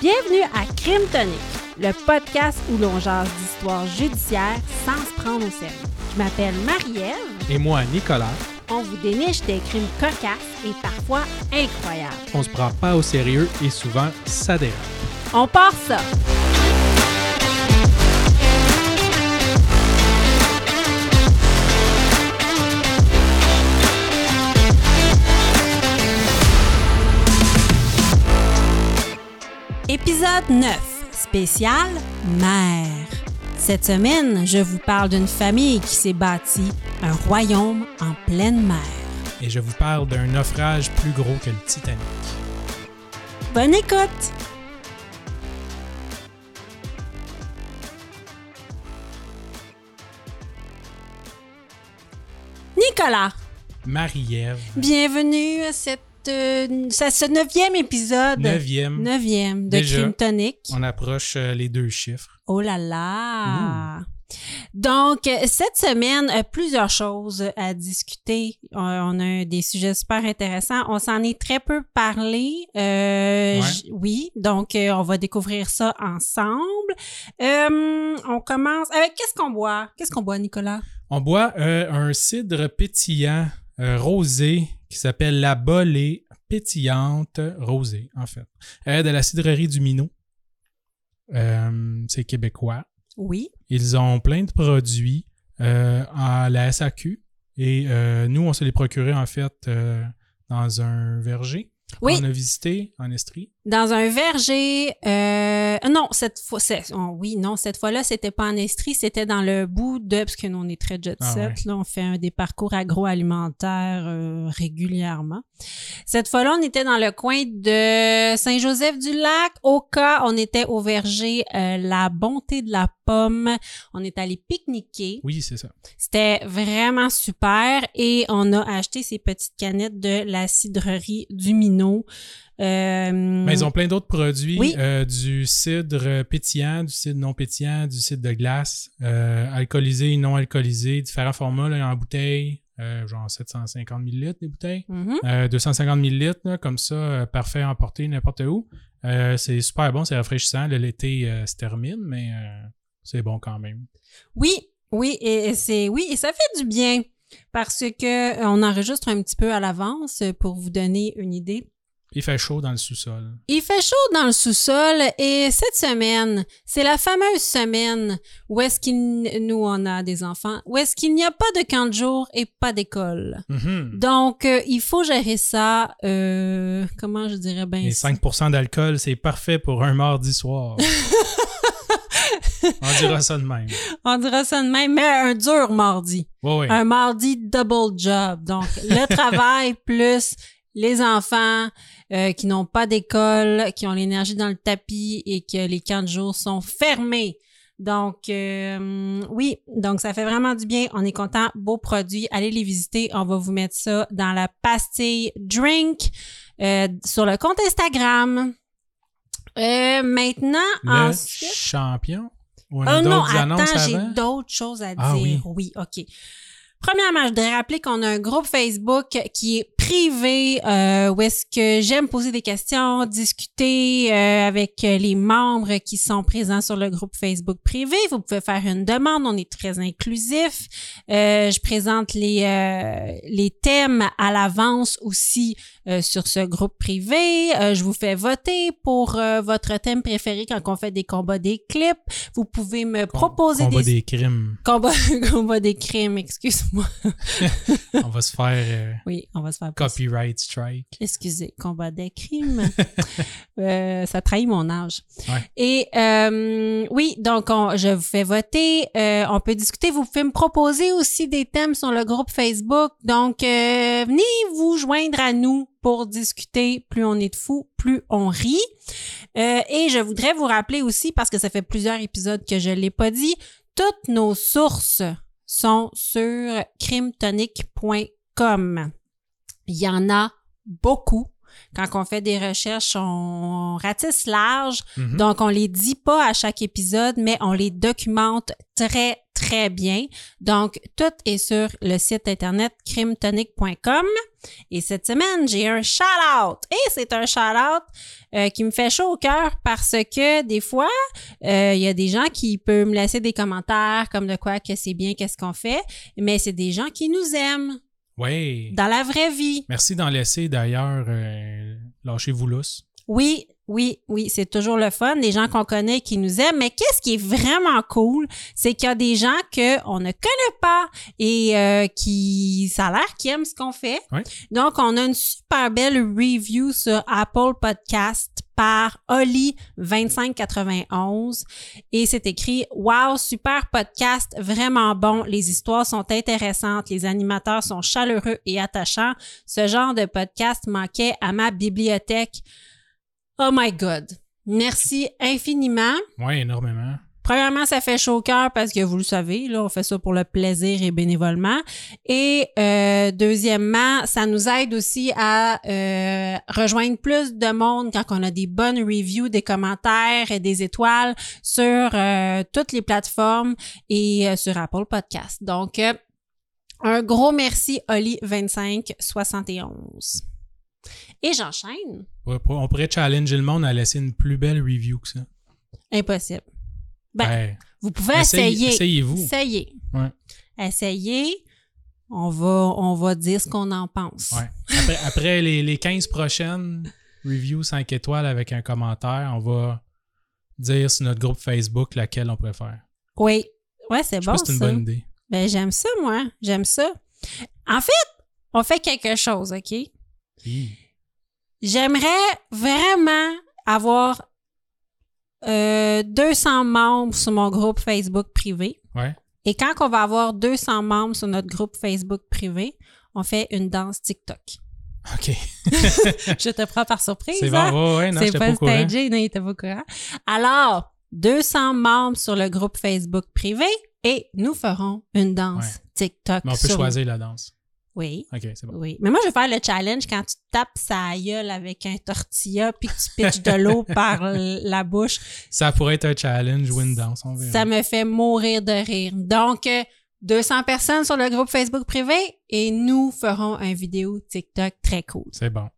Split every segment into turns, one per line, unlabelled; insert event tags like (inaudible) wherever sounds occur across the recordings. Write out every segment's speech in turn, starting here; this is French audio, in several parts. Bienvenue à Crime Tonic, le podcast où l'on jase d'histoires judiciaires sans se prendre au sérieux. Je m'appelle Marie-Ève,
Et moi, Nicolas,
on vous déniche des crimes cocasses et parfois incroyables.
on se prend pas au sérieux et souvent ça dérape.
On part ça! Épisode 9, spécial mère. Cette semaine, je vous parle d'une famille qui s'est bâtie un royaume en pleine mer.
Et je vous parle d'un naufrage plus gros que le Titanic.
Bonne écoute! Nicolas,
Marie-Ève,
bienvenue à, cette, euh, à ce neuvième épisode.
neuvième,
Neuvième de
Déjà.
Crime Tonic.
on approche euh, les deux chiffres.
Oh là là! Donc, euh, cette semaine, euh, plusieurs choses à discuter. Euh, On a des sujets super intéressants. On s'en est très peu parlé. Euh,
Ouais.
j- Oui, donc euh, on va découvrir ça ensemble. Euh, on commence avec qu'est-ce qu'on boit? Qu'est-ce qu'on boit, Nicolas?
On boit euh, un cidre pétillant euh, rosé qui s'appelle la bolée pétillante rosée, en fait, Euh, de la cidrerie du Minot. Euh, C'est québécois.
Oui.
Ils ont plein de produits euh, à la SAQ et euh, nous, on se les procurait en fait euh, dans un verger.
Oui.
On a visité en Estrie.
Dans un verger. Euh, non, cette fois, c'est- oh, oui, non, cette fois-là, c'était pas en Estrie, c'était dans le bout de, parce que nous, on est très jet set,
Ah ouais.
là, on fait un des parcours agroalimentaires euh, régulièrement. Cette fois-là, on était dans le coin de Saint-Joseph-du-Lac, au cas, on était au verger euh, La Bonté de la Pomme, on est allé pique-niquer.
Oui, c'est ça.
C'était vraiment super et on a acheté ces petites canettes de la cidrerie du Minot. Euh,
Mais ils ont plein d'autres produits
Oui.
euh, du cidre pétillant, du cidre non pétillant, du cidre de glace, euh, alcoolisé, non alcoolisé, différents formats là, en bouteille, euh, genre 750 ml des bouteilles.
Mhm.
Euh, 250 ml, comme ça, euh, parfait à emporter n'importe où. Euh, c'est super bon, c'est rafraîchissant. Là, L'été euh, se termine, mais euh, c'est bon quand même.
Oui, oui, et et c'est oui, et ça fait du bien parce que euh, on enregistre un petit peu à l'avance euh, pour vous donner une idée.
Il fait chaud dans le sous-sol.
Il fait chaud dans le sous-sol et cette semaine, c'est la fameuse semaine où est-ce qu'il n- nous on a des enfants, où est-ce qu'il n'y a pas de camp de jour et pas d'école.
Mhm.
Donc euh, il faut gérer ça. euh, comment je dirais bien
Et
ça?
5 d'alcool, c'est parfait pour un mardi
(laughs)
soir. On dira ça de même.
On dira ça de même, mais un dur mardi.
Ouais, ouais.
un mardi double job. Donc, le travail plus les enfants euh, qui n'ont pas d'école, qui ont l'énergie dans le tapis et que les camps de jour sont fermés. Donc, euh, oui, donc ça fait vraiment du bien. On est content. Beaux produits. Allez les visiter. On va vous mettre ça dans la pastille Drink euh, sur le compte Instagram. Euh, maintenant,
Le
ensuite-
champion. On
Oh
a
non,
d'autres
attends,
annonces
j'ai
avant.
d'autres choses à dire.
Ah
oui. OK. Premièrement, je voudrais rappeler qu'on a un groupe Facebook qui est privé euh, où est-ce que j'aime poser des questions, discuter euh, avec euh, les membres qui sont présents sur le groupe Facebook privé. Vous pouvez faire une demande, on est très inclusif. Euh, je présente les, euh, les thèmes à l'avance aussi euh, sur ce groupe privé. Euh, je vous fais voter pour euh, votre thème préféré quand on fait des combats des clips. Vous pouvez me
Con-
proposer
combat
des...
des crimes.
(laughs) Combat, combat des crimes, excuse-moi.
On va se faire euh,
Oui, on va se faire passer.
copyright strike.
Excusez, combat des crimes. Euh, ça trahit mon âge.
Ouais.
Et euh, oui, donc on- je vous fais voter. Euh, on peut discuter. Vous pouvez me proposer aussi des thèmes sur le groupe Facebook. Donc, euh, venez vous joindre à nous pour discuter. Plus on est de fous, plus on rit. Euh, et je voudrais vous rappeler aussi, parce que ça fait plusieurs épisodes que je l'ai pas dit, toutes nos sources sont sur crimetonic.com. Il y en a beaucoup. Quand on fait des recherches, on ratisse large.
Mhm.
Donc, on les dit pas à chaque épisode, mais on les documente très, très bien. Donc, tout est sur le site internet crimetonic.com. Et cette semaine, j'ai un shout-out. Et c'est un shout-out euh, qui me fait chaud au cœur parce que des fois, euh, il y a des gens qui peuvent me laisser des commentaires comme de quoi que c'est bien, qu'est-ce qu'on fait. Mais c'est des gens qui nous aiment
Oui.
dans la vraie vie.
Merci d'en laisser d'ailleurs. euh, Lâchez-vous lousse.
Oui, oui, oui, c'est toujours le fun. Les gens qu'on connaît qui nous aiment. Mais qu'est-ce qui est vraiment cool, c'est qu'il y a des gens qu'on ne connaît pas et euh, qui, ça a l'air qu'ils aiment ce qu'on fait.
Ouais.
Donc, on a une super belle review sur Apple Podcast par Oli2591 et c'est écrit « Wow, super podcast, vraiment bon. Les histoires sont intéressantes, les animateurs sont chaleureux et attachants. Ce genre de podcast manquait à ma bibliothèque. Oh my God. Merci infiniment.
Oui, énormément.
Premièrement, ça fait chaud au cœur parce que vous le savez, là, on fait ça pour le plaisir et bénévolement. Et euh, deuxièmement, ça nous aide aussi à euh, rejoindre plus de monde quand on a des bonnes reviews, des commentaires et des étoiles sur euh, toutes les plateformes et euh, sur Apple Podcast. Donc, euh, un gros merci, Oli2571. Et j'enchaîne.
Ouais, pour- On pourrait challenger le monde à laisser une plus belle review que ça.
Impossible. Ben,
Ouais.
Vous pouvez
Essayez-
essayer.
Essayez-vous.
Essayez.
Ouais.
Essayez. On va, on va dire ce qu'on en pense.
Ouais. Après, après les, les 15 prochaines reviews 5 étoiles avec un commentaire, on va dire sur notre groupe Facebook laquelle on préfère.
Oui. Ouais, c'est
Je
bon
pense que c'est
ça.
une bonne idée.
Ben, j'aime ça, moi. J'aime ça. En fait, on fait quelque chose, OK?
Hi.
J'aimerais vraiment avoir euh, 200 membres sur mon groupe Facebook privé.
Ouais.
Et quand on va avoir 200 membres sur notre groupe Facebook privé, on fait une danse TikTok.
OK.
(laughs) Je te prends par surprise.
C'est
hein?
bon. Ouais, ouais, non,
C'est
j'étais pas
pas
au courant.
stagé, non, il était pas au courant. Alors, 200 membres sur le groupe Facebook privé et nous ferons une danse TikTok.
Mais on peut
sur-
choisir la danse.
Oui.
OK, c'est bon.
Oui. Mais moi, je vais faire le challenge quand tu tapes sa gueule avec un tortilla puis que tu pitches de
(laughs)
l'eau par l- la bouche.
Ça pourrait être un challenge ou une danse, on verra.
Ça me fait mourir de rire. Donc, euh, 200 personnes sur le groupe Facebook privé et nous ferons un vidéo TikTok très cool.
C'est bon.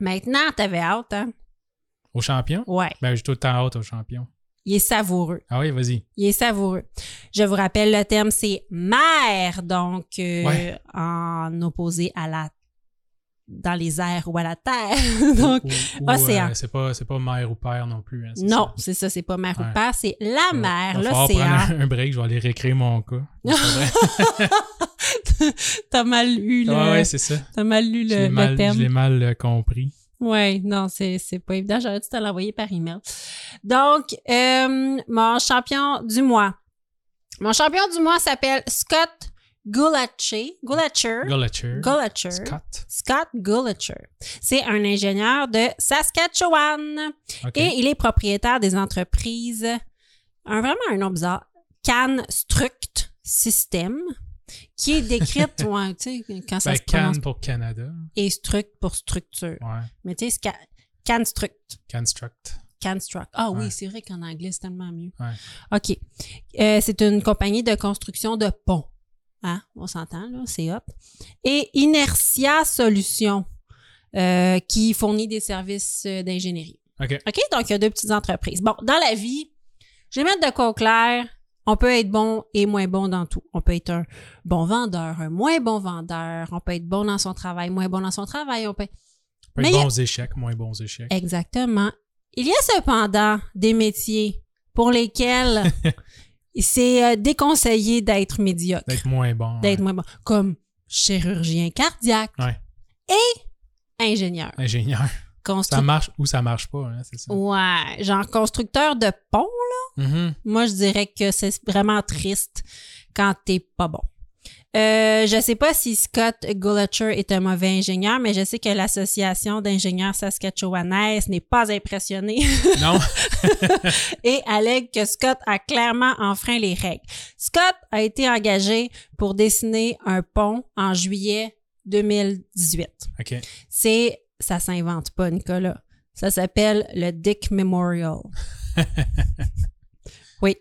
Maintenant, t'avais hâte, hein?
Au champion?
Ouais.
Ben, j'ai tout le temps hâte au champion.
Il est savoureux.
Ah oui, vas-y.
Il est savoureux. Je vous rappelle, le thème, c'est mer, donc euh,
Ouais.
en opposé à la dans les airs ou à la terre. (laughs) donc,
Ou- ou,
océan.
euh, c'est pas, c'est pas mère ou père non plus. hein, c'est
non,
ça.
c'est ça, c'est pas mer
Ouais.
ou terre, c'est la mer,
Il va falloir prendre
l'océan.
un- un break, je vais aller réécrire
(laughs)
mon cas. Ouais,
Ah, T'as mal lu le,
Ah, ouais, c'est ça.
t'as mal lu
Je
le,
l'ai
le
mal, je l'ai
thème.
mal, euh, compris.
Ouais, non, c'est c'est pas évident. J'aurais dû te l'envoyer par email. Donc, euh, mon champion du mois. Mon champion du mois s'appelle Scott Gulacher. Gulacher.
Gullicher.
Gulacher.
Scott.
Scott Gullicher. C'est un ingénieur de Saskatchewan
OK.
et il est propriétaire des entreprises, un, vraiment un nom bizarre, Construct System, qui est
(laughs)
décrite, ouais, tu sais, quand ça
Ben,
se
Can
prononce,
pour Canada.
et struct pour structure.
Ouais.
Mais tu sais, c'est ca- Construct.
Construct.
Construct. Ah oui,
Ouais.
c'est vrai qu'en anglais, c'est tellement mieux.
Ouais.
OK. Euh, c'est une compagnie de construction de ponts. Hein? On s'entend, là, c'est hop. Et Inertia Solutions, euh, qui fournit des services euh, d'ingénierie.
OK.
OK? Donc, il y a deux petites entreprises. Bon, dans la vie, je vais mettre de quoi au clair. On peut être bon et moins bon dans tout. On peut être un bon vendeur, un moins bon vendeur. On peut être bon dans son travail, moins bon dans son travail. On peut
Peut
Mais
être
il y a- Eh.
bons échecs, moins bons échecs.
Exactement. Il y a cependant des métiers pour
(laughs)
lesquels c'est euh, déconseillé d'être médiocre,
D'être moins bon. hein.
d'être moins bon, comme chirurgien cardiaque
Ouais.
et ingénieur.
ouais. Ingénieur. Ça
Constructeur.
marche ou ça marche pas, hein, c'est ça.
Ouais, genre constructeur de pont,
Mhm.
moi je dirais que c'est vraiment triste quand t'es pas bon. Euh, je sais pas si Scott Gulacher est un mauvais ingénieur, mais je sais que l'association d'ingénieurs saskatchewanaises n'est pas impressionnée
Non. (laughs)
et allègue que Scott a clairement enfreint les règles. Scott a été engagé pour dessiner un pont en juillet 2018.
OK.
C'est, ça s'invente pas, Nicolas. Ça s'appelle le Dick Memorial. oui.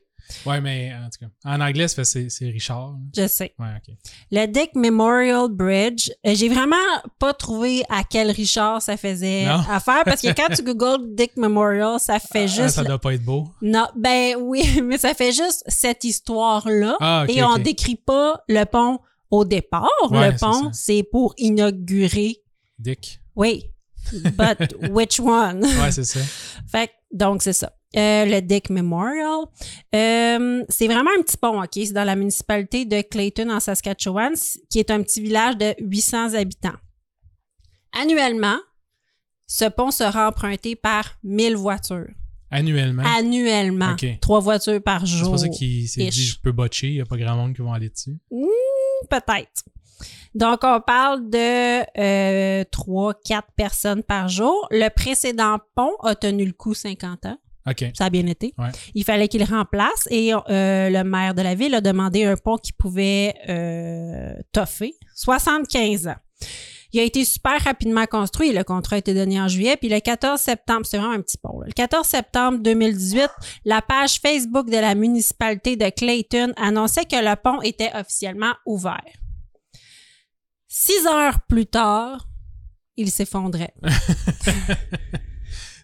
Ouais, mais en tout cas, en anglais, ça fait c'est c'est Richard. là.
Je sais.
Ouais, ok.
Le Dick Memorial Bridge, euh, j'ai vraiment pas trouvé à quel Richard ça faisait
Non.
affaire parce que
(laughs)
quand tu googles Dick Memorial, ça fait
Ah,
juste
ça doit pas être beau.
Non, ben oui, (laughs) mais ça fait juste cette histoire-là.
Ah, ok,
et on
ok.
décrit pas le pont au départ.
Ouais,
le
c'est
pont,
ça.
c'est pour inaugurer.
Dick.
Oui.
(laughs)
But which one?
Ouais, c'est ça.
Fait que, donc, c'est ça. Euh, le Dick Memorial. Euh, c'est vraiment un petit pont, OK? C'est dans la municipalité de Clayton, en Saskatchewan, c- qui est un petit village de 800 habitants. Annuellement, ce pont sera emprunté par 1000 voitures.
Annuellement.
Annuellement.
Hein? OK.
Trois voitures par
C'est
jour.
pour ça qu'il s'est
Ish.
dit je peux botcher, il n'y a pas grand monde qui va aller dessus.
peut-être. Donc, on parle de euh, 3-4 personnes par jour. Le précédent pont a tenu le coup 50 ans. (laughs)
OK.
Ça a bien été.
Ouais.
Il fallait qu'il le remplace et euh, le maire de la ville a demandé un pont qui pouvait euh, toffer. 75 ans. Il a été super rapidement construit. Le contrat a été donné en juillet. Puis le 14 septembre, c'est vraiment un petit pont. là. Le 14 septembre 2018, la page Facebook de la municipalité de Clayton annonçait que le pont était officiellement ouvert. Six heures plus tard, il s'effondrait.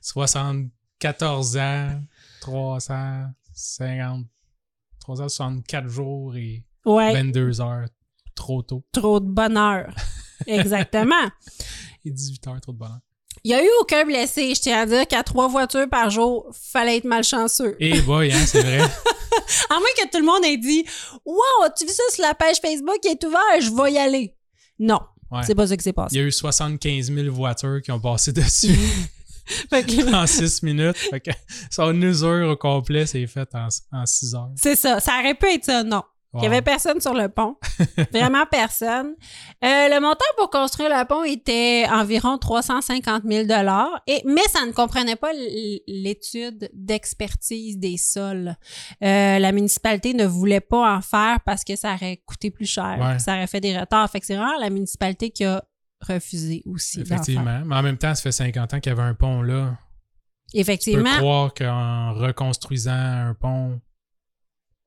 74 ans, 350, 364 jours et
Ouais,
22 heures trop tôt.
trop de bonheur. Exactement.
Et 18 heures trop de bonheur.
Il n'y a eu aucun blessé. Je tiens à dire qu'à trois voitures par jour, fallait être malchanceux.
Et boy, hein, c'est vrai.
À moins que tout le monde ait dit Wow, tu vu ça sur la page Facebook qui est ouverte, je vais y aller. Non,
Ouais.
c'est pas ça qui s'est
Il
passé.
y a eu 75 000 voitures qui ont passé
(laughs)
dessus
Fait que-
en 6 minutes. Fait que son usure au complet, c'est fait en, en 6 heures.
C'est ça. Ça aurait pu être ça, non. Il n'y
Wow.
avait personne sur le pont. (laughs) Vraiment personne. Euh, le montant pour construire le pont était environ 350 000 et, Mais ça ne comprenait pas l- l'étude d'expertise des sols. Euh, la municipalité ne voulait pas en faire parce que ça aurait coûté plus cher.
Ouais.
Ça aurait fait des retards. Fait que c'est vraiment la municipalité qui a refusé aussi. d'en faire.
Effectivement. Mais en même temps, ça fait 50 ans qu'il y avait un pont là. Tu peux
Effectivement.
croire qu'en reconstruisant un pont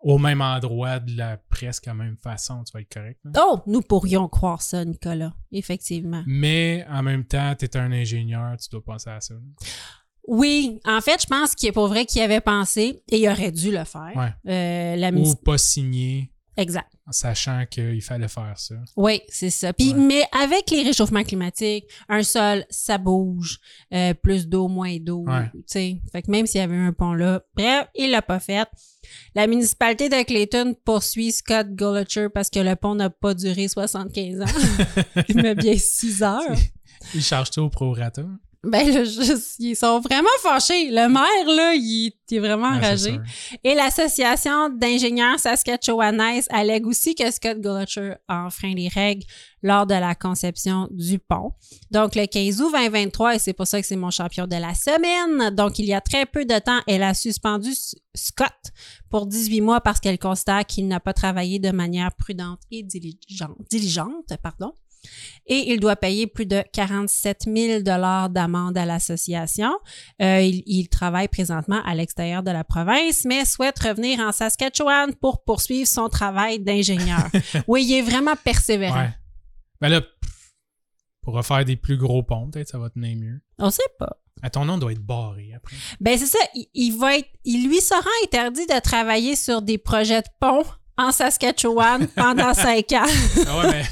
au même endroit, de la presque la même façon, tu vas être correct. hein. là.
Oh, nous pourrions croire ça, Nicolas. Effectivement.
Mais en même temps, tu es un ingénieur, tu dois penser à ça. là.
Oui, en fait, je pense qu'il est pour vrai qu'il y avait pensé et il aurait dû le faire.
Ouais.
Euh, la
Ou
mise-
pas signer,
Exact.
en sachant qu'il fallait faire ça.
Oui, c'est ça. Puis,
Ouais.
mais avec les réchauffements climatiques, un sol, ça bouge, euh, plus d'eau, moins d'eau.
Ouais.
tu sais. Fait que même s'il y avait un pont là, bref, il l'a pas fait. La municipalité de Clayton poursuit Scott Gullicher parce que le pont n'a pas duré 75 ans,
(laughs)
mais bien 6 heures.
Ils chargent tout au prorata.
Ben là, juste, ils sont vraiment fâchés. Le maire, là, il, est- il est vraiment
Ouais, Ah,
enragé.
c'est sûr.
Et l'association d'ingénieurs saskatchewanaises allègue aussi que Scott Gullicher a enfreint les règles lors de la conception du pont. Donc, le 15 août 2023, et c'est pour ça que c'est mon champion de la semaine. Donc, il y a très peu de temps, elle a suspendu S- Scott pour 18 mois parce qu'elle constate qu'il n'a pas travaillé de manière prudente et diligente, diligente pardon. Et il doit payer plus de 47 000 d'amende à l'association. Euh, il, il travaille présentement à l'extérieur de la province, mais souhaite revenir en Saskatchewan pour poursuivre son travail d'ingénieur. oui, il est vraiment persévérant.
Ouais. Ben là, pff, pour refaire des plus gros ponts, peut-être ça va tenir mieux.
On sait pas.
À ton nom doit être barré
(laughs)
après.
Ben c'est ça, il, il va être, il lui sera interdit de travailler sur des projets de pont en
(laughs)
Saskatchewan pendant cinq ans.
Ah ouais, mais,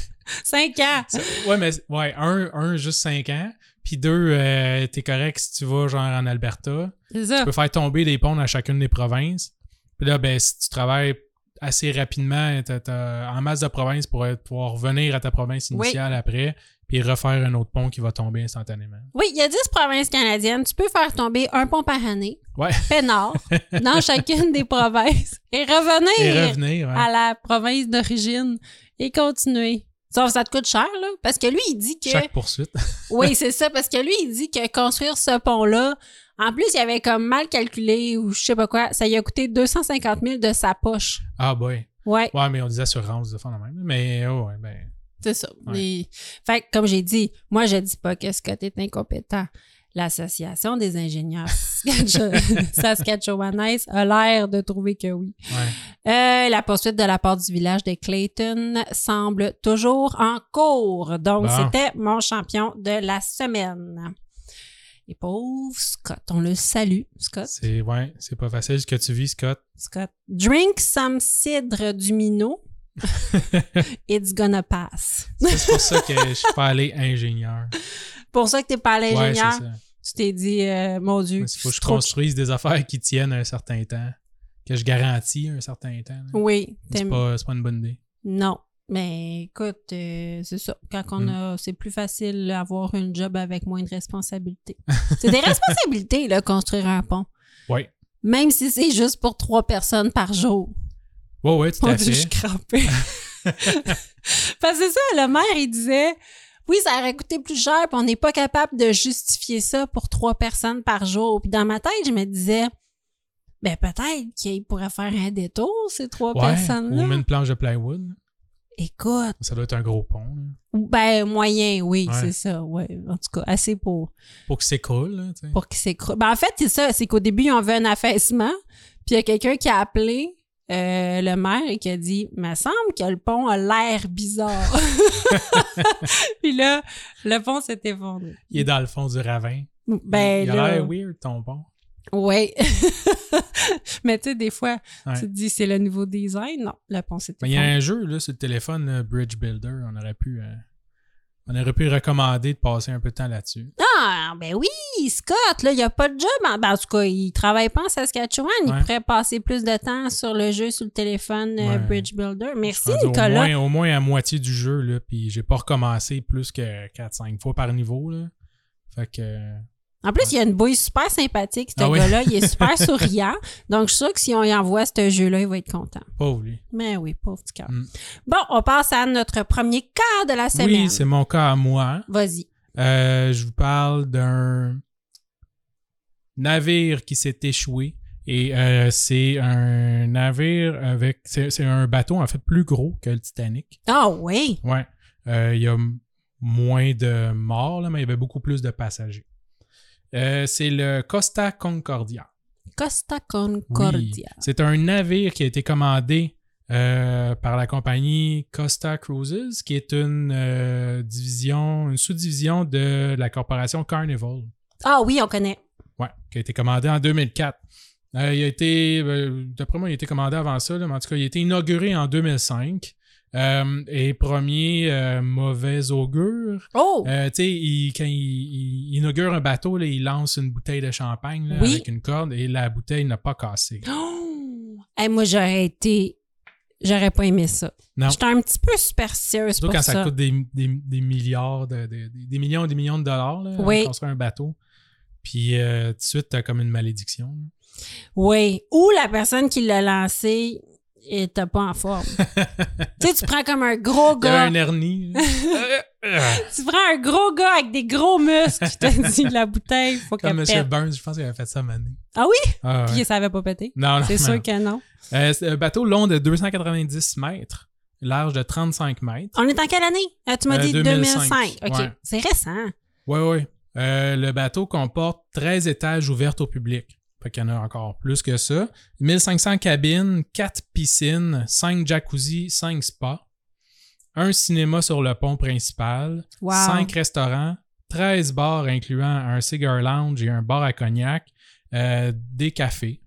Cinq ans.
ça- ouais, mais ouais, un, un, juste 5 ans. Puis deux, euh, t'es correct si tu vas genre en Alberta.
C'est ça.
Tu peux faire tomber des ponts dans chacune des provinces. Puis là, ben, si tu travailles assez rapidement, t'as, t'as en masse de provinces pour être- pouvoir revenir à ta province
Oui.
initiale après, puis refaire un autre pont qui va tomber instantanément.
Oui, il y a 10 provinces canadiennes. Tu peux faire tomber un pont par année,
Ouais. (laughs)
peinard, dans chacune des provinces et revenir,
Et revenir. hein. ouais.
à la province d'origine et continuer. Sauf que ça te coûte cher, là. Parce que lui, il dit que.
Chaque poursuite. (laughs)
Oui, c'est ça, parce que lui, il dit que construire ce pont-là, en plus, il avait comme mal calculé ou je sais pas quoi, ça lui a coûté 250 000 de sa poche.
Ah, boy.
Ouais,
Ouais, mais on dit assurance de fond de même. Mais oh, ouais, ben.
c'est ça.
Ouais.
Et- Fait que, comme j'ai dit, moi, je dis pas que Scott est incompétent. l'Association des ingénieurs (laughs) Saskatch- saskatchewanais a l'air de trouver que oui.
Ouais.
Euh, la poursuite de la part du village de Clayton semble toujours en cours. Donc,
Bon.
c'était mon champion de la semaine. Et pauvre Scott, on le salue, Scott.
C'est ouais, c'est pas facile ce que tu vis, Scott.
Scott. Drink some cidre du
(laughs)
minot. It's gonna pass.
C'est pour ça que je suis pas allé ingénieur.
Pour ça que t'es pas allé
Ouais, c'est
ingénieur, Mm.
ça.
tu t'es dit, euh, mon Dieu.
Il faut que je
trop-
construise des affaires qui tiennent un certain temps, que je garantis un certain temps. là.
Oui,
C'est
t'aimes-
pas, c'est pas une bonne idée.
Non. Mais écoute, euh, c'est ça. Quand on
Mm.
a, c'est plus facile d'avoir un job avec moins de responsabilités. c'est
(laughs)
des responsabilités, là, construire un pont.
Ouais.
Même si c'est juste pour trois personnes par jour.
Ouais, ouais, tout
Mon
à
Dieu, je suis
fait. (laughs)
crampée. Parce que c'est ça, le maire, il disait Oui, ça aurait coûté plus cher, puis on n'est pas capable de justifier ça pour trois personnes par jour. Puis dans ma tête, je me disais Ben peut-être qu'il pourrait faire un détour, ces trois
Ouais, ou
personnes-là.
même une planche de plywood.
Écoute,
Ça doit être un gros pont. là.
ben moyen, oui,
Ouais.
c'est ça. Ouais. En tout cas, assez pour,
Pour que c'est cool. là, tu sais.
pour qu'il s'écroule. Ben en fait, c'est ça, c'est qu'au début, on veut un affaissement, puis il y a quelqu'un qui a appelé. euh, le maire et qui a dit me semble que le pont a l'air bizarre (laughs) puis là le pont s'est effondré
Il est dans le fond du ravin.
ben
il a
là
l'air weird, ton pont.
ouais (laughs) mais tu sais des fois
Ouais.
tu te dis c'est le nouveau design non le pont s'est
Mais il y a
effondré
un jeu là, sur le téléphone, là, Bridge Builder. On aurait pu. euh, on aurait pu recommander de passer un peu de temps là-dessus.
Ah, ben oui, Scott, là, il n'y a pas de job. En, ben, en tout cas, il travaille pas en Saskatchewan. Il
Ouais.
pourrait passer plus de temps sur le jeu sur le téléphone euh,
Ouais.
Bridge Builder.
Je
Merci,
suis rendu Au
Nicolas.
moins, au moins à moitié du jeu, là, puis j'ai pas recommencé plus que 4-5 fois par niveau. Là. Fait que. euh,
En plus, il y a une bouille super sympathique, ce
Ah oui.
gars-là. Il est super
(laughs)
souriant. Donc, je suis sûre que si on y envoie ce jeu-là, il va être content.
Pauvre, lui.
Mais oui, pauvre petit cœur.
Mm.
Bon, on passe à notre premier quart de la semaine.
Oui, c'est mon cas à moi.
Vas-y.
Euh, je vous parle d'un navire qui s'est échoué. Et euh, c'est un navire avec. C'est c'est un bateau, en fait, plus gros que le Titanic.
Ah oui.
Ouais. Euh, Il y a m- moins de morts, là, mais il y avait beaucoup plus de passagers. Euh, c'est le Costa Concordia.
Costa
Oui.
Concordia.
C'est un navire qui a été commandé euh, par la compagnie Costa Cruises, qui est une euh, division, une sous-division de la corporation Carnival.
Ah oui, on connaît.
Ouais, qui a été commandé en 2004. Euh, il a été, euh, d'après moi, il a été commandé avant ça, là, mais en tout cas, il a été inauguré en 2005. Euh, et premier euh, mauvais augure.
Oh!
Euh, tu sais, il- quand il, il inaugure un bateau, là, il lance une bouteille de champagne là,
Oui. Ah,
avec une corde et la bouteille n'a pas cassé.
Oh! Hey, moi, j'aurais été. J'aurais pas aimé ça.
Non.
J'étais un petit peu superstitieuse
Surtout
pour
quand ça,
ça.
coûte des, des- des milliards, de, de- des, des millions et des millions de dollars, là,
Oui.
à construire un bateau. Puis euh, tout de suite, t'as comme une malédiction.
Oui. Ou la personne qui l'a lancé était pas en
(laughs)
forme. tu sais, tu prends comme un gros
Il y
gars.
avait
(laughs)
un hernie. Euh, là.
Tu prends un gros gars avec des gros muscles. Tu
(laughs)
te dis, la bouteille, faut qu'elle
comme
pète.
M. Burns, je pense qu'il avait fait ça à Mané.
Ah oui?
Ah, ouais.
Puis ça avait pas pété.
Non, non,
C'est
non.
sûr que non.
Euh, c'est un bateau long de 290 mètres, large de 35 mètres.
On est en quelle année? Ah, tu m'as
Euh,
dit 2005.
2005.
OK.
Ouais.
C'est récent.
Oui, oui. Euh, le bateau comporte 13 étages ouverts au public. Fait qu'il y en a encore plus que ça. 1500 cabines, 4 piscines, 5 jacuzzi, 5 spas, un cinéma sur le pont principal,
Wow.
5 restaurants, 13 bars incluant un cigar lounge et un bar à cognac, euh, des cafés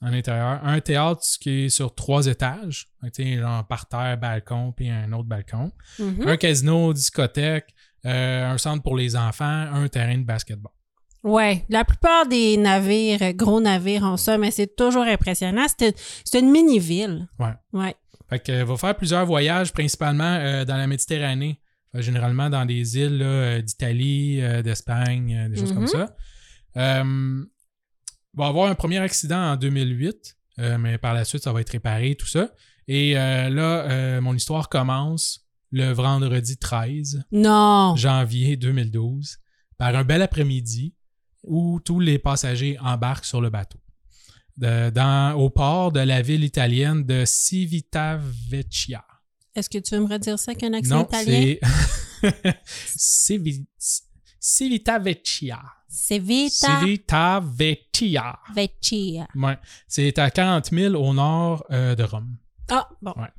en intérieur, un théâtre qui est sur 3 étages, Fait que, tu sais, genre par terre, balcon, puis un autre balcon
Mhm.
un casino, discothèque, euh, un centre pour les enfants, un terrain de basketball.
Ouais, la plupart des navires, euh, gros navires ont ça, mais c'est toujours impressionnant. C'est une- c'est une mini-ville.
Ouais.
Ouais.
Fait que euh, va faire plusieurs voyages, principalement euh, dans la Méditerranée, Fait que généralement dans des îles là, euh, d'Italie, euh, d'Espagne, euh, des choses
Mhm.
comme ça. Euh, va avoir un premier accident en 2008, euh, mais par la suite ça va être réparé, tout ça. Et euh, là, euh, mon histoire commence le vendredi 13.
Non.
janvier 2012 par un bel après-midi où tous les passagers embarquent sur le bateau. De- dans, au port de la ville italienne de Civitavecchia.
Est-ce que tu veux me redire ça avec un accent
Non,
italien?
c'est (laughs) Civi- Civita Vecchia.
C'est Vita
Civita Vecchia.
Vecchia.
Ouais. C'est à 40 000 au nord euh, de Rome.
Ah, bon.
Ouais.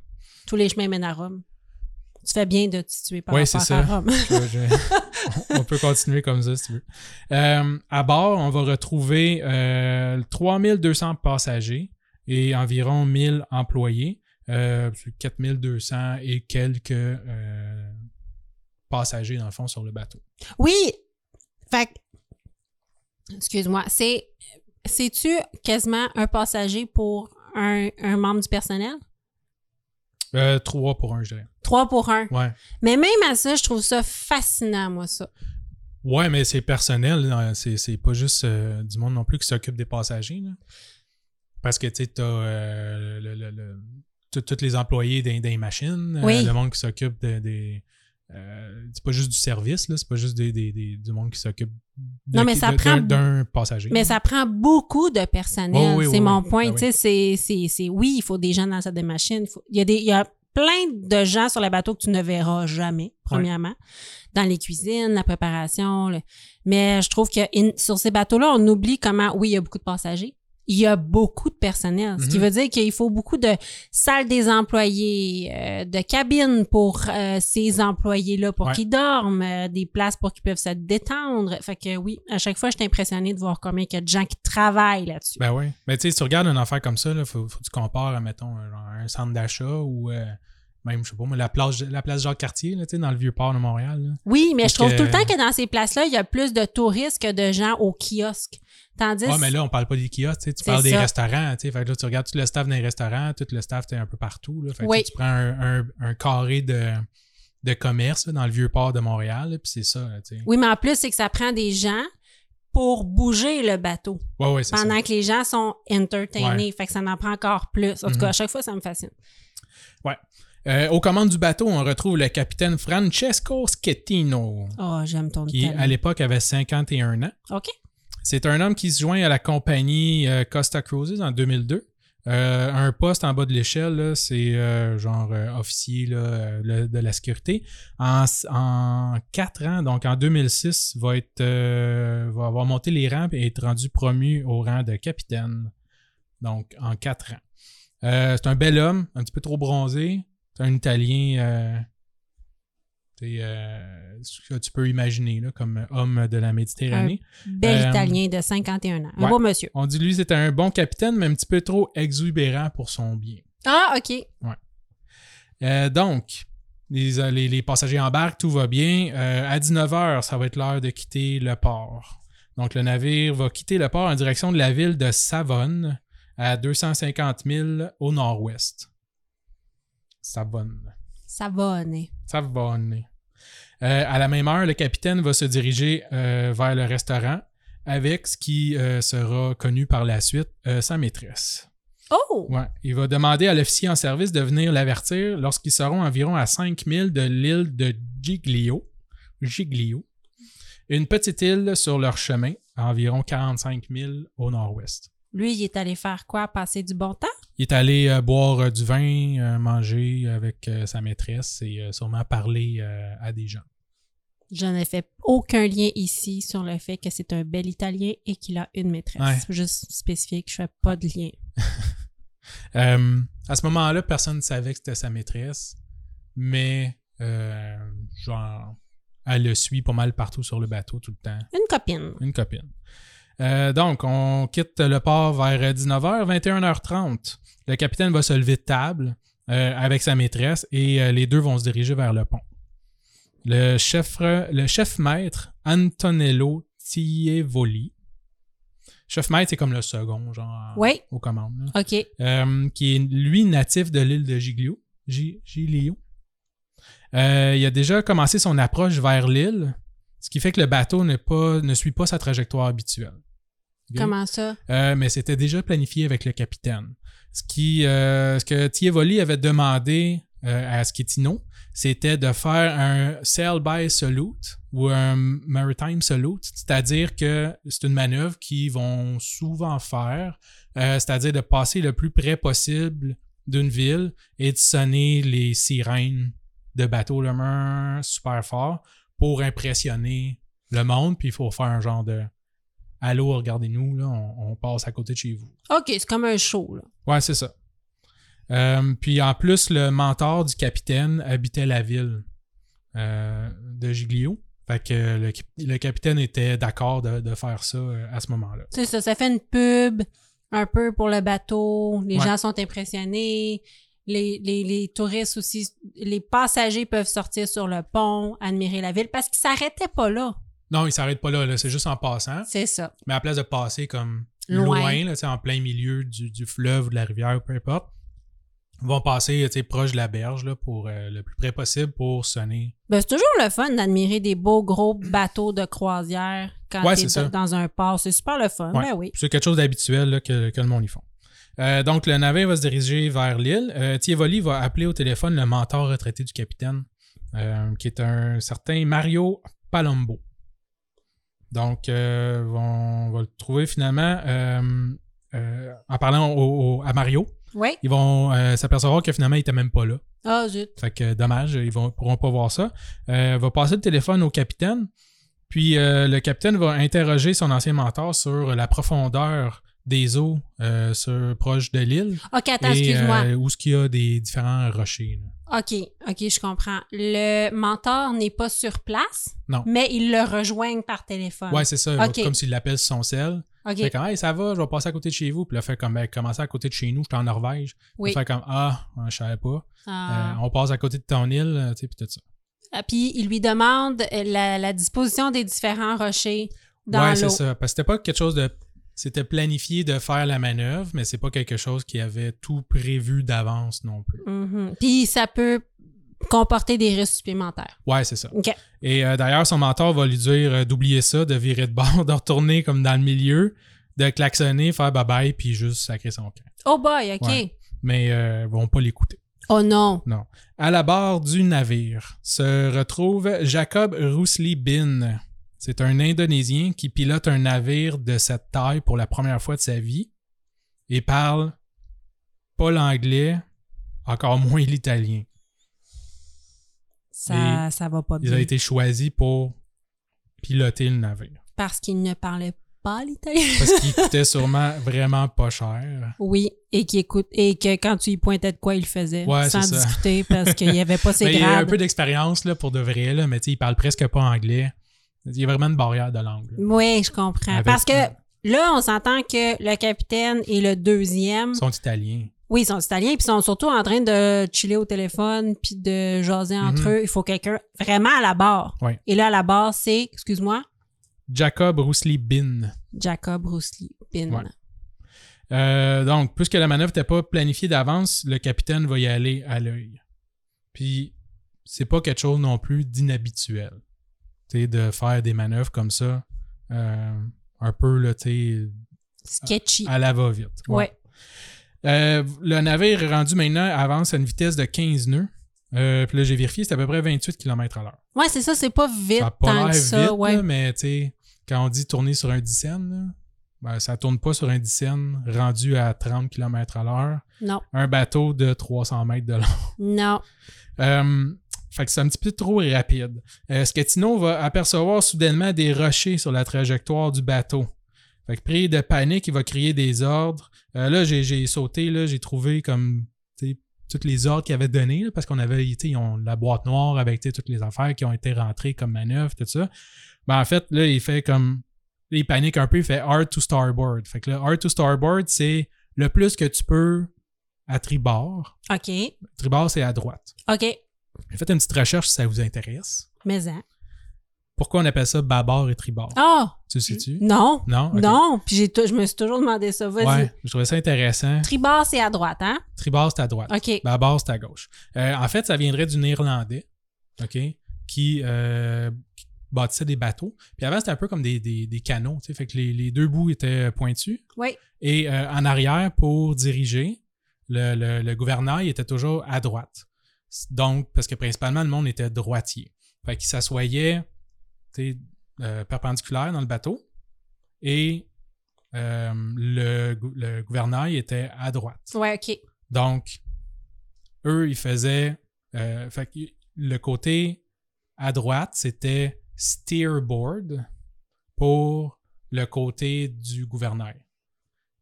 Tous les chemins mènent à Rome. Tu fais bien de te situer par
Ouais,
rapport
c'est
à
ça.
Rome. (laughs)
Je- je- (laughs) on peut continuer comme ça si tu veux. Euh, à bord, on va retrouver euh, 3200 passagers et environ 1000 employés, euh, 4200 et quelques euh, passagers dans le fond sur le bateau.
Oui! Fait que- excuse-moi, c'est... C'est-tu quasiment un passager pour un, un membre du personnel?
Euh, trois pour un, je dirais.
Trois pour un.
Ouais.
Mais même à ça, je trouve ça fascinant, moi, ça.
Ouais, mais c'est personnel. là. C'est c'est pas juste euh, du monde non plus qui s'occupe des passagers. là. Parce que, tu sais, t'as euh, le- le- le- tout- tous les employés des, des machines, euh,
Oui.
le monde qui s'occupe de- des. euh, c'est pas juste du service, là, c'est pas juste des, des- des- du monde qui s'occupe de-
Non, mais ça
de-
prend-
d'un- d'un passager.
Mais ça prend beaucoup de personnel.
Oh oui,
c'est
oui,
mon
oui.
point.
Ah oui.
tu sais, c'est, c'est, c'est- oui, il faut des gens dans la salle des machines. Il faut- il, y a des, il y a plein de gens sur le bateau que tu ne verras jamais, premièrement, dans les cuisines, la préparation. le- Mais je trouve que in- sur ces bateaux-là, on oublie comment, oui, il y a beaucoup de passagers. Il y a beaucoup de personnel, ce qui
Mhm.
veut dire qu'il faut beaucoup de salles des employés, euh, de cabines pour euh, ces employés-là, pour
Ouais.
qu'ils dorment, euh, des places pour qu'ils peuvent se détendre. Fait que oui, à chaque fois, je suis impressionnée de voir combien il y a de gens qui travaillent là-dessus.
Ben oui. Mais tu sais, tu regardes une affaire comme ça, il faut, faut que tu compares, à, mettons, un, un centre d'achat ou euh, même, je sais pas, moi, la place, la place Jacques-Cartier, là, tu sais, dans le vieux port de Montréal. là.
oui, mais je
Ben, Parce
trouve tout le
que-
temps que dans ces places-là, il y a plus de touristes que de gens au kiosque. Tandis
Ouais, mais là, on parle pas des kiosques, tu sais, tu
C'est
parles des
ça.
restaurants. tu sais. Fait que là, tu regardes tout le staff dans les restaurants, tout le staff, tu un peu partout. Là. Fait que,
Oui.
tu sais, tu prends un, un- un carré de, de commerce là, dans le vieux port de Montréal, là, puis c'est ça. là, tu sais.
oui, mais en plus, c'est que ça prend des gens pour bouger le bateau
Ouais, ouais, c'est ça.
pendant que les gens sont entertainés. Fait que ça en prend encore plus. En tout cas,
Mhm.
à chaque fois, ça me fascine.
Euh, aux commandes du bateau, on retrouve le capitaine Francesco Schettino,
Oh, j'aime ton
qui à
italien.
l'époque avait 51 ans.
OK.
C'est un homme qui se joint à la compagnie euh, Costa Cruises en 2002. Euh, un poste en bas de l'échelle, là, c'est euh, genre euh, officier là, euh, le- de la sécurité. En, s- en quatre ans, donc en 2006, va, être, euh, va avoir monté les rangs et être rendu promu au rang de capitaine. Donc en quatre ans. Euh, c'est un bel homme, un petit peu trop bronzé. C'est un Italien, euh, t'es, euh, ce que tu peux imaginer là, comme homme de la Méditerranée.
Bel
Euh,
Italien de 51 ans. Un
ouais.
beau monsieur.
On dit lui, c'était un bon capitaine, mais un petit peu trop exubérant pour son bien.
Ah, OK.
Euh, donc, les, euh, les- les passagers embarquent, tout va bien. Euh, à 19h, ça va être l'heure de quitter le port. Donc, le navire va quitter le port en direction de la ville de Savonne, à 250 000 au nord-ouest. Savonne.
Ça va, né.
Savonne. Euh, à la même heure, le capitaine va se diriger euh, vers le restaurant avec ce qui euh, sera connu par la suite, euh, sa maîtresse.
Oh!
Ouais. Il va demander à l'officier en service de venir l'avertir lorsqu'ils seront environ à 5000 de l'île de Giglio. Giglio. Une petite île sur leur chemin, à environ 45 000 au nord-ouest.
Lui, il est allé faire quoi? Passer du bon temps?
Il est allé euh, boire euh, du vin, euh, manger avec euh, sa maîtresse et euh, sûrement parler euh, à des gens.
Je ne fais aucun lien ici sur le fait que c'est un bel Italien et qu'il a une maîtresse.
Ouais.
Faut Juste spécifier que je fais pas de lien.
Euh, à ce moment-là, personne ne savait que c'était sa maîtresse, mais euh, genre, elle le suit pas mal partout sur le bateau tout le temps.
Une copine.
Une copine. Euh, donc, on quitte le port vers 19h, 21h30. Le capitaine va se lever de table euh, avec sa maîtresse et euh, les deux vont se diriger vers le pont. Le chef, le chef maître, Antonello Tievoli. Chef maître, c'est comme le second, genre,
Oui.
aux commandes. là.
OK.
Euh, qui est lui natif de l'île de Giglio. Gi- Giglio. Euh, il a déjà commencé son approche vers l'île, ce qui fait que le bateau ne, pas, ne suit pas sa trajectoire habituelle. Ok?
Comment ça?
Euh, mais c'était déjà planifié avec le capitaine. Ce, qui, euh, ce que Tievoli avait demandé euh, à Schettino, c'était de faire un sail-by salute ou un maritime salute, c'est-à-dire que c'est une manœuvre qu'ils vont souvent faire, euh, c'est-à-dire de passer le plus près possible d'une ville et de sonner les sirènes de bateaux le main super fort pour impressionner le monde, puis il faut faire un genre de Allô, regardez-nous, là, on, on passe à côté de chez vous.
OK, c'est comme un show, là.
Ouais, c'est ça. Euh, puis en plus, le mentor du capitaine habitait la ville euh, de Giglio. Fait que le, le capitaine était d'accord de, de faire ça euh, à ce moment-là.
C'est ça, ça fait une pub un peu pour le bateau. Les
Ouais.
gens sont impressionnés. Les, les, les touristes aussi, les passagers peuvent sortir sur le pont, admirer la ville, parce qu'ils s'arrêtaient pas là.
Non, il s'arrête pas là, là, c'est juste en passant.
C'est ça.
Mais à la place de passer comme
Loin.
loin, là, tu sais, en plein milieu du, du fleuve ou de la rivière ou peu importe, ils vont passer tu sais, proche de la berge là, pour euh, le plus près possible pour sonner.
Ben, c'est toujours le fun d'admirer des beaux gros bateaux de croisière quand
Ouais,
t'es
c'est ça.
dans un port. C'est super le fun.
Ouais.
Ben oui.
C'est quelque chose d'habituel là, que, que le monde y font. Euh, donc, le navire va se diriger vers l'île. Euh, Tievoli va appeler au téléphone le mentor retraité du capitaine, euh, qui est un certain Mario Palombo. Donc, euh, on va le trouver finalement euh, euh, en parlant au- au- à Mario.
Oui.
ils vont euh, s'apercevoir que finalement, il était même pas là.
Ah, zut.
Fait que euh, dommage, ils vont, pourront pas voir ça. Euh, va passer le téléphone au capitaine, puis euh, le capitaine va interroger son ancien mentor sur la profondeur des eaux euh, sur, proche de l'île
OK, attends,
et
excuse-moi.
euh, où ce qu'il y a des différents rochers. là.
OK, OK, je comprends. Le mentor n'est pas sur place,
Non.
mais ils le rejoignent par téléphone.
Ouais, c'est ça. il va-
Ah. Ok.
Comme s'il l'appelle sur son sel.
OK,
Il fait comme Hey, ça va, je vais passer à côté de chez vous. Puis là, il fait comme Ben, commencer à côté de chez nous, j'étais en Norvège.
Oui.
Il fait comme Ah, je savais pas.
Ah.
Euh, on passe à côté de ton île, euh, tu sais, puis tout ça.
Ah, Puis il lui demande euh, la, la disposition des différents rochers dans
ouais, c'est
l'eau.
ça. Parce que c'était pas quelque chose de. C'était planifié de faire la manœuvre, mais c'est pas quelque chose qui avait tout prévu d'avance non plus.
Mhm. Puis ça peut comporter des risques supplémentaires.
Ouais, c'est ça.
OK.
Et euh, d'ailleurs, son mentor va lui dire euh, d'oublier ça, de virer de bord, (laughs) de retourner comme dans le milieu, de klaxonner, faire bye bye, puis juste sacrer son camp.
Oh boy, OK.
Ouais. Mais euh, ils vont pas l'écouter.
Oh non.
À la barre du navire se retrouve Jacob Rousli Bin. C'est un Indonésien qui pilote un navire de cette taille pour la première fois de sa vie et parle pas l'anglais, encore (laughs) moins l'italien.
Ça, ça va pas
Il a
bien.
été choisi pour piloter le navire
Parce qu'il ne parlait pas l'italien. (laughs)
parce qu'il coûtait sûrement vraiment pas cher.
Oui, et qui écoute et que quand tu y pointais de quoi, il le faisait
Ouais,
sans
c'est ça.
discuter parce qu'il n'y
(laughs)
avait pas ses
Mais il a un
grades.
peu d'expérience là, pour de vrai, là, mais tu sais, il parle presque pas anglais. Il y a vraiment une barrière de langue. là.
Oui, je comprends.
Avec-
Parce que là, on s'entend que le capitaine et le deuxième,
Ils sont italiens.
oui, ils sont italiens, puis ils sont surtout en train de chiller au téléphone, puis de jaser entre
Mhm.
eux. Il faut quelqu'un vraiment à la barre.
Ouais.
Et là, à la barre, c'est, excuse-moi,
Jacob Rousli Bin.
Jacob Rousley Pin.
Ouais. Euh, donc, puisque la manœuvre n'était pas planifiée d'avance, le capitaine va y aller à l'œil. Puis, c'est pas quelque chose non plus d'inhabituel. Tu sais, de faire des manœuvres comme ça, euh, un peu, là, tu
Sketchy.
sais, à la va-vite.
ouais.
Euh, le navire est rendu maintenant avance à une vitesse de 15 nœuds. Euh, puis là, j'ai vérifié, c'est à peu près 28 km à l'heure.
Ouais, c'est ça, c'est pas vite
Ça a
tant
pas l'air
que
vite,
ça. ouais.
là, mais tu sais, quand on dit tourner sur un dixaine, là, ben, ça tourne pas sur un dixaine rendu à 30 km à l'heure.
Non,
un bateau de 300 mètres de long. (laughs)
non.
Euh, fait que c'est un petit peu trop rapide. Euh, Scatino va apercevoir soudainement des rochers sur la trajectoire du bateau. Fait que pris de panique, il va crier des ordres. Euh, là, j'ai, j'ai sauté, là, j'ai trouvé comme tu sais, toutes les ordres qu'il avait donnés, là, parce qu'on avait tu sais, ils ont la boîte noire avec tu sais, toutes les affaires qui ont été rentrées comme manœuvre, tout ça. Ben, en fait, là, il fait comme. Il panique un peu, il fait hard to starboard. Fait que le hard to starboard, c'est le plus que tu peux à tribord.
OK.
Tribord, c'est à droite.
OK.
J'ai fait une petite recherche si ça vous intéresse.
Mais hein.
Pourquoi on appelle ça bâbord et tribord?
Ah!
Tu le sais-tu?
Non.
Non? Ok.
Non. Puis j'ai tou- je me suis toujours demandé ça. Vas-y.
Ouais, je trouvais ça intéressant.
Tribord, c'est à droite, hein?
Tribord, c'est à droite.
OK.
Bâbord, c'est à gauche. Euh, en fait, ça viendrait du néerlandais, OK, qui, euh, qui bâtissait des bateaux. Puis avant, c'était un peu comme des, des, des canots, tu sais. Fait que les, les deux bouts étaient pointus.
Oui.
Et euh, en arrière, pour diriger, le, le, le gouvernail était toujours à droite. Donc, parce que principalement, le monde était droitier. Fait qu'il s'assoyait tu sais, euh, perpendiculaire dans le bateau et euh, le, gou- le gouvernail était à droite.
Ouais, OK.
Donc, eux, ils faisaient. euh, fait que le côté à droite, c'était steer board pour le côté du gouverneur.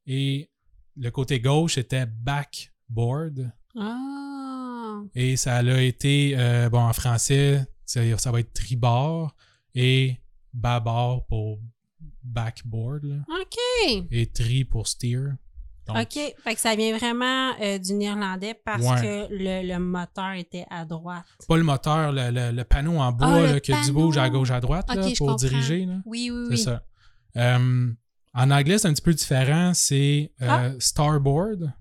Et le côté gauche était backboard.
Ah.
Et ça a été, euh, bon, en français, ça, ça va être tribord et bâbord pour backboard. là,
OK.
et tri pour steer. Donc,
OK. Fait que ça vient vraiment euh, du néerlandais parce
Ouais.
que le, le moteur était à droite.
Pas le moteur, le, le- le panneau en bois
Ah, le
là, que du
panneau.
bouge à gauche à droite
OK,
là,
je
pour
comprends.
diriger. là.
Oui, oui,
C'est
oui.
ça. Euh, en anglais, c'est un petit peu différent. C'est euh,
Ah.
starboard.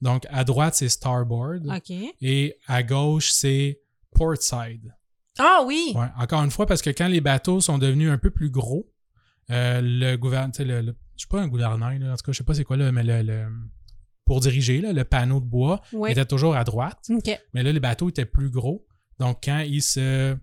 Donc, à droite, c'est starboard.
OK.
Et à gauche, c'est port side.
Ah oui!
Ouais, Encore une fois, parce que quand les bateaux sont devenus un peu plus gros, euh, le gouverneur, le, le- je suis pas un gouverneur, là, en tout cas, je sais pas c'est quoi, là, mais le, le- pour diriger, là, le panneau de bois
Oui.
était toujours à droite.
OK.
Mais là, les bateaux étaient plus gros. Donc, quand ils se.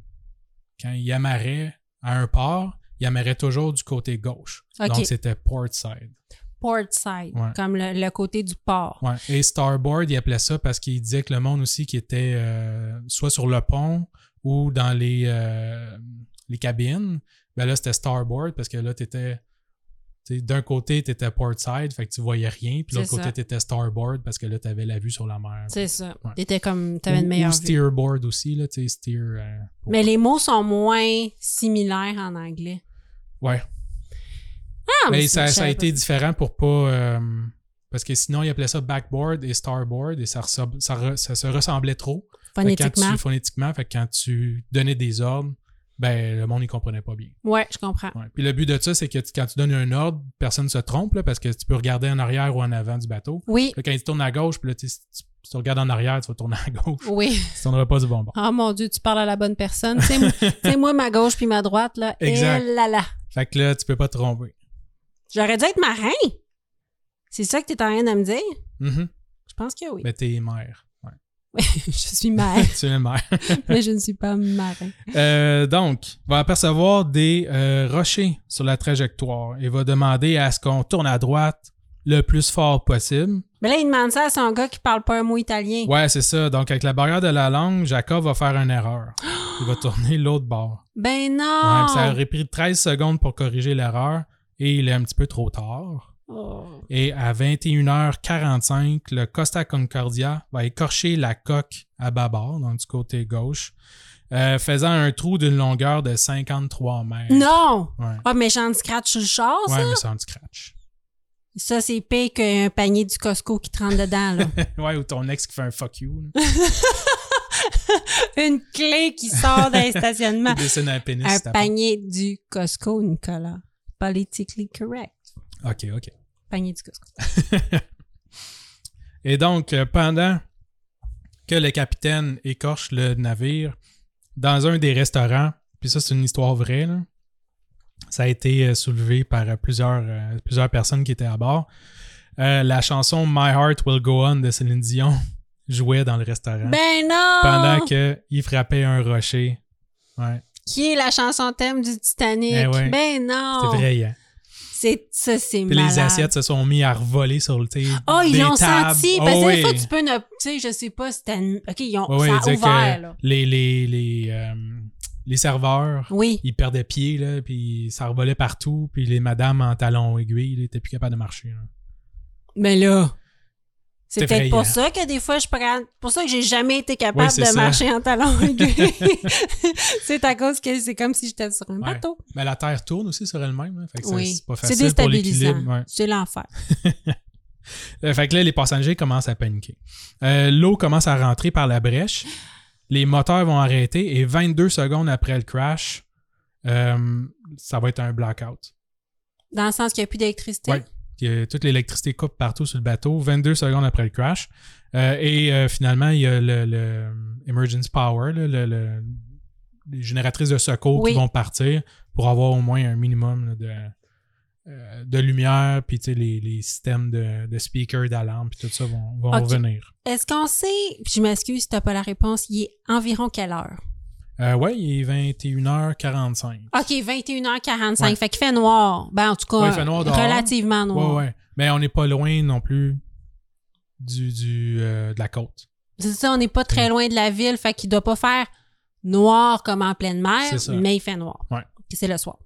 Quand ils amarraient à un port, ils amarraient toujours du côté gauche.
Ok.
Donc, c'était port side.
Port side,
Ouais.
comme le, le côté du port.
Ouais. Et starboard, ils appelaient ça parce qu'ils disaient que le monde aussi qui était euh, soit sur le pont ou dans les, euh, les cabines, ben là, c'était starboard parce que là, t'étais. t'sais, D'un côté, tu étais port side, fait que tu voyais rien. Puis de l'autre
C'est ça.
côté, tu étais starboard parce que là, tu avais la vue sur la mer.
C'est ça.
Ouais.
T'étais comme. T'avais
Ou-
une meilleure vue.
ou steerboard aussi, là, tu sais, steer. euh, pour-
Mais les mots sont moins similaires en anglais.
Ouais.
Ah,
Mais
c'est-
ça,
je
ça a
savais
été différent pour pas. euh, parce que sinon, ils appelaient ça backboard et starboard et ça, ressemb- ça, re- ça se ressemblait trop.
pas.
Fait que quand tu-
Phonétiquement.
phonétiquement, fait que quand tu donnais des ordres, ben le monde ne comprenait pas bien.
Ouais, je comprends.
Ouais. Puis le but de ça, c'est que tu- quand tu donnes un ordre, personne ne se trompe là, parce que tu peux regarder en arrière ou en avant du bateau.
Oui.
Là, quand tu tournes à gauche, puis là, tu, si tu- si tu regardes en arrière, tu vas tourner à gauche.
Oui.
Tu ne tourneras pas du bon bord.
Oh mon Dieu, tu parles à la bonne personne. Tu sais, moi- tu sais, moi, ma gauche puis ma droite, là.
Exact.
Et là là.
Fait que là, tu peux pas te tromper.
J'aurais dû être marin. C'est ça que t'es en train de me dire?
Mhm.
Je pense que oui.
Mais t'es mère. Ouais.
(laughs) je suis marin,
(laughs) tu es mère.
mais je ne suis pas marin.
Euh, donc, va apercevoir des euh, rochers sur la trajectoire et va demander à ce qu'on tourne à droite le plus fort possible.
Mais là, il demande ça à son gars qui parle pas un mot italien.
Ouais, c'est ça. Donc, avec la barrière de la langue, Jacob va faire une erreur. Il va tourner l'autre bord.
Ben
Ouais,
non!
puis ça aurait pris 13 secondes pour corriger l'erreur et il est un petit peu trop tard.
Oh.
Et à 21h45, le Costa Concordia va écorcher la coque à bâbord, donc du côté gauche, euh, faisant un trou d'une longueur de 53 mètres.
Non!
Ouais.
Ah, mais j'en scratch sur le char, ça.
Ouais, mais c'est un scratch. (laughs)
Ça, c'est pire qu'un panier du Costco qui te rentre dedans,
(laughs)
là.
ouais, ou ton ex qui fait un fuck you.
une clé qui sort d'un
Là. (laughs)
stationnement.
Il dessine un pénis.
un
sur ta porte.
panier du Costco, Nicolas. Politically correct.
Ok, ok.
Panier du Costco.
Et donc, euh, pendant que le capitaine écorche le navire, dans un des restaurants, puis ça, c'est une histoire vraie, là, ça a été euh, soulevé par euh, plusieurs, euh, plusieurs personnes qui étaient à bord. Euh, la chanson My Heart Will Go On de Céline Dion (laughs) jouait dans le restaurant
Ben non!
Hein? pendant qu'il frappait un rocher. Ouais,
Qui est la chanson thème du Titanic?
Eh ouais.
Ben
c'est
non!
vrai, hein.
C'est ça, c'est
Puis
malade.
les assiettes se sont mis à revoler sur le thé.
Oh, ils
des
l'ont
tables.
senti.
Oh
Parce que
oui.
des fois, tu peux ne. Tu sais, je sais pas si t'as. une- OK, ils ont.
Ouais, ouais, il
ça a
disait que
ouvert, là.
Les, les, les, euh, les serveurs,
Oui.
ils perdaient pied, là, puis ça revolait partout, puis les madames en talons aiguilles, ils étaient plus capables de marcher. là.
Mais là. C'est
C'est
peut-être
effrayant.
pour ça que des fois, je prends. pour ça que j'ai jamais été capable
Oui, c'est
de
ça.
marcher en
(laughs)
talons aiguilles. c'est à cause que c'est comme si j'étais sur un
Ouais.
bateau.
Mais la Terre tourne aussi sur elle-même, hein, fait que ça,
Oui.
c'est pas
C'est
facile pour
déstabilisant.
l'équilibre. ouais.
C'est l'enfer.
Euh, Fait que là, les passagers commencent à paniquer. Euh, L'eau commence à rentrer par la brèche, les moteurs vont arrêter, et 22 secondes après le crash, euh, ça va être un blackout.
Dans le sens qu'il n'y a plus d'électricité.
Ouais. Puis, euh, toute l'électricité coupe partout sur le bateau, 22 secondes après le crash. Euh, et euh, finalement, il y a le, le, euh, Emergency Power, là, le- le- les génératrices de secours
Oui.
qui vont partir pour avoir au moins un minimum là, de, euh, de lumière, puis tu sais, les, les systèmes de, de speakers, d'alarme, puis tout ça vont, vont
Ok.
revenir.
Est-ce qu'on sait, puis je m'excuse si t'as pas la réponse, il est environ quelle heure?
Euh, ouais, il est 21h45.
OK, 21h45.
Ouais.
Fait qu'il fait noir. Ben, en tout cas,
Ouais, il fait noir dehors.
relativement noir.
Ouais, ouais. Mais on n'est pas loin non plus du, du, euh, de la côte.
C'est ça, on n'est pas très loin de la ville, fait qu'il doit pas faire noir comme en pleine mer,
C'est ça.
mais il fait noir.
Ouais.
Puis c'est le soir.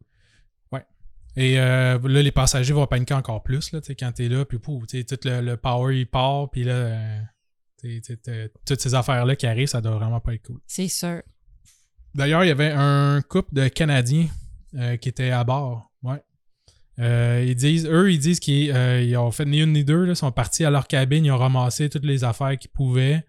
Et euh, là, les passagers vont paniquer encore plus là, tu sais, quand t'es là, puis pouf, tu sais, tout le, le power il part, puis là, euh, tu sais, tu sais, t'as- toutes ces affaires-là qui arrivent, ça doit vraiment pas être cool.
C'est sûr.
D'ailleurs, il y avait un couple de Canadiens euh, qui étaient à bord. Ouais. Euh, ils disent, eux, ils disent qu'ils euh, ils ont fait ni une ni deux. Là, ils sont partis à leur cabine, ils ont ramassé toutes les affaires qu'ils pouvaient,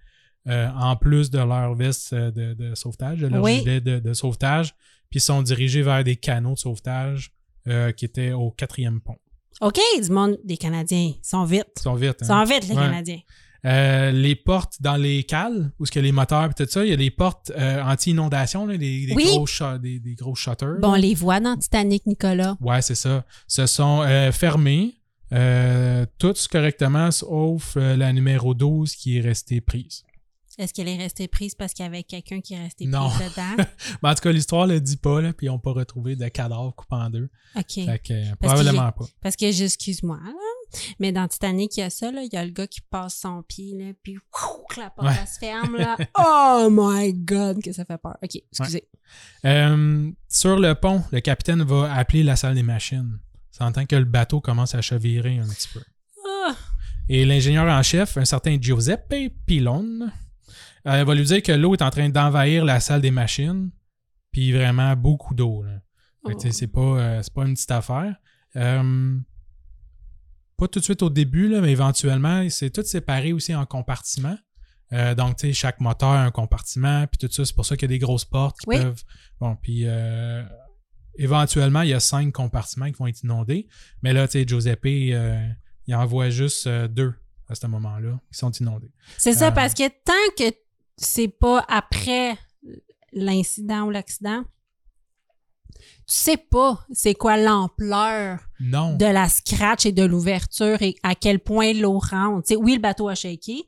euh, en plus de leur veste euh, de, de sauvetage, de leur
Oui.
gilet de, de sauvetage. Puis ils sont dirigés vers des canaux de sauvetage euh, qui étaient au quatrième pont.
OK, du monde des Canadiens. Ils sont vite.
Ils sont vite.
Ils
hein.
sont vite, les
Ouais.
Canadiens.
Euh, les portes dans les cales, où ce que les moteurs et tout ça, il y a des portes euh, anti-inondation, là, des, des
Oui.
gros shu- des, des gros shutters.
Bon, on les voit dans Titanic, Nicolas.
Ouais, c'est ça. Se sont euh, fermés, euh, toutes correctement, sauf euh, la numéro 12 qui est restée prise.
Est-ce qu'elle est restée prise parce qu'il y avait quelqu'un qui est resté
Non.
pris
(laughs)
dedans?
Mais en tout cas, l'histoire le dit pas, là, puis ils n'ont pas retrouvé de cadavre coupé en deux.
OK.
Fait que, euh,
Parce que
probablement pas.
Parce que, je- excuse-moi, là, mais dans Titanic, il y a ça, là, il y a le gars qui passe son pied, là, puis ouh, que la porte
Ouais.
elle se ferme,
(laughs)
là. oh my God, que ça fait peur. OK, excusez.
Euh, sur le pont, le capitaine va appeler la salle des machines. Ça entend que le bateau commence à chavirer un petit peu.
Ah,
Et l'ingénieur en chef, un certain Giuseppe Pilon, euh, va lui dire que l'eau est en train d'envahir la salle des machines, puis vraiment beaucoup d'eau. là. Fait que,
Oh.
tu sais, C'est pas, euh, c'est pas une petite affaire. Euh, pas tout de suite au début, là, mais éventuellement, c'est tout séparé aussi en compartiments. Euh, donc, tu sais, chaque moteur a un compartiment, puis tout ça, c'est pour ça qu'il y a des grosses portes qui
Oui.
peuvent. Bon, puis euh, éventuellement, il y a cinq compartiments qui vont être inondés. Mais là, tu sais, Giuseppe, euh, il en voit juste euh, deux à ce moment-là qui sont inondés.
C'est ça,
Euh,
parce que tant que c'est pas après l'incident ou l'accident, tu sais pas c'est quoi l'ampleur
Non.
de la scratch et de l'ouverture et à quel point l'eau rentre. Tu sais, oui, le bateau a shaké,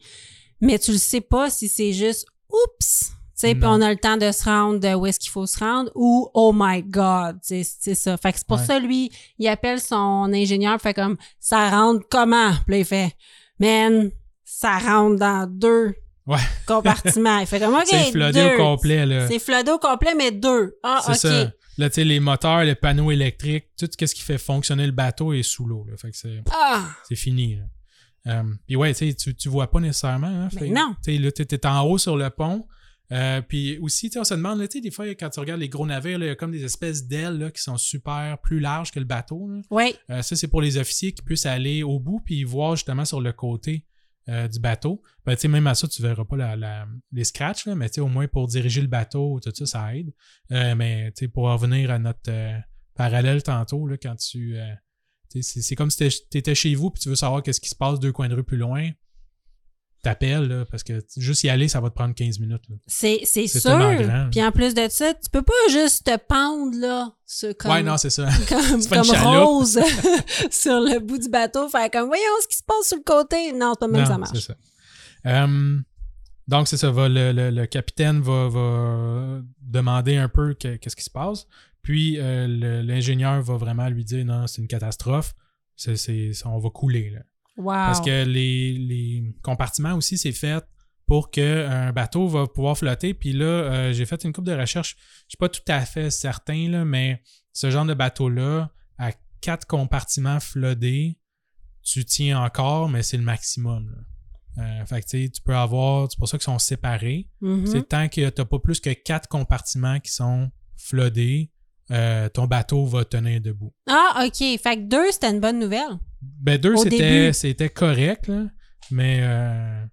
mais tu le sais pas si c'est juste oups, tu sais, puis
Non.
on a le temps de se rendre de où est-ce qu'il faut se rendre ou oh my god, tu sais, c'est ça. Fait que c'est pour
Ouais.
ça, lui, il appelle son ingénieur, fait comme ça rentre comment? Puis là, il fait man, ça rentre dans deux
Ouais. (laughs)
compartiments. Il fait comme ok,
c'est floodé
deux.
au complet, là.
C'est floodé au complet, mais deux. Ah,
C'est
ok.
ça. Là, tu sais, les moteurs, les panneaux électriques, tout ce qui fait fonctionner le bateau est sous l'eau. là. Fait que c'est
Ah!
c'est fini. là. Euh, puis ouais, tu sais, tu tu vois pas nécessairement. hein.
Ben
Fait-
non.
Tu sais, là, t'es t'es en haut sur le pont. Euh, puis aussi, tu sais, on se demande, là, tu sais, des fois, quand tu regardes les gros navires, là, il y a comme des espèces d'ailes là, qui sont super plus larges que le bateau. là.
Oui,
Euh, ça, c'est pour les officiers qui puissent aller au bout puis voir justement sur le côté euh, du bateau. Ben, tu sais, même à ça, tu verras pas la- la- les scratchs, là, mais tu sais, au moins pour diriger le bateau, tout ça, ça aide. Euh, mais tu sais, pour en revenir à notre euh, parallèle tantôt, là, quand tu. euh, tu sais, c'est c'est comme si tu étais chez vous puis tu veux savoir qu'est-ce qui se passe deux coins de rue plus loin. T'appelles, là, parce que t- juste y aller, ça va te prendre 15 minutes. là.
C'est, c'est
C'est
sûr.
tellement grand.
Puis en plus de ça, tu peux pas juste te pendre là, sur- comme,
Ouais, non, c'est ça.
comme,
c'est pas une
comme
chaloupe.
rose (laughs) sur le bout du bateau, faire comme voyons ce qui se passe sur le côté. Non, c'est pas même
Non,
ça marche.
C'est ça. Euh, donc, c'est ça. va- le, le- le capitaine va, va demander un peu que- qu'est-ce qui se passe. Puis, euh, le- l'ingénieur va vraiment lui dire non, c'est une catastrophe. C'est- c'est- on va couler. là.
Wow.
Parce que les, les compartiments aussi, c'est fait pour qu'un bateau va pouvoir flotter. Puis là, euh, j'ai fait une coupe de recherche. Je suis pas tout à fait certain, là, mais ce genre de bateau-là, à quatre compartiments flottés, tu tiens encore, mais c'est le maximum. là. Euh, fait que tu sais, tu peux avoir. C'est pour ça qu'ils sont séparés.
Mhm.
C'est tant que tu pas plus que quatre compartiments qui sont flottés, euh, ton bateau va tenir debout.
Ah, OK. Fait que deux, c'était une bonne nouvelle.
Ben, deux,
Au
c'était,
début.
c'était correct, là, mais il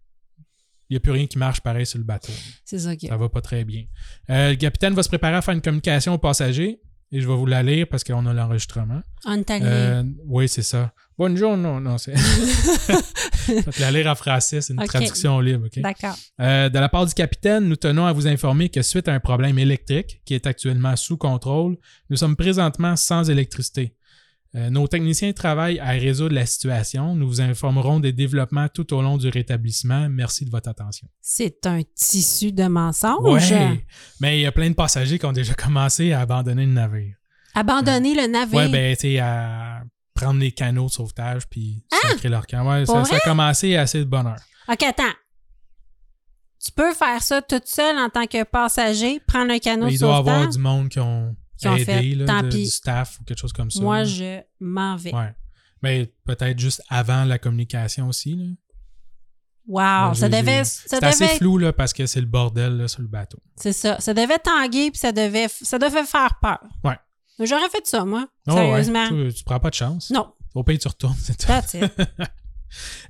n'y a plus rien qui marche pareil sur le bateau.
C'est ça que.
Ça va pas très bien. Euh, le capitaine va se préparer à faire une communication aux passagers et je vais vous la lire parce qu'on a l'enregistrement.
En italien.
Euh, oui, c'est ça. Bonjour, non,
(laughs)
non, c'est. (laughs) je vais te la lire en français, c'est une
Ok.
traduction libre, OK?
D'accord.
Euh, de la part du capitaine, nous tenons à vous informer que suite à un problème électrique qui est actuellement sous contrôle, nous sommes présentement sans électricité. Euh, nos techniciens travaillent à résoudre la situation. Nous vous informerons des développements tout au long du rétablissement. Merci de votre attention.
C'est un tissu de mensonge.
Ouais, mais il y a plein de passagers qui ont déjà commencé à abandonner le navire.
Abandonner le navire.
Ouais, ben, tu sais, à prendre les canaux de sauvetage puis sacrer leur camp. Ouais,
Ah! Pour
ça, ça a commencé à assez de bonheur.
OK, attends. Tu peux faire ça toute seule en tant que passager, prendre un canot
Mais
de
il doit y avoir
sauvetage.
du monde qui ont,
Qui ont
aidé,
fait,
là,
tant
de-
pis.
du staff ou quelque chose comme ça.
Moi,
là.
je m'en vais.
Ouais. Mais peut-être juste avant la communication aussi. là.
Wow,
Ouais,
Ah, ça
j'ai-
devait,
j'ai-
ça
C'est assez
devait,
flou là, parce que c'est le bordel là, sur le bateau.
c'est ça, ça devait tanguer puis ça devait, ça devait faire peur.
Ouais.
Mais J'aurais fait ça moi,
Ouais, Oh, ouais.
sérieusement.
Tu, tu prends pas de chance.
Non,
Au pays, tu retournes.
(laughs)
c'est tout.
that's
(laughs)
it.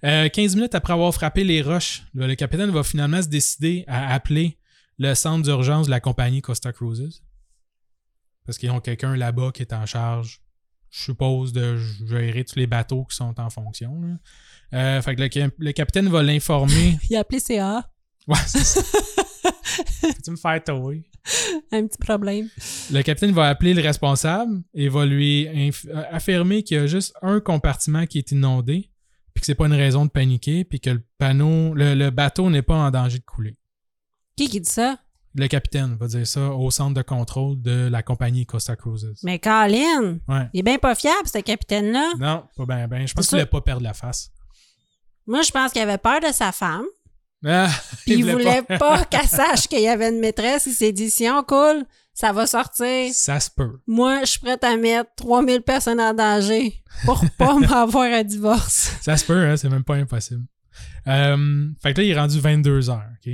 Euh, 15 minutes après avoir frappé les roches, le le capitaine va finalement se décider à appeler le centre d'urgence de la compagnie Costa Cruises. Parce qu'ils ont quelqu'un là-bas qui est en charge, je suppose, de gérer tous les bateaux qui sont en fonction. là. Euh, fait que le, cap- le capitaine
(laughs)
va l'informer.
Il a appelé CA,
ouais, c'est ça. tu me faire tower?
un petit problème.
Le capitaine va appeler le responsable et va lui inf- euh, affirmer qu'il y a juste un compartiment qui est inondé, puis que c'est pas une raison de paniquer, puis que le panneau, le, le bateau n'est pas en danger de couler.
Qui qui dit ça?
Le capitaine va dire ça au centre de contrôle de la compagnie Costa Cruises.
Mais Colin,
Ouais.
il est bien pas fiable ce capitaine là.
Non, pas bien, ben. Je pense
C'est
qu'il
sûr.
voulait pas perdre la face.
Moi, je pense qu'il avait peur de sa
(laughs)
femme.
Ah,
Puis il voulait
pas.
pas, qu'elle sache qu'il y avait une maîtresse. Il s'est dit, si on coule, ça va sortir.
Ça se peut.
Moi, je suis prête à mettre 3000 personnes en danger pour pas (laughs) m'avoir un divorce.
Ça se peut, hein, c'est même pas impossible. Euh, fait que là, il est rendu 22 heures. ok?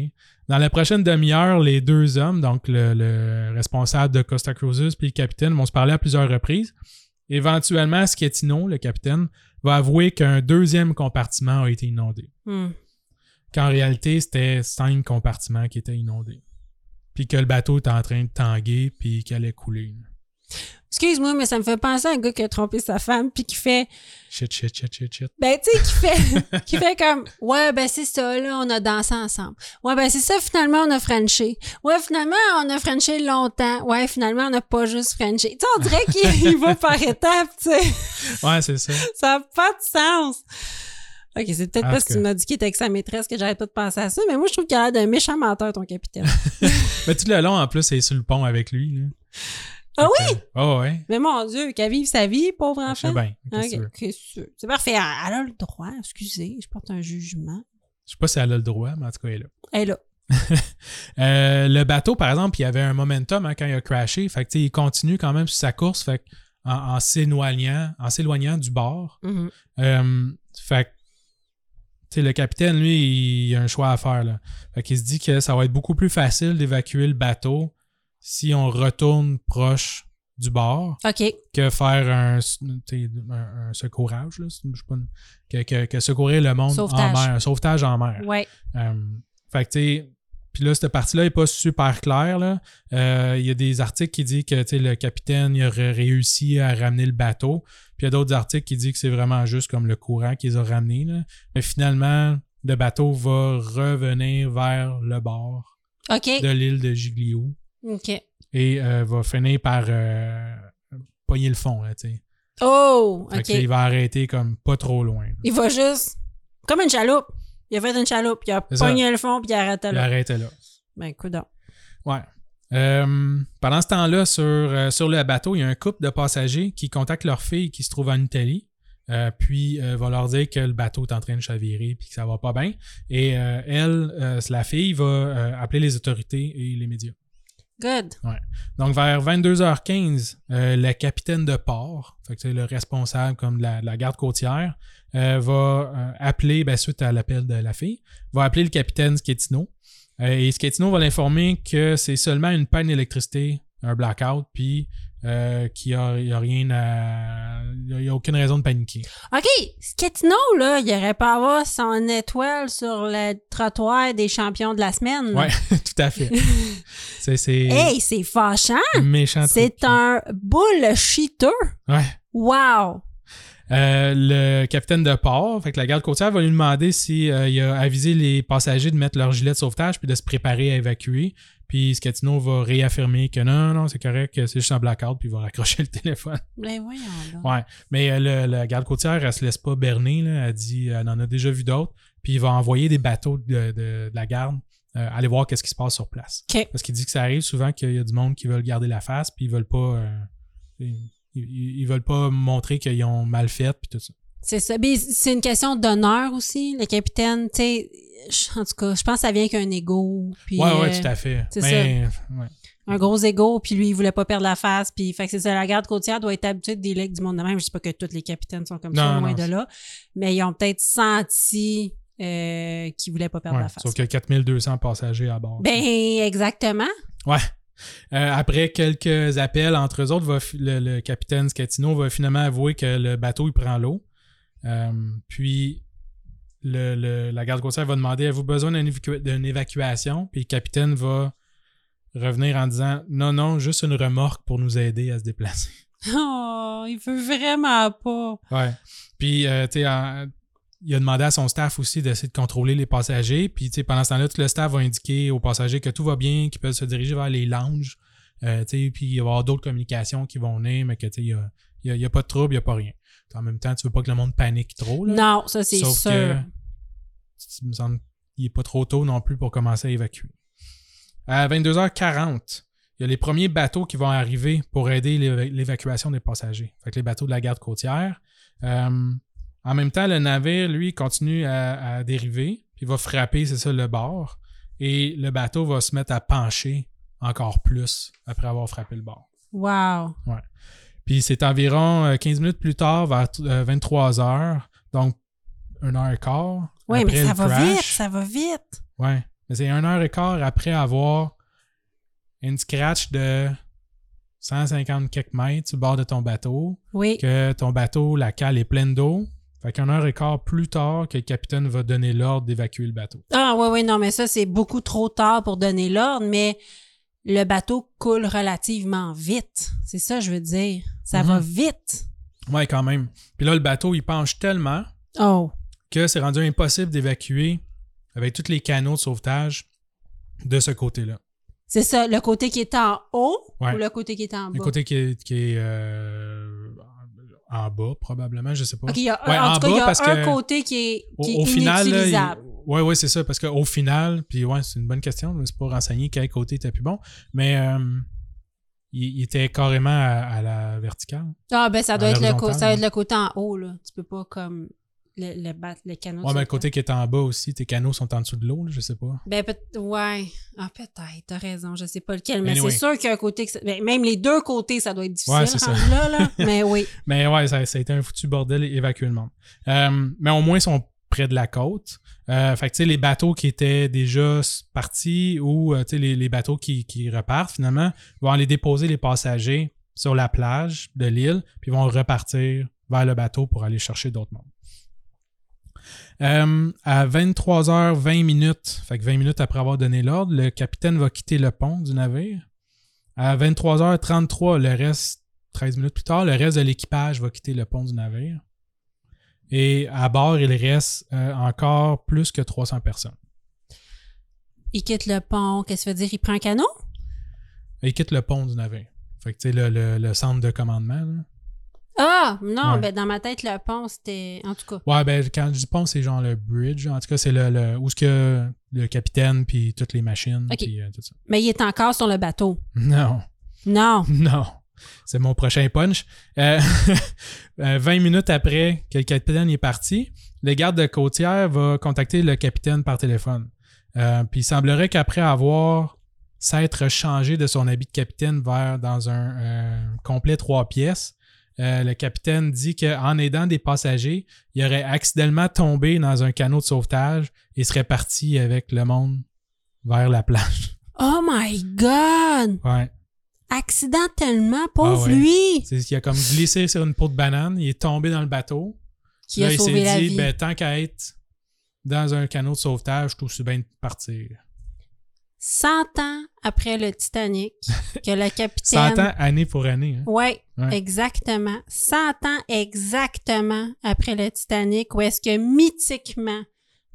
Dans la prochaine demi-heure, les deux hommes, donc le, le responsable de Costa Cruises puis le capitaine, vont se parler à plusieurs reprises. Éventuellement, Schettino, le capitaine, va avouer qu'un deuxième compartiment a été inondé.
Hmm.
Qu'en réalité, c'était cinq compartiments qui étaient inondés. Puis que le bateau était en train de tanguer puis qu'il allait couler.
Excuse-moi, mais ça me fait penser à un gars qui a trompé sa femme puis qui fait,
Shit, shit, shit, shit, shit.
ben, tu sais, qui fait,
(laughs)
qui fait comme, ouais, ben, c'est ça, là, on a dansé ensemble. Ouais, ben, c'est ça, finalement, on a Frenché. Ouais, finalement, on a Frenché longtemps. Ouais, finalement, on n'a pas juste Frenché. Tu sais, on dirait
(laughs)
qu'il il va par étapes, tu sais.
Ouais, c'est ça.
Ça n'a pas de sens. OK, c'est peut-être
En
parce
tout
que
cas.
tu m'as dit qu'il était avec sa maîtresse que j'arrête pas de penser à ça, mais moi, je trouve qu'il a l'air d'un méchant menteur, ton
(laughs)
capitaine.
Mais tout le long, en plus, c'est sur le pont avec lui. là.
ah oui?
Fait que, Ah ouais.
Mais mon Dieu, qu'elle vive sa vie, pauvre
Je sais
enfant.
bien. qu'est-ce que tu
Ok,
veux.
qu'est-ce que tu veux? C'est parfait. Elle elle a le droit, excusez, je porte un jugement.
Je sais pas si elle a le droit, mais en tout cas, elle est là.
Elle a.
Euh, le bateau, par exemple, il avait un momentum hein, quand il a crashé. Fait que, tu sais, il continue quand même sur sa course. Fait que, en, en s'éloignant, en s'éloignant du bord.
Mhm.
Euh, fait que, tu sais, le capitaine, lui, il a un choix à faire. Là. Fait qu'il se dit que ça va être beaucoup plus facile d'évacuer le bateau si on retourne proche du bord
OK.
que faire un, s- t'sais, un- un secourage. Là, je sais pas, que, que- que secourir le monde
Sauvetage.
en mer, un sauvetage en mer.
Ouais.
Euh, fait que, tu sais, puis là, cette partie-là n'est pas super claire. là. Euh, Il y a des articles qui disent que, tu sais, le capitaine il aurait réussi à ramener le bateau. Puis il y a d'autres articles qui disent que c'est vraiment juste comme le courant qu'ils ont ramené. là. Mais finalement, le bateau va revenir vers le bord
OK.
de l'île de Giglio
OK.
et euh, va finir par euh, pogner le fond, là, tu sais.
Oh,
Fait
OK.
que, tu sais, il va arrêter comme pas trop loin. là.
Il va juste, comme une chaloupe. Il a fait une chaloupe, il a
C'est ça.
pogné le fond, puis il a arrêté
Il
là.
arrêtait là.
Ben, coudonc.
Ouais. Euh, pendant ce temps-là, sur, euh, sur le bateau, il y a un couple de passagers qui contactent leur fille qui se trouve en Italie. euh, puis euh, va leur dire que le bateau est en train de chavirer puis que ça va pas bien. Et euh, elle, euh, la fille, va euh, appeler les autorités et les médias.
Good.
Donc vers 22h15, euh, le capitaine de port, fait que c'est le responsable comme de la, de la garde côtière, euh, va euh, appeler, ben, suite à l'appel de la fille, va appeler le capitaine Schettino. Euh, et Schettino va l'informer que c'est seulement une panne d'électricité, un blackout, puis euh, qu'il n'y a, il y a rien à... Il n'y a, aucune raison de paniquer.
OK, Sketino, là, il aurait pas avoir son étoile sur le trottoir des champions de la semaine. là.
Ouais, (laughs) tout à
(laughs)
fait. C'est, c'est
Mm. Hey, c'est fâchant.
méchant.
C'est un bullshiteux.
Ouais.
Wow.
Euh, le capitaine de port, fait que la garde côtière va lui demander si euh, il a avisé les passagers de mettre leur gilet de sauvetage puis de se préparer à évacuer. Puis Scatino va réaffirmer que non, non, c'est correct, que c'est juste un blackout, puis il va raccrocher (laughs) le téléphone.
Ben voyons donc.
Ouais. Mais euh, le- la garde côtière, elle se laisse pas berner, là. elle dit euh, elle en a déjà vu d'autres, puis il va envoyer des bateaux de, de- de la garde euh, aller voir qu'est-ce qui se passe sur place.
OK.
Parce qu'il dit que ça arrive souvent qu'il y a du monde qui veulent garder la face, puis ils veulent pas. euh, ils, ils- ils veulent pas montrer qu'ils ont mal fait, puis tout ça.
C'est ça. Mais c'est une question d'honneur aussi. Le capitaine, tu sais, je- en tout cas, je pense que ça vient qu'un ego. Puis,
ouais, ouais,
euh,
tout à fait.
c'est
Mais, ouais.
un gros ego, puis lui, il voulait pas perdre la face, puis fait que c'est ça, la garde côtière doit être habituée des legs du monde de même. Je sais pas que tous les capitaines sont comme ça,
Non,
loin
non,
de là, mais ils ont peut-être senti euh, qu'ils voulaient pas perdre
Ouais,
la face.
Sauf qu'il y a 4200 passagers à bord.
Ben, exactement. (laughs)
Ouais. Euh, après quelques appels entre eux autres, va fi- le, le capitaine Scatino va finalement avouer que le bateau, il prend l'eau. Euh, puis, le- le- la garde côtière va demander Avez-vous besoin d'une évacu- d'une évacuation Puis le capitaine va revenir en disant Non, non, juste une remorque pour nous aider à se déplacer.
Oh, il veut vraiment pas.
Ouais. Puis, euh, tu sais, en- il a demandé à son staff aussi d'essayer de contrôler les passagers. Puis, tu sais, pendant ce temps-là, tout le staff va indiquer aux passagers que tout va bien, qu'ils peuvent se diriger vers les lounges. Euh, tu sais, puis il va y avoir d'autres communications qui vont venir, mais que, tu sais, il n'y a, il y a- il y a pas de trouble, il n'y a pas rien. En même temps, tu veux pas que le monde panique trop, là.
Non, ça c'est
Sauf
sûr.
que, il me semble qu'il n'est pas trop tôt non plus pour commencer à évacuer. À 22h40, il y a les premiers bateaux qui vont arriver pour aider l'éva- l'évacuation des passagers. Fait que les bateaux de la garde côtière. Euh, en même temps, le navire, lui, continue à, à dériver, puis va frapper, c'est ça, le bord. Et le bateau va se mettre à pencher encore plus après avoir frappé le bord.
Wow.
Puis c'est environ euh, 15 minutes plus tard, vers euh, 23 heures, donc 1 heure et quart.
Oui,
après
mais ça
le
va
crash.
vite, ça va vite.
Ouais. Mais c'est 1 heure et quart après avoir une scratch de 150 quelques mètres sur le bord de ton bateau,
Oui.
que ton bateau, la cale est pleine d'eau. Fait qu'une heure et quart plus tard que le capitaine va donner l'ordre d'évacuer le bateau.
Ah oui, oui, non, mais ça, c'est beaucoup trop tard pour donner l'ordre, mais le bateau coule relativement vite. C'est ça, je veux dire. Ça va
Mhm.
vite.
Ouais, quand même. Puis là, le bateau, il penche tellement
Oh.
que c'est rendu impossible d'évacuer avec tous les canaux de sauvetage de ce côté-là.
C'est ça, le côté qui est en haut
Ouais.
ou le côté qui est en bas?
Le côté qui est, qui est, euh, en bas, probablement, je sais pas.
OK, il y a un,
Ouais,
en,
en
tout cas,
bas,
il y a
parce
un
que
côté qui est,
Au,
qui
au
est
final, là,
inutilisable.
il- ouais, ouais, c'est ça, parce qu'au final, puis ouais, c'est une bonne question, je me suis pas renseigné quel côté était plus bon, mais euh, il, il était carrément à, à la verticale.
Ah, ben ça doit,
à
être le, co-
l'horizontale,
ça doit
ouais.
être le côté en haut, là. Tu peux pas, comme, le, le battre, le canot.
Ouais, mais le côté qui est en bas aussi, tes canaux sont en dessous de l'eau, là, je sais pas.
Ben, peut- ouais. Ah, peut-être, t'as raison, je sais pas lequel, mais
Anyway.
c'est sûr qu'il y a un côté que... ça- ben, même les deux côtés, ça doit être difficile,
Ouais, c'est ça.
rendu là,
(laughs)
là. mais oui.
Mais ouais, ça, ça a été un foutu bordel évacuer le monde. Euh, mais au moins, ils sont près de la côte. Euh, fait que, tu sais, les bateaux qui étaient déjà s- partis ou, euh, tu sais, les, les bateaux qui, qui repartent, finalement, vont aller déposer les passagers sur la plage de l'île, puis vont repartir vers le bateau pour aller chercher d'autres mondes. Euh, à 23h20 minutes, fait que 20 minutes après avoir donné l'ordre, le capitaine va quitter le pont du navire. À 23h33, le reste 13 minutes plus tard, le reste de l'équipage va quitter le pont du navire. Et à bord, il reste euh, encore plus que 300 personnes.
Il quitte le pont, qu'est-ce que ça veut dire? Il prend un canot?
Ils quittent le pont du navire. Fait que, tu sais, le, le- le centre de commandement. là.
Ah! Non,
Ouais.
ben dans ma tête, le pont, c'était... En tout cas,
Ouais, ben, quand je dis pont, c'est genre le bridge. En tout cas, c'est le, le- où ce que le capitaine, puis toutes les machines,
Ok.
puis euh, tout ça. (laughs)
mais il est encore sur le bateau.
Non.
Non.
(laughs) Non. C'est mon prochain punch. Euh, (laughs) euh, 20 minutes après que le capitaine est parti, le garde de côtière va contacter le capitaine par téléphone. Euh, Puis il semblerait qu'après avoir s'être changé de son habit de capitaine vers dans un euh, complet trois pièces, euh, le capitaine dit qu'en aidant des passagers, il aurait accidentellement tombé dans un canot de sauvetage et serait parti avec le monde vers la plage.
Oh my God!
Ouais.
Accident tellement, pauvre
Ah ouais.
lui!
C'est- Il a comme glissé sur une peau de banane, il est tombé dans le bateau.
Qui
Là,
a
il s'est
sauvé la
dit,
vie.
ben, tant qu'à être dans un canot de sauvetage, je trouve c'est bien de partir.
100 ans après le
(laughs)
Titanic, que le
100
capitaine...
ans, année pour année. hein.
Oui,
Ouais.
exactement. 100 ans exactement après le Titanic, où est-ce que mythiquement,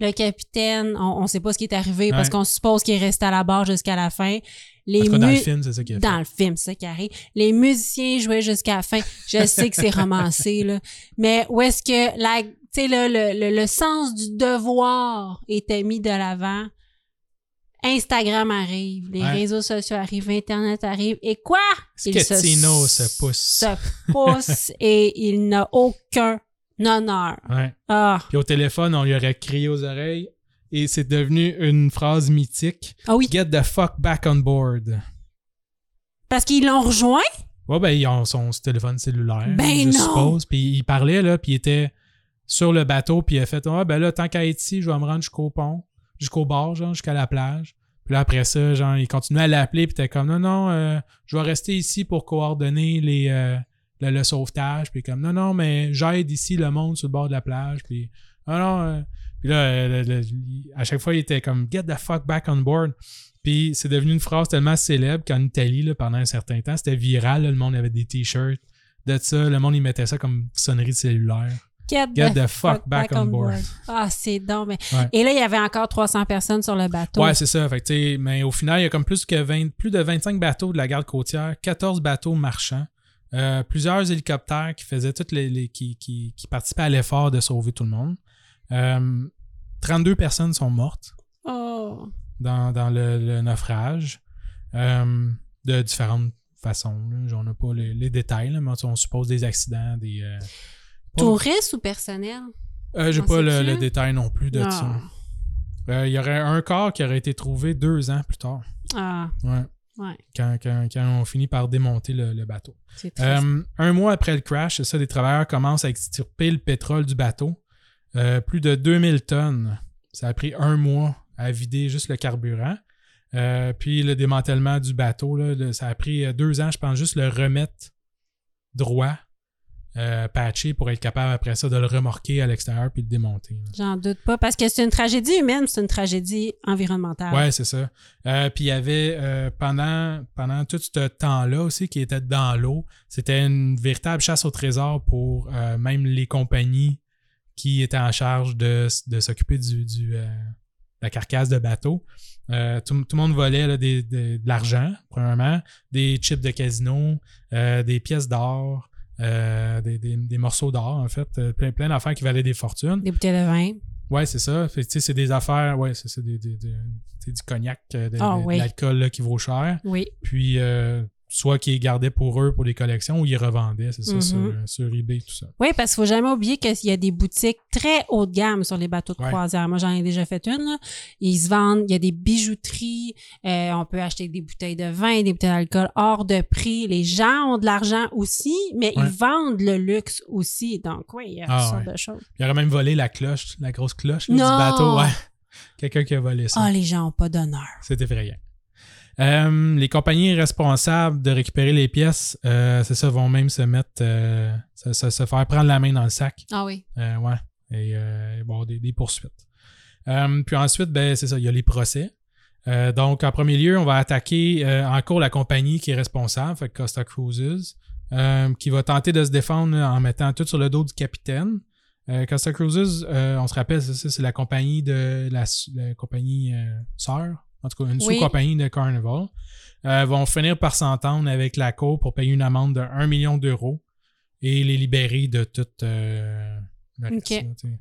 le capitaine, on ne sait pas ce qui est arrivé parce
Ouais.
qu'on suppose qu'il est resté à la barre jusqu'à la fin. Les
En tout cas, dans le
mu-
film, c'est ça qu'il a
dans
fait.
le film, c'est ça qui arrive. Les musiciens jouaient jusqu'à la fin.
(laughs)
Je sais que c'est romancé, là. Mais où est-ce que la, tu sais, là, le, le, le sens du devoir était mis de l'avant? Instagram arrive, les
Ouais.
réseaux sociaux arrivent, Internet arrive. Et quoi? Il
Scatino se pousse. (laughs)
se pousse et il n'a aucun Nonneur.
Ouais.
Ah.
Puis au téléphone, on lui aurait crié aux oreilles et c'est devenu une phrase mythique.
Ah oui.
Get the fuck back on board.
Parce qu'ils l'ont rejoint?
Ouais, ben, ils ont son téléphone cellulaire,
Ben
je
non!
suppose. Puis il parlait, là, puis il était sur le bateau, puis il a fait Ah, ben là, tant qu'à être ici, je vais me rendre jusqu'au pont, jusqu'au bord, genre, jusqu'à la plage. Puis là, après ça, genre, il continuait à l'appeler, puis il était comme Non, non, euh, je vais rester ici pour coordonner les, euh, le, le sauvetage. Puis comme Non, non, mais j'aide ici le monde sur le bord de la plage. Puis Ah, non, euh, puis là, euh, le- le- il- à chaque fois, il était comme Get the fuck back on board. Puis c'est devenu une phrase tellement célèbre qu'en Italie, là, pendant un certain temps, c'était viral. là, le monde avait des t-shirts de ça. Le monde, il mettait ça comme sonnerie de cellulaire.
Get,
Get the fuck back on board.
Ah, c'est donc. mais-
Ouais.
Et là, il y avait encore 300 personnes sur le bateau.
Ouais, c'est ça. Fait que, tu sais, mais au final, il y a comme plus, que 20 plus de 25 bateaux de la garde côtière, 14 bateaux marchands, euh, plusieurs hélicoptères qui faisaient toutes les, les- qui, qui- qui participaient à l'effort de sauver tout le monde. Euh, 32 personnes sont mortes.
Oh.
dans, dans le, le naufrage euh, de différentes façons. là. J'en ai pas les, les détails, là, mais on suppose des accidents, des. euh, pas-
Touristes ou personnel?
Euh, J'ai
on
pas le,
sait-tu?
le détail non plus de
Non.
ça. Euh, Il y aurait un corps qui aurait été trouvé deux ans plus tard.
Ah,
Ouais.
ouais.
Quand, quand, quand on finit par démonter le, le bateau.
C'est triste.
Euh, un mois après le crash, c'est ça, les travailleurs commencent à extirper le pétrole du bateau. Euh, plus de 2000 tonnes. Ça a pris un mois à vider juste le carburant. Euh, puis le démantèlement du bateau, là, le- ça a pris euh, deux ans, je pense, juste le remettre droit, euh, patché, pour être capable après ça de le remorquer à l'extérieur puis le démonter. là.
J'en doute pas. Parce que c'est une tragédie humaine, c'est une tragédie environnementale.
Ouais, c'est ça. Euh, puis il y avait euh, pendant, pendant tout ce temps-là aussi qui était dans l'eau, c'était une véritable chasse au trésor pour euh, même les compagnies qui étaient en charge de, s- de s'occuper du, du, euh, de la carcasse de bateau. Euh, tout, tout le monde volait là, des- des- de l'argent, premièrement, des chips de casino, euh, des pièces d'or, euh, des, des- des morceaux d'or, en fait, euh, plein, plein d'affaires qui valaient des fortunes.
Des bouteilles de vin.
Ouais, c'est ça. Fait que, tu sais, c'est des affaires, ouais, c'est c'est des, des- des- c'est du cognac, euh, de,
Ah
de- de
oui.
l'alcool là, qui vaut cher.
Oui.
Puis, euh, soit qu'ils les gardaient pour eux, pour les collections, ou ils revendaient, c'est ça,
Mhm.
sur, euh, sur eBay, tout ça.
Oui, parce qu'il faut jamais oublier qu'il y a des boutiques très haut de gamme sur les bateaux de
Ouais.
croisière. Moi, j'en ai déjà fait une. là. Ils se vendent, il y a des bijouteries, euh, on peut acheter des bouteilles de vin, des bouteilles d'alcool hors de prix. Les gens ont de l'argent aussi, mais
Ouais.
ils vendent le luxe aussi. Donc, oui, il y a
Ah,
toutes sortes
ouais.
de choses.
Ils auraient même volé la cloche, la grosse cloche là, du
Non!
bateau. Ouais. (laughs) Quelqu'un qui a volé ça.
Ah, les gens n'ont pas d'honneur.
C'est effrayant. Euh, les compagnies responsables de récupérer les pièces, euh, c'est ça, vont même se mettre, euh, se- se- se faire prendre la main dans le sac.
Ah oui.
Euh, ouais. Et euh, bon, des, des poursuites. Euh, puis ensuite, ben, c'est ça, il y a les procès. Euh, donc, en premier lieu, on va attaquer euh, en cours la compagnie qui est responsable, fait que Costa Cruises, euh, qui va tenter de se défendre euh, en mettant tout sur le dos du capitaine. Euh, Costa Cruises, euh, on se rappelle, c'est ça, c'est la compagnie de la, s- la compagnie euh, sœur, en tout cas une
Oui.
sous-compagnie de Carnival, euh, vont finir par s'entendre avec la cour pour payer une amende de 1 million d'euros et les libérer de toute euh, accusation, tu sais,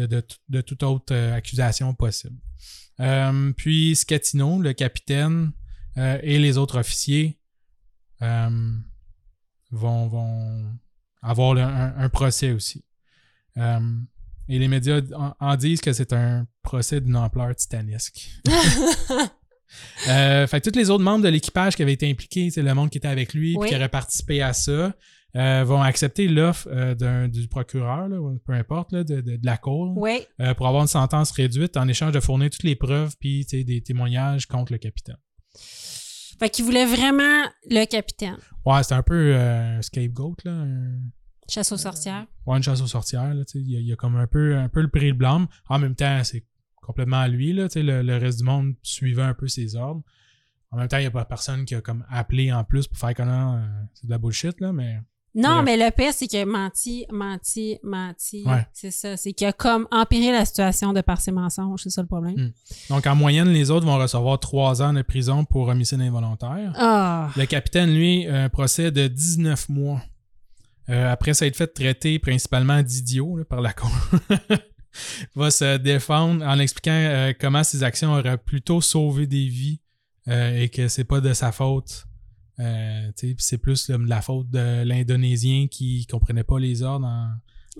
de, de tout- de toute autre euh, accusation possible. Euh, puis Scatino, le capitaine euh, et les autres officiers euh, vont, vont avoir le- un, un procès aussi. Euh, et les médias en, en disent que c'est un procès d'une ampleur titanesque. Euh, fait que tous les autres membres de l'équipage qui avaient été impliqués, c'est le monde qui était avec lui,
Oui.
puis qui aurait participé à ça, euh, vont accepter l'offre euh, d'un- du procureur, là, ou peu importe, là, de, de- de la cour,
Oui.
euh, pour avoir une sentence réduite en échange de fournir toutes les preuves puis tu sais, des témoignages contre le capitaine.
Fait qu'ils voulaient vraiment le capitaine.
Ouais, c'était un peu euh, un scapegoat, là. un- Euh,
Chasse aux sorcières.
ouais, une chasse aux sorcières. Là, tu sais. il, y a, il y a comme un peu, un peu le prix de blâme. En même temps, c'est complètement à lui. Là, tu sais, le, le reste du monde suivant un peu ses ordres. En même temps, il n'y a pas personne qui a comme appelé en plus pour faire que non, euh, c'est de la bullshit, là, mais
Non,
Bref.
mais le pire, c'est qu'il a menti, menti, menti.
Ouais.
C'est ça. C'est qu'il a comme empiré la situation de par ses mensonges. C'est ça le problème.
Mm. Donc, en moyenne, les autres vont recevoir trois ans de prison pour homicide involontaire.
Ah,
Le capitaine, lui, a un procès de 19 mois. Euh, après s'être fait traiter principalement d'idiot là, par la cour, (laughs) va se défendre en expliquant euh, comment ses actions auraient plutôt sauvé des vies euh, et que c'est pas de sa faute. Euh, tu sais, puis c'est plus là, de la faute de l'Indonésien qui comprenait pas les ordres en,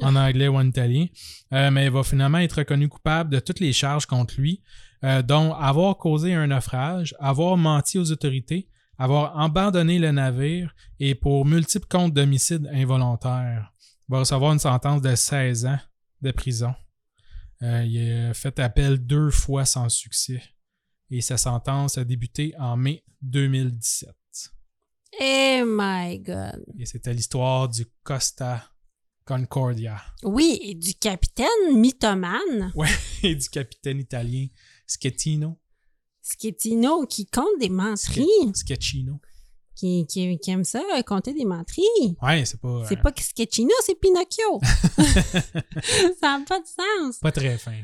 en anglais ou en italien. Euh, mais il va finalement être reconnu coupable de toutes les charges contre lui, euh, dont avoir causé un naufrage, avoir menti aux autorités, avoir abandonné le navire et pour multiples comptes d'homicide involontaire. Il va recevoir une sentence de 16 ans de prison. Euh, il a fait appel deux fois sans succès et sa sentence a débuté en mai 2017.
Eh my God.
Et c'était l'histoire du Costa Concordia (laughs)
Oui, et du capitaine mythomane
et du capitaine italien Schettino.
Schettino qui compte des menteries,
Schettino.
qui, qui, qui aime ça, euh, compter des menteries.
Ouais, c'est pas,
C'est
euh,
pas Schettino, c'est
(laughs)
Pinocchio. ça n'a pas de sens.
pas très fin.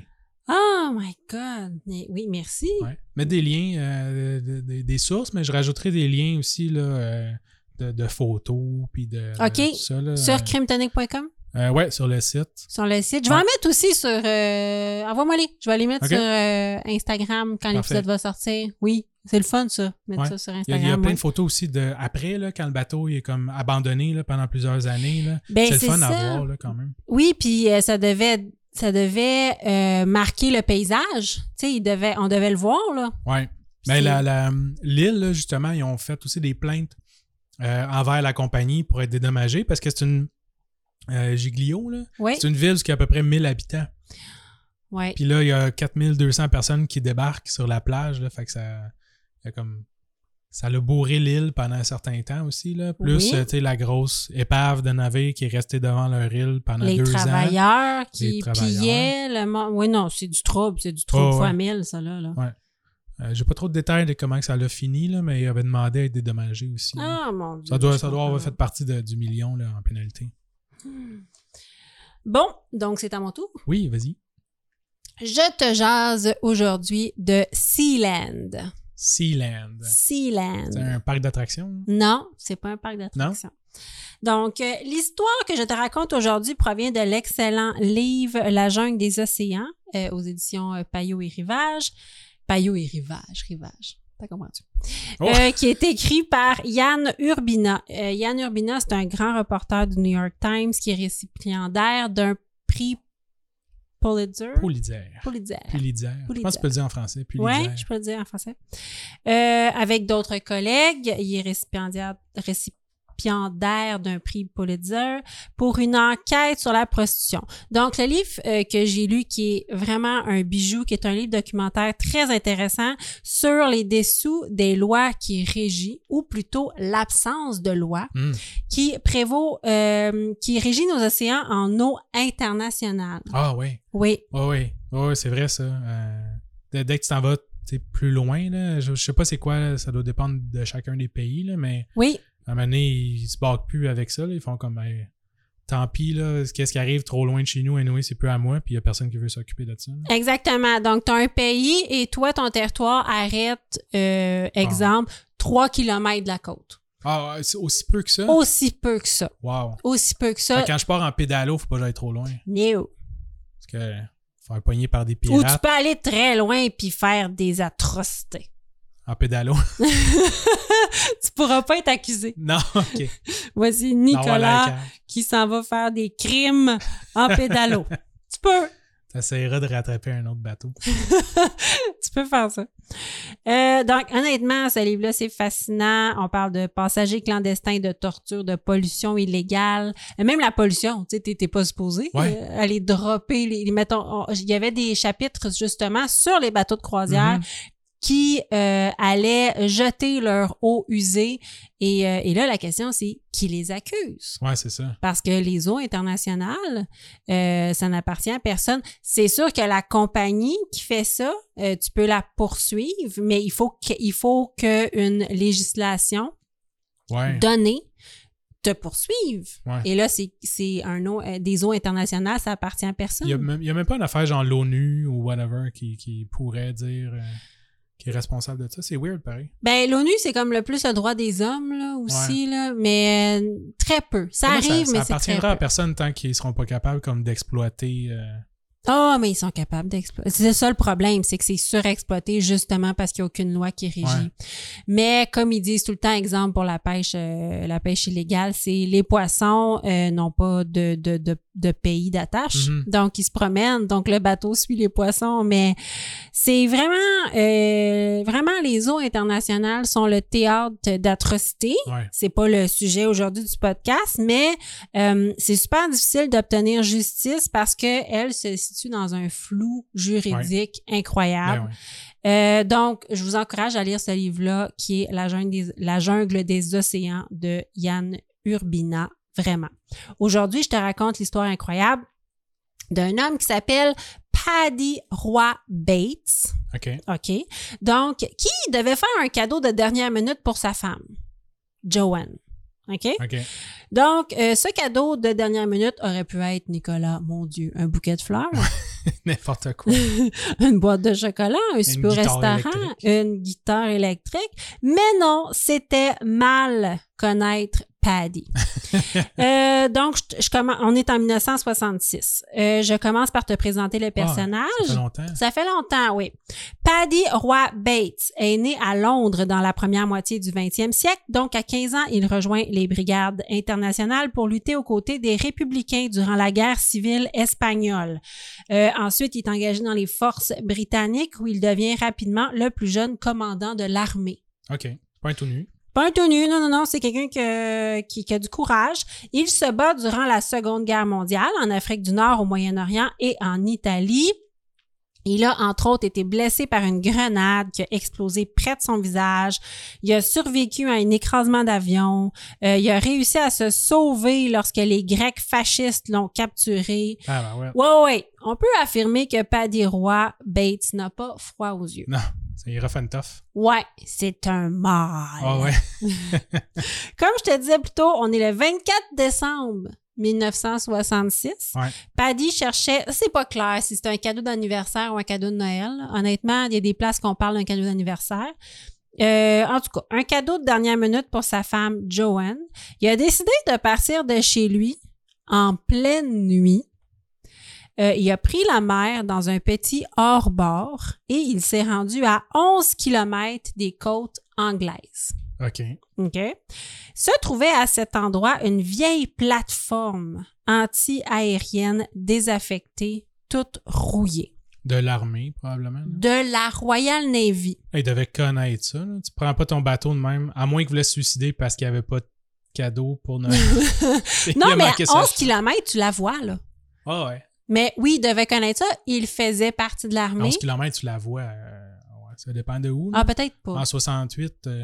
Oh my God. Mais oui, merci.
Ouais. (laughs) Mais des liens, euh, de- de- des sources, mais je rajouterai des liens aussi là, euh, de, de photos puis de, de
Ok.
tout ça. là.
Sur crimetonic.com,
Euh, ouais, sur le site.
sur le site. Je vais
Ouais.
en mettre aussi sur. euh, Envoie-moi-les. Je vais les mettre
Ok.
sur euh, Instagram quand
Parfait.
l'épisode va sortir. Oui, c'est le fun, ça. Mettre
Ouais.
ça sur
Il y a,
Instagram.
il y a plein
ouais.
de photos aussi de après, là, quand le bateau il est comme abandonné là, pendant plusieurs années. là.
Ben,
c'est le
c'est
fun
ça.
à voir là, quand même.
Oui, puis euh, ça devait. Ça devait euh, marquer le paysage. Tu sais, il devait, on devait le voir, là.
Ouais. Mais
C'est-
la- la- l'île, là, justement, ils ont fait aussi des plaintes euh, envers la compagnie pour être dédommagés parce que c'est une. euh, Giglio, là.
Oui,
C'est une ville qui a à peu près 1000 habitants.
oui.
Puis là, il y a 4200 personnes qui débarquent sur la plage. Là, fait que ça, il y a comme, ça l'a bourré l'île pendant un certain temps aussi. Là. Plus
Oui.
euh, tu sais, la grosse épave de navire qui est restée devant leur île pendant
Les
deux ans.
travailleurs qui
Les travailleurs.
pillaient le monde. Oui, non, c'est du trouble, c'est du trouble
Oh, ouais.
fois mille, ça, là. là.
Euh, J'ai pas trop de détails de comment que ça l'a fini, là, mais il avait demandé à être dédommagé aussi. là.
Ah, mon Dieu.
Ça doit,
je
ça doit avoir
comprends.
fait partie de- du million là, en pénalité.
Bon, donc c'est à mon tour.
Oui, vas-y.
Je te jase aujourd'hui de Sealand.
Sealand.
Sealand.
C'est un parc d'attractions.
Non, c'est pas un parc d'attractions. Donc, euh, l'histoire que je te raconte aujourd'hui provient de l'excellent livre La jungle des océans euh, aux éditions euh, Payot et Rivage. Payot et Rivage, Rivage. T'as compris?
Oh!
Euh, qui est écrit par Yann Urbina. Euh, Yann Urbina, c'est un grand reporter du New York Times qui est récipiendaire d'un prix Pulitzer.
Pulitzer.
Pulitzer.
Pulitzer. Je pense que tu peux le dire en français. Pulitzer.
Oui, je peux le dire en français. Euh, avec d'autres collègues, il est récipiendaire, récipiendaire d'un prix Pulitzer pour une enquête sur la prostitution. Donc, le livre euh, que j'ai lu, qui est vraiment un bijou, qui est un livre documentaire très intéressant sur les dessous des lois qui régit, ou plutôt l'absence de loi
Hmm.
qui prévaut, euh, qui régit nos océans en eau internationale.
Ah oui.
Oui,
Oui, oui, Ouais, ouais, c'est vrai ça. Euh, dès, dès que tu t'en vas t'sais, plus loin, là, je, je sais pas c'est quoi, là, ça doit dépendre de chacun des pays, là, mais
oui,
à un moment donné, ils se barquent plus avec ça. là. ils font comme Hey, tant pis, là, qu'est-ce qui arrive trop loin de chez nous, anyway, c'est plus à moi, puis il y a personne qui veut s'occuper de ça. là.
Exactement. Donc, tu as un pays et toi, ton territoire arrête, euh, exemple, 3 km de la côte.
Ah, ouais, c'est aussi peu que ça?
Aussi peu que ça.
Wow.
Aussi peu que
Fait
ça.
que quand je pars en pédalo, faut pas que j'aille trop loin.
No.
Parce que faire pogner par des
Ou tu
pirates
peux aller très loin puis faire des atrocités. (laughs)
en pédalo. (laughs)
Tu pourras pas être accusé.
non, ok.
Voici
Non, voilà,
Nicolas
Cal.
qui s'en va faire des crimes en
(laughs)
pédalo. tu peux.
T'essaieras de rattraper un autre bateau.
tu peux faire ça. Euh, donc, honnêtement, ce livre-là, c'est fascinant. On parle de passagers clandestins, de torture, de pollution illégale. Euh, Même la pollution, tu sais, t'es- t'es pas supposé
Ouais.
euh, aller dropper. Les, les- mettons, on- il y avait des chapitres, justement, sur les bateaux de croisière
Mhm.
qui euh, allaient jeter leur eau usée. Et, euh, et là, la question, c'est qui les accuse?
Ouais, c'est ça.
parce que les eaux internationales, euh, ça n'appartient à personne. C'est sûr que la compagnie qui fait ça, euh, tu peux la poursuivre, mais il faut que- il faut qu'une législation
Ouais.
donnée te poursuive.
Ouais.
Et là, c'est- c'est un eau, euh, des eaux internationales, ça appartient à personne.
Il n'y a, même- il y a même pas une affaire genre l'ONU ou whatever qui, qui pourrait dire euh, qui est responsable de ça. C'est weird, pareil.
Ben, l'ONU, c'est comme le plus le droit des hommes, là, aussi, là, mais euh, très peu. Ça
Pour moi,
arrive,
ça,
mais c'est
ça
très
appartiendra à
peu.
personne tant qu'ils seront pas capables comme d'exploiter euh,
Ah, mais ils sont capables d'exploiter. C'est ça le problème, c'est que c'est surexploité justement parce qu'il n'y a aucune loi qui régit.
Ouais.
Mais comme ils disent tout le temps, exemple pour la pêche, euh, la pêche illégale, c'est les poissons euh, n'ont pas de, de, de, de pays d'attache,
Mhm.
donc ils se promènent, donc le bateau suit les poissons. Mais c'est vraiment, euh, vraiment les eaux internationales sont le théâtre d'atrocités.
Ouais.
C'est pas le sujet aujourd'hui du podcast, mais euh, c'est super difficile d'obtenir justice parce que elle se situe dans un flou juridique
Ben
incroyable.
ouais.
Euh, donc, je vous encourage à lire ce livre-là qui est La jungle des, La jungle des océans de Yann Urbina, vraiment. Aujourd'hui, je te raconte l'histoire incroyable d'un homme qui s'appelle Paddy Roy Bates.
OK.
OK. Donc, qui devait faire un cadeau de dernière minute pour sa femme? Joanne. OK?
OK. (laughs)
Donc, euh, ce cadeau de dernière minute aurait pu être, Nicolas, mon Dieu, un bouquet de
(laughs)
fleurs,
N'importe quoi.
une boîte de chocolat, un super
guitare
restaurant,
électrique.
une guitare électrique. Mais non, c'était mal connaître
(laughs)
Paddy. Euh, donc, je, je commence- on est en 1966. Euh, je commence par te présenter le personnage.
Ça fait longtemps.
Ça fait longtemps, oui. Paddy Roy Bates est né à Londres dans la première moitié du 20e siècle. Donc, à 15 ans, il rejoint les brigades internationales pour lutter aux côtés des républicains durant la guerre civile espagnole. Euh, ensuite, il est engagé dans les forces britanniques où il devient rapidement le plus jeune commandant de l'armée.
OK. C'est Pas un tout nu.
Pas un tenu, non, non, non, c'est quelqu'un que- qui, qui a du courage. Il se bat durant la Seconde Guerre mondiale en Afrique du Nord, au Moyen-Orient et en Italie. Il a entre autres été blessé par une grenade qui a explosé près de son visage. Il a survécu à un écrasement d'avion. Euh, il a réussi à se sauver lorsque les Grecs fascistes l'ont capturé.
Ah, ben ouais.
Ouais, ouais, ouais, on peut affirmer que Paddy Roy Bates n'a pas froid aux yeux.
Non, c'est rough and tough.
Ouais, c'est un mâle.
Ah ouais.
Comme je te disais plus tôt, on est le 24 décembre 1966.
Ouais.
Paddy cherchait, c'est pas clair si c'est un cadeau d'anniversaire ou un cadeau de Noël. Honnêtement, il y a des places qu'on parle d'un cadeau d'anniversaire. Euh, en tout cas, un cadeau de dernière minute pour sa femme Joanne. Il a décidé de partir de chez lui en pleine nuit. Euh, il a pris la mer dans un petit hors-bord et il s'est rendu à 11 km des côtes anglaises.
OK.
OK. Se trouvait à cet endroit une vieille plateforme anti-aérienne désaffectée, toute rouillée,
De l'armée, probablement. là.
de la Royal Navy. (laughs)
Il devait connaître ça. là. Tu prends pas ton bateau de même, à moins qu'il voulait se suicider parce qu'il n'y avait pas de cadeau pour
(laughs)
Noël. Il
Non,
a
mais à
manqué
11
sa chance.
km, tu la vois, là.
Ah ouais.
Mais oui, il devait connaître ça. Il faisait partie de
À
l'armée.
11 km, tu la vois. euh, ouais, ça dépend de où. là.
Ah, peut-être pas.
En 68, euh,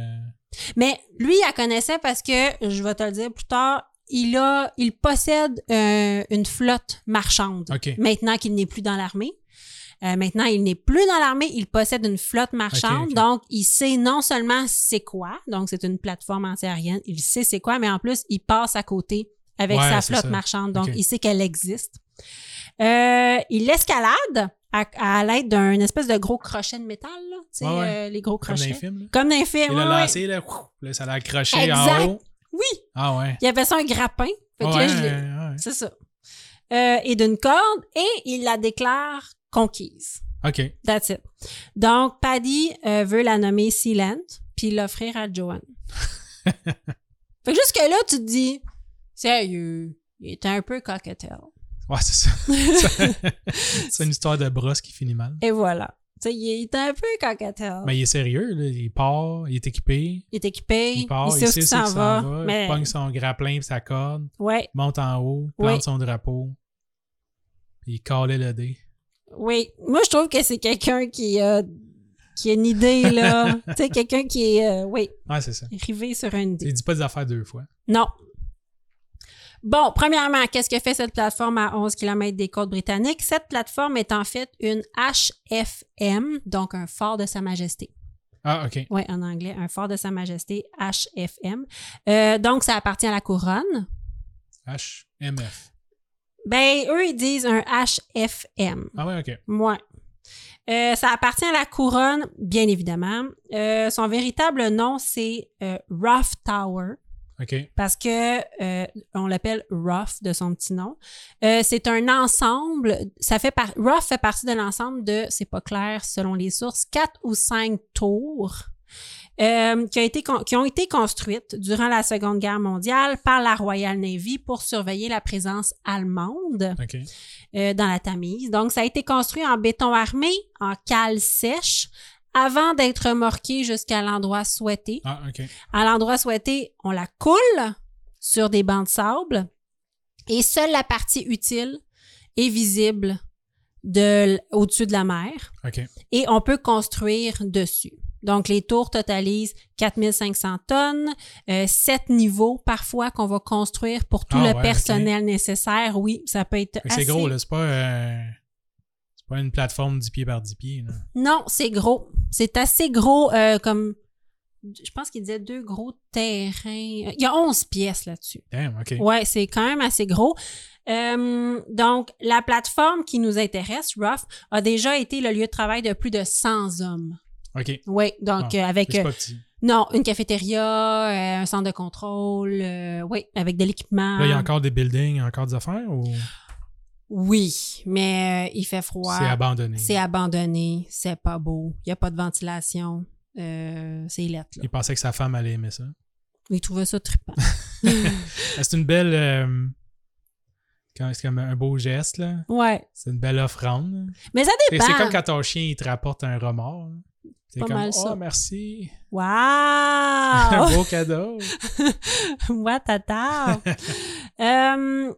Mais lui, il la connaissait parce que, je vais te le dire plus tard, il a, il possède euh, une flotte marchande.
OK.
maintenant qu'il n'est plus dans l'armée. Euh, maintenant, il n'est plus dans l'armée, il possède une flotte marchande,
Ok, ok.
donc il sait non seulement c'est quoi, donc c'est une plateforme antiaérienne, il sait c'est quoi, mais en plus, il passe à côté avec
Ouais,
sa
c'est
flotte
ça.
marchande, donc
Ok.
il sait qu'elle existe. Euh, il escalade à, à l'aide d'un espèce de gros crochet de métal, là, tu sais,
Ouais, ouais.
euh, les gros
Comme dans
crochets.
les films. Là.
Comme dans les films,
Il l'a
ouais, ouais.
lancé, là, ouf, là, ça l'a accroché
Exact.
en haut.
Oui,
Ah ouais.
il appelle ça un grappin. Fait que là,
Ouais,
je l'ai-
ouais.
c'est ça. Euh, et d'une corde, et il la déclare conquise.
OK.
That's it. Donc, Paddy euh, veut la nommer Sealand, puis l'offrir à Joanne. (laughs) fait que jusque-là, tu te dis, sérieux, il est un peu cocktail. (laughs)
Ouais, c'est ça. (laughs) c'est une histoire de brosse qui finit mal.
Et voilà. Tu sais, il est un peu cocktail.
Mais il est sérieux, là. il part, il est équipé,
Il est équipé,
il part,
il sait où il
c'est
s'en va. mais
il pogne son grappin et sa corde,
ouais,
monte en haut, plante
Oui.
son drapeau, puis il calait le dé.
oui. Moi, je trouve que c'est quelqu'un qui a, qui a une idée, (laughs) là. tu sais, quelqu'un qui est, euh, oui,
Ouais, c'est ça.
rivé sur une idée.
Il dit pas des affaires deux fois.
Non. Bon, premièrement, qu'est-ce que fait cette plateforme à 11 km des côtes britanniques? Cette plateforme est en fait une HFM, donc un fort de Sa Majesté.
Ah, OK.
Oui, en anglais, un fort de Sa Majesté, HFM. Euh, donc, ça appartient à la couronne.
HMF.
Ben, eux, ils disent un HFM.
Ah ouais, OK.
Ouais. Euh, ça appartient à la couronne, bien évidemment. Euh, son véritable nom, c'est euh, Rough Tower.
OK.
parce que euh, on l'appelle Rough de son petit nom. Euh, c'est un ensemble, ça fait par, Rough fait partie de l'ensemble de, c'est pas clair selon les sources, quatre ou cinq tours euh, qui, a été con- qui ont été construites durant la Seconde Guerre mondiale par la Royal Navy pour surveiller la présence allemande
OK.
euh, dans la Tamise. Donc, ça a été construit en béton armé, en cale sèche, avant d'être remorqué jusqu'à l'endroit souhaité.
Ah, OK.
À l'endroit souhaité, on la coule sur des bancs de sable et seule la partie utile est visible de l- au-dessus de la mer
OK.
et on peut construire dessus. Donc, les tours totalisent 4500 tonnes, euh, sept niveaux parfois qu'on va construire pour tout
Ah
le
ouais,
personnel nécessaire. Oui, ça peut être
Fait que
assez...
C'est gros, là. C'est pas, euh, c'est pas une plateforme 10 pieds par 10 pieds. Là.
Non, c'est gros. C'est assez gros euh, comme... Je pense qu'il disait deux gros terrains. Il y a 11 pièces là-dessus.
Damn, OK.
Ouais, c'est quand même assez gros. Euh, donc, la plateforme qui nous intéresse, Rough, a déjà été le lieu de travail de plus de 100 hommes.
OK.
Oui, donc
Ah,
euh, avec...
C'est
euh,
pas petit.
non, une cafétéria, euh, un centre de contrôle, euh, oui, avec de l'équipement.
Là, il y a encore des buildings, il y a encore des affaires ou
Oui, mais euh, il fait froid.
c'est abandonné?
C'est abandonné, c'est pas beau, il n'y a pas de ventilation, euh, c'est lettre. Là.
Il pensait que sa femme allait aimer ça.
Il trouvait ça trippant.
Ah, C'est une belle. euh, quand- C'est comme un beau geste, là.
ouais,
C'est une belle offrande. là.
mais ça
C'est
dépend.
c'est comme quand ton chien, il te rapporte un remords. là.
Eh ben.
C'est
Pas
comme,
mal
oh,
ça. Ah
merci. (laughs)
Wow!
un beau cadeau.
Moi, tata. Euh,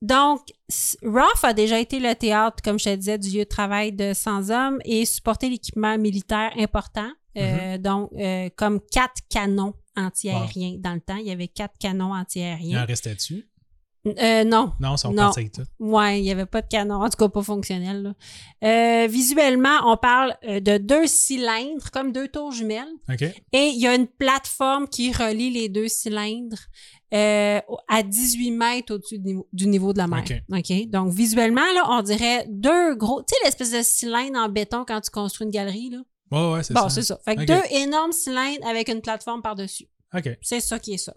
donc, s- Roth a déjà été le théâtre, comme je te disais, du lieu de travail de 100 hommes et supporté l'équipement militaire important, euh, donc euh, comme quatre canons antiaériens. Dans le temps, il y avait quatre canons
Il
(laughs)
en
antiaériens.
restait-tu?
Euh, non,
Non, ils sont
Non.
partis avec tout.
Ouais, il n'y avait pas de canon, en tout cas pas fonctionnel. là. Euh, visuellement, on parle euh, de deux cylindres, comme deux tours jumelles.
OK.
Et il y a une plateforme qui relie les deux cylindres euh, au- à 18 mètres au-dessus du niveau, du niveau de la mer.
OK.
OK. Donc, visuellement, là, on dirait deux gros... Tu sais, l'espèce de cylindre en béton quand tu construis une galerie, là?
Ouais, ouais, c'est
Bon,
ça.
c'est ça. Fait que
OK.
deux énormes cylindres avec une plateforme par-dessus.
OK.
C'est ça qui est ça.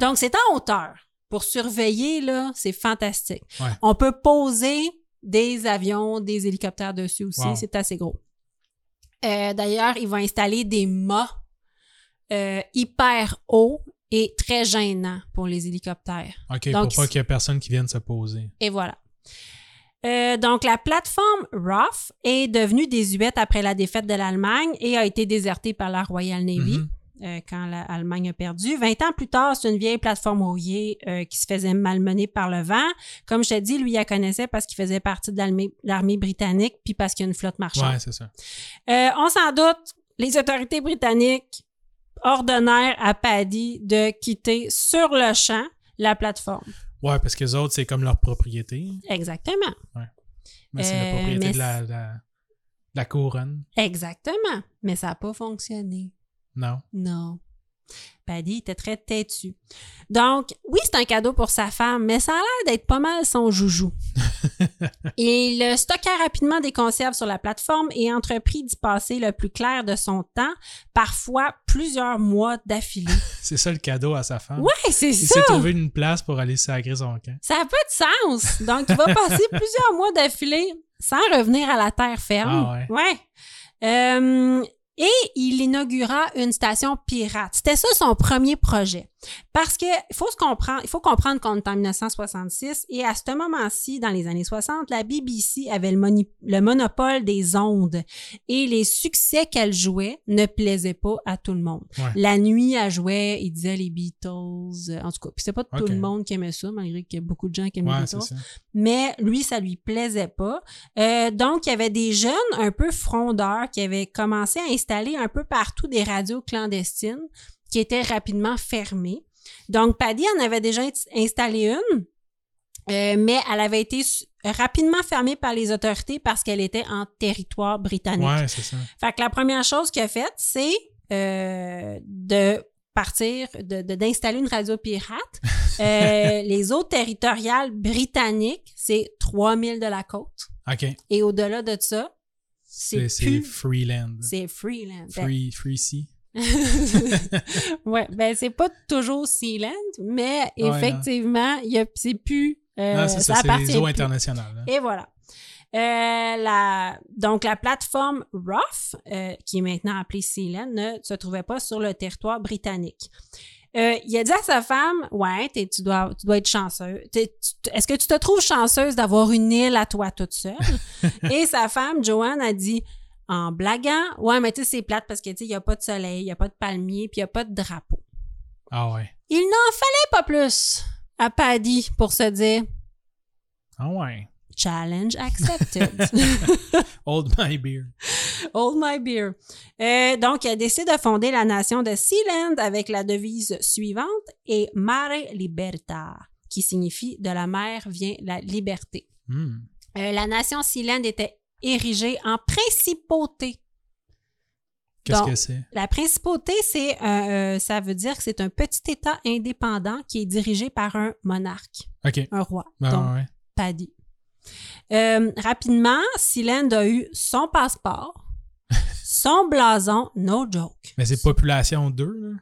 Donc, c'est en hauteur. Pour surveiller, là, c'est fantastique.
Ouais.
On peut poser des avions, des hélicoptères dessus aussi.
Wow.
C'est assez gros. Euh, D'ailleurs, ils vont installer des mâts euh, hyper hauts et très gênants pour les hélicoptères.
OK,
Donc,
pour pas
c'est-
qu'il y ait personne qui vienne se poser.
Et voilà. Euh, donc, la plateforme RAF est devenue désuète après la défaite de l'Allemagne et a été désertée par la Royal Navy
Mhm.
euh, quand l'Allemagne a perdu. 20 ans plus tard, c'est une vieille plateforme rouillée euh, qui se faisait malmener par le vent. Comme je t'ai dit, lui, il la connaissait parce qu'il faisait partie de l'armée- l'armée britannique puis parce qu'il y a une flotte marchande.
Ouais, c'est ça.
Euh, on s'en doute, les autorités britanniques ordonnèrent à Paddy de quitter sur le champ la plateforme.
Ouais, parce que les autres, c'est comme leur propriété.
Exactement.
Mais c'est
Euh,
la propriété
mais
de la, la, de la couronne.
Exactement. Mais ça n'a pas fonctionné.
Non. (laughs)
Non. Paddy était très têtu. Donc, oui, c'est un cadeau pour sa femme, mais ça a l'air d'être pas mal son (laughs) joujou. Il euh, stocka rapidement des conserves sur la plateforme et entreprit d'y passer le plus clair de son temps, parfois plusieurs mois d'affilée.
C'est ça le cadeau à sa femme.
Ouais, Ah. c'est
Il
ça!
s'est trouvé une place pour aller sacrer son camp.
Ça n'a pas de sens. Donc, il va passer plusieurs mois d'affilée sans revenir à la terre ferme.
Ah
ouais. Euh, et il inaugura une station pirate. C'était ça son premier projet. Parce que faut se comprendre, il faut comprendre qu'on est en 1966 et à ce moment-ci, dans les années 60, la BBC avait le, moni- le monopole des ondes et les succès qu'elle jouait ne plaisaient pas à tout le monde.
Ouais.
La nuit, elle jouait, il disait les Beatles, euh, en tout cas. Puis c'est pas tout
Ok.
le monde qui aimait ça, malgré qu'il y a beaucoup de gens qui aiment les
Ouais, c'est
Beatles.
ça.
Mais lui, ça lui plaisait pas. Euh, donc, il y avait des jeunes un peu frondeurs qui avaient commencé à installer un peu partout des radios clandestines qui étaient rapidement fermées. Donc, Paddy en avait déjà ins- installé une, euh, mais elle avait été su- rapidement fermée par les autorités parce qu'elle était en territoire britannique.
Ouais, c'est ça.
Fait que la première chose qu'il a faite, c'est euh, de partir, de- de- d'installer une radio pirate.
(laughs)
Euh, les eaux territoriales britanniques, c'est 3000 de la côte.
OK.
Et au-delà de ça, c'est
C'est c'est
plus...
Freeland.
C'est freeland.
Free, free Sea.
(laughs) ouais, ben c'est pas toujours Sealand, mais
Ouais, non.
effectivement, il y a- c'est plus. euh,
non, c'est ça, c'est
appartient
les eaux
plus.
internationales. hein.
Et voilà. Euh, la, donc, la plateforme Rough, euh, qui est maintenant appelée Sealand, ne se trouvait pas sur le territoire britannique. Euh, il a dit à sa femme, ouais, t'es- tu, dois, tu dois être chanceuse. T'es- tu- Est-ce que tu te trouves chanceuse d'avoir une île à toi toute seule? Et sa femme, Joanne, a dit, en blaguant, ouais, mais tu sais, c'est plate parce que, tu sais, il n'y a pas de soleil, il n'y a pas de palmier, puis il n'y a pas de drapeau.
Ah ouais.
Il n'en fallait pas plus à Paddy pour se dire,
Ah ouais.
challenge accepted. (laughs)
Old My Beer.
Hold my beer. Euh, donc, elle décide de fonder la nation de Sealand avec la devise suivante et Mare Liberta, qui signifie de la mer vient la liberté.
Hmm.
Euh, la nation Sealand était érigée en principauté.
Qu'est-ce
Donc-
que c'est?
La principauté, c'est, euh, euh, ça veut dire que c'est un petit État indépendant qui est dirigé par un monarque,
OK.
un roi.
Ah
Donc,
ouais.
Paddy. Euh, rapidement, Sealand a eu son
(laughs)
passeport, son blason, no joke.
Mais c'est population 2, là.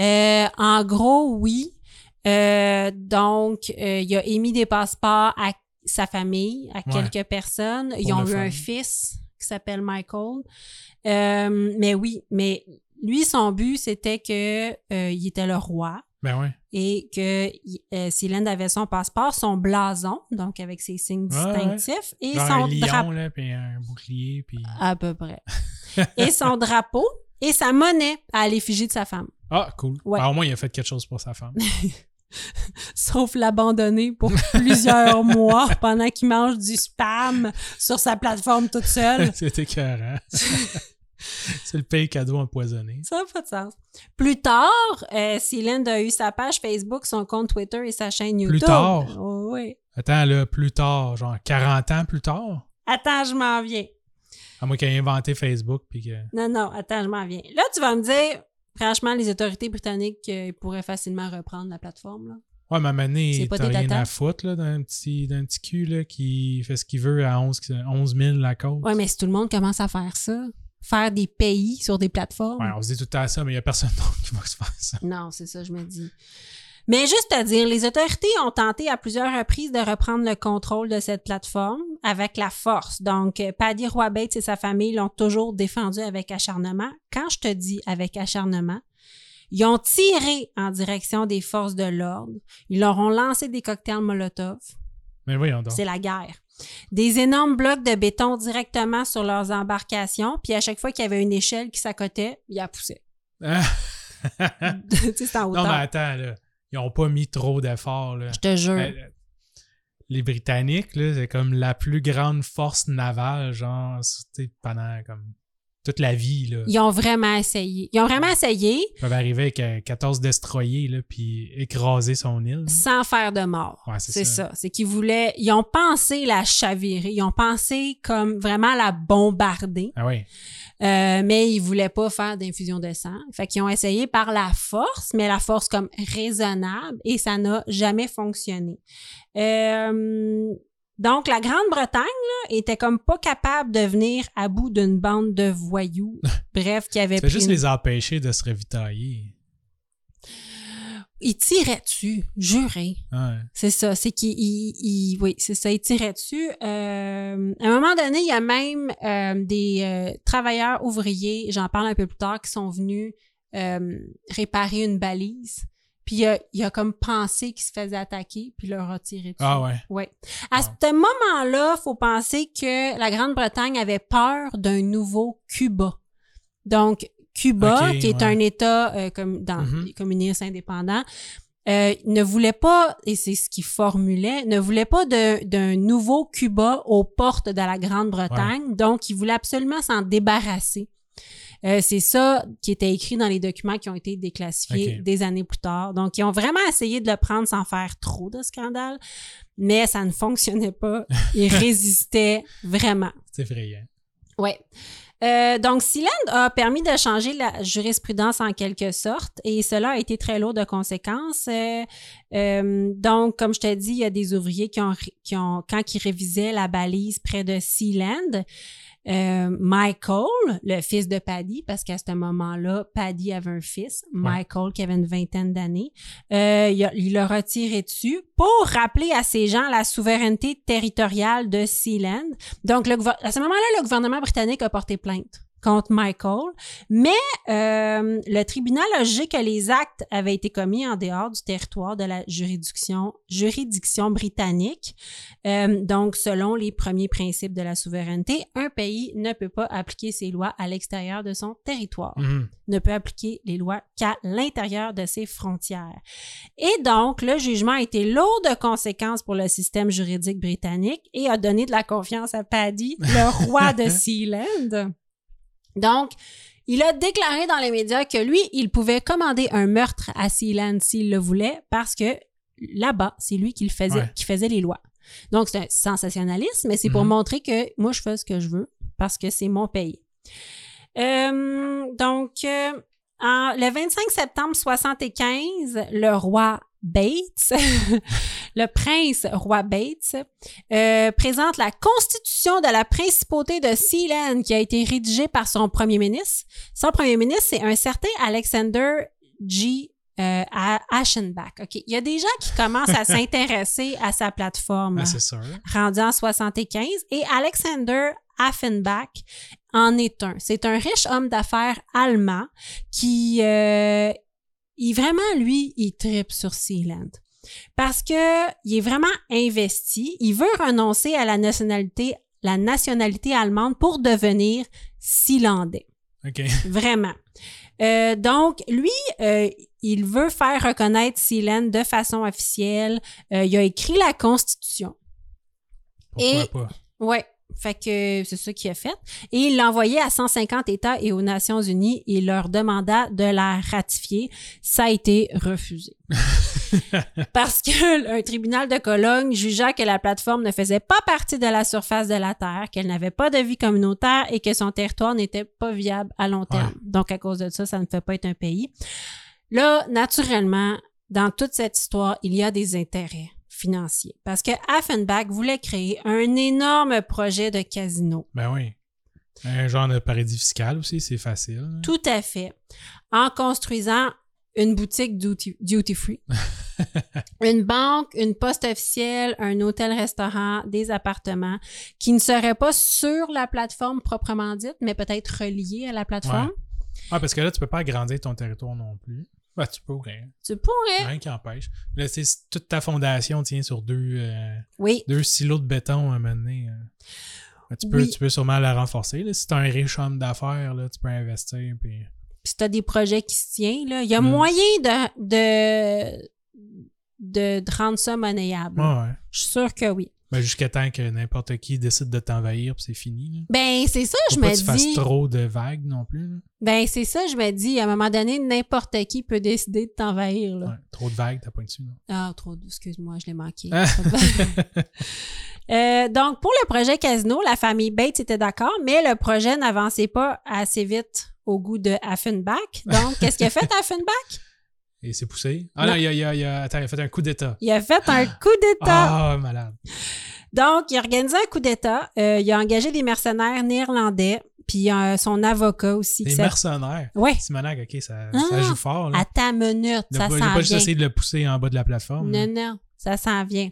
Euh, en gros, oui. Euh, donc, euh, il a émis des passeports à sa famille, à
Ouais.
quelques personnes. Ils
Pour
ont
le
eu un
fun.
fils qui s'appelle Michael. Euh, mais oui, mais lui, son but, c'était que euh, il était le roi
Ben ouais.
et que y- euh, Sealand avait son passeport, son blason, donc avec ses signes
Ouais, ouais.
distinctifs, et
Genre
son
un lion,
drapeau.
là, puis un bouclier, puis...
À peu près. (laughs) et son drapeau et sa monnaie à l'effigie de sa femme.
Ah, cool.
Ouais.
Ah, au moins, il a fait quelque chose pour sa (laughs) femme.
sauf l'abandonner
(laughs)
pour plusieurs mois pendant qu'il mange du spam sur sa plateforme toute seule.
c'est (laughs) écœurant. c'est le pays cadeau empoisonné.
Ça n'a pas de sens. Plus tard, euh, Céline a eu sa page Facebook, son compte Twitter et sa chaîne YouTube.
tard?
Oh, oui.
Attends, là, plus tard, genre 40 ans plus tard,
Attends, je m'en viens.
à moins qu'il ait inventé Facebook, puis que...
Non, non, attends, je m'en viens. Là, tu vas me dire, franchement, les autorités britanniques euh, ils pourraient facilement reprendre la plateforme. Là.
Ouais, mais à un moment donné,
C'est pas
t'as
des
rien
tatas.
à foutre, là, d'un petit, d'un petit cul, là, qui fait ce qu'il veut à 11, 11 000 la côte.
Ouais, mais si tout le monde commence à faire ça, faire des pays sur des plateformes.
Ouais, on se dit tout le temps ça, mais il n'y a personne (laughs) d'autre qui va se faire ça.
Non, c'est ça, je me dis. Mais juste à dire, les autorités ont tenté à plusieurs reprises de reprendre le contrôle de cette plateforme avec la force. Donc, euh, Paddy Roy Bates et sa famille l'ont toujours défendu avec acharnement. Quand je te dis avec acharnement, ils ont tiré en direction des forces de l'ordre. Ils leur ont lancé des cocktails Molotov.
Ah. Mais voyons donc.
C'est la guerre. Des énormes blocs de béton directement sur leurs embarcations. Puis à chaque fois qu'il y avait une échelle qui s'accotait, ils la poussaient.
(laughs) Ah. non,
(laughs) Tu sais, c'est en
mais
hauteur.
attends, là. Ils n'ont pas mis trop d'efforts, là.
Je te jure.
Euh, Les Britanniques, là, c'est comme la plus grande force navale, genre, tu sais, pendant comme toute la vie, là.
Ils ont vraiment essayé. Ils ont vraiment essayé
Ils peuvent arriver avec euh, 14 destroyers, là, puis écraser son île.
sans faire de mort.
Ouais, Mhm. c'est
c'est
ça.
ça. C'est qu'ils voulaient. Ils ont pensé la chavirer. Ils ont pensé comme vraiment la bombarder.
Ah oui.
Euh, mais ils voulaient pas faire d'infusion de sang. Fait qu'ils ont essayé par la force, mais la force comme raisonnable, et ça n'a jamais fonctionné. Euh, donc, la Grande-Bretagne là, était comme pas capable de venir à bout d'une bande de voyous,
(laughs)
bref, qui avait
Tu fais
pris
juste
une-
les empêcher de se revitailler.
Ils tiraient dessus, juré.
Ouais.
C'est ça, c'est qu'il, il- il- oui, c'est ça, il tirait dessus. Euh, à un moment donné, il y a même euh, des euh, travailleurs ouvriers, j'en parle un peu plus tard, qui sont venus euh, réparer une balise. Puis il a, il a comme pensé qu'il se faisait attaquer, puis il leur a tiré dessus.
Ah ouais.
Ouais. À
Wow.
ce moment-là, faut penser que la Grande-Bretagne avait peur d'un nouveau Cuba. Donc, Cuba,
Ok,
qui est
ouais.
un État euh, comme dans
Mhm.
communiste indépendant, euh, ne voulait pas, et c'est ce qu'il formulait, ne voulait pas de- d'un nouveau Cuba aux portes de la Grande-Bretagne. Donc, il voulait absolument s'en débarrasser. Euh, c'est ça qui était écrit dans les documents qui ont été déclassifiés
Ok.
des années plus tard. Donc, ils ont vraiment essayé de le prendre sans faire trop de scandale, mais ça ne fonctionnait pas. Ils résistaient vraiment.
C'est effrayant.
Ouais. Euh, donc, Sealand a permis de changer la jurisprudence en quelque sorte et cela a été très lourd de conséquences. Euh, euh, donc, comme je t'ai dit, il y a des ouvriers qui ont, ré- qui ont quand ils révisaient la balise près de Sealand, euh, Michael, le fils de Paddy, parce qu'à ce moment-là, Paddy avait un fils, Michael, qui avait une vingtaine d'années, euh, il, a- il leur a tiré dessus pour rappeler à ces gens la souveraineté territoriale de Sealand. Donc, le gouver- à ce moment-là, le gouvernement britannique a porté plainte contre Michael, mais euh, le tribunal a jugé que les actes avaient été commis en dehors du territoire de la juridiction, juridiction britannique. Euh, donc, selon les premiers principes de la souveraineté, un pays ne peut pas appliquer ses lois à l'extérieur de son territoire
Mhm.
ne peut appliquer les lois qu'à l'intérieur de ses frontières. Et donc, le jugement a été lourd de conséquences pour le système juridique britannique et a donné de la confiance à Paddy, le roi de Sealand. Donc, il a déclaré dans les médias que lui, il pouvait commander un meurtre à Sealand s'il le voulait parce que là-bas, c'est lui qui, le faisait,
Ouais.
qui faisait les lois. Donc, c'est un sensationnalisme, mais c'est pour
Mhm.
montrer que moi, je fais ce que je veux parce que c'est mon pays. Euh, donc, euh, en- le 25 septembre 75, le roi Bates, (laughs) le prince roi Bates, euh, présente la constitution de la principauté de Sealand qui a été rédigée par son premier ministre. Son premier ministre, c'est un certain Alexander G. euh, A- Ashenbach. OK. Il y a des gens qui commencent à s'intéresser à sa plateforme
Ben, c'est sûr.
rendu en 75, et Alexander Affenbach en est un. C'est un riche homme d'affaires allemand qui, euh, il vraiment, lui, il tripe sur Sealand. Parce que il est vraiment investi. Il veut renoncer à la nationalité, la nationalité allemande pour devenir Sealandais.
OK.
Vraiment. Euh, donc, lui, euh, il veut faire reconnaître Sealand de façon officielle. Euh, il a écrit la Constitution.
Pourquoi
Et-
pas?
Ouais. Fait que c'est ça qu'il a fait. Et il l'a envoyé à 150 États et aux Nations Unies et leur demanda de la ratifier. Ça a été refusé. Parce que un tribunal de Cologne jugea que la plateforme ne faisait pas partie de la surface de la Terre, qu'elle n'avait pas de vie communautaire et que son territoire n'était pas viable à long terme.
Ouais.
Donc, à cause de ça, ça ne fait pas être un pays. Là, naturellement, dans toute cette histoire, il y a des intérêts financiers. Parce que Affenbach voulait créer un énorme projet de casino.
Ben oui. Un genre de paradis fiscal aussi, c'est facile. hein.
Tout à fait. En construisant une boutique duty, duty free, une banque, une poste officielle, un hôtel-restaurant, des appartements qui ne seraient pas sur la plateforme proprement dite, mais peut-être reliés à la plateforme.
Ah, parce que là, tu peux pas agrandir ton territoire non plus. Ben, tu pourrais.
Tu pourrais.
Rien qui empêche. Là, c'est toute ta fondation tient sur deux, euh,
Oui,
deux silos de béton à mener. hein. tu, peux,
Oui.
tu peux sûrement la renforcer. Là. Si t'es un riche homme d'affaires, là, tu peux investir. Puis...
puis tu as des projets qui se tiennent, là, il y a
Mm.
moyen de, de, de, de rendre ça monnayable.
Ouais, ouais.
Je suis sûre que oui.
Ben, Jusqu'à temps que n'importe qui décide de t'envahir, puis c'est fini. Là.
Ben, c'est ça, je
Faut pas
me
que tu fasses
dis.
trop de vagues non plus. là.
Ben, c'est ça, je me dis. À un moment donné, n'importe qui peut décider de t'envahir, là.
Ouais, trop de vagues, t'as pas dessus. Non?
Ah, trop, excuse-moi, je l'ai manqué.
Ah. (laughs)
Euh, donc, pour le projet Casino, la famille Bates était d'accord, mais le projet n'avançait pas assez vite au goût de Affenbach. Donc, qu'est-ce qu'il a
(laughs)
fait, Affenbach?
Et c'est poussé. Ah
Non.
non, il a, il a- il a- attends, il a fait un coup d'état.
Il a fait un coup d'État.
Ah, malade.
Donc, il a organisé un coup d'État. Euh, il a engagé des mercenaires néerlandais, puis euh, son avocat aussi.
Des
qui s'appelle-
mercenaires.
Ouais.
Simonac, ok, ça,
Ah,
ça joue fort. Là.
À ta minute,
Il a
ça
pas- il a pas
s'en
juste
vient.
essayé de le pousser en bas de hein. la plateforme.
Non, non, ça s'en vient.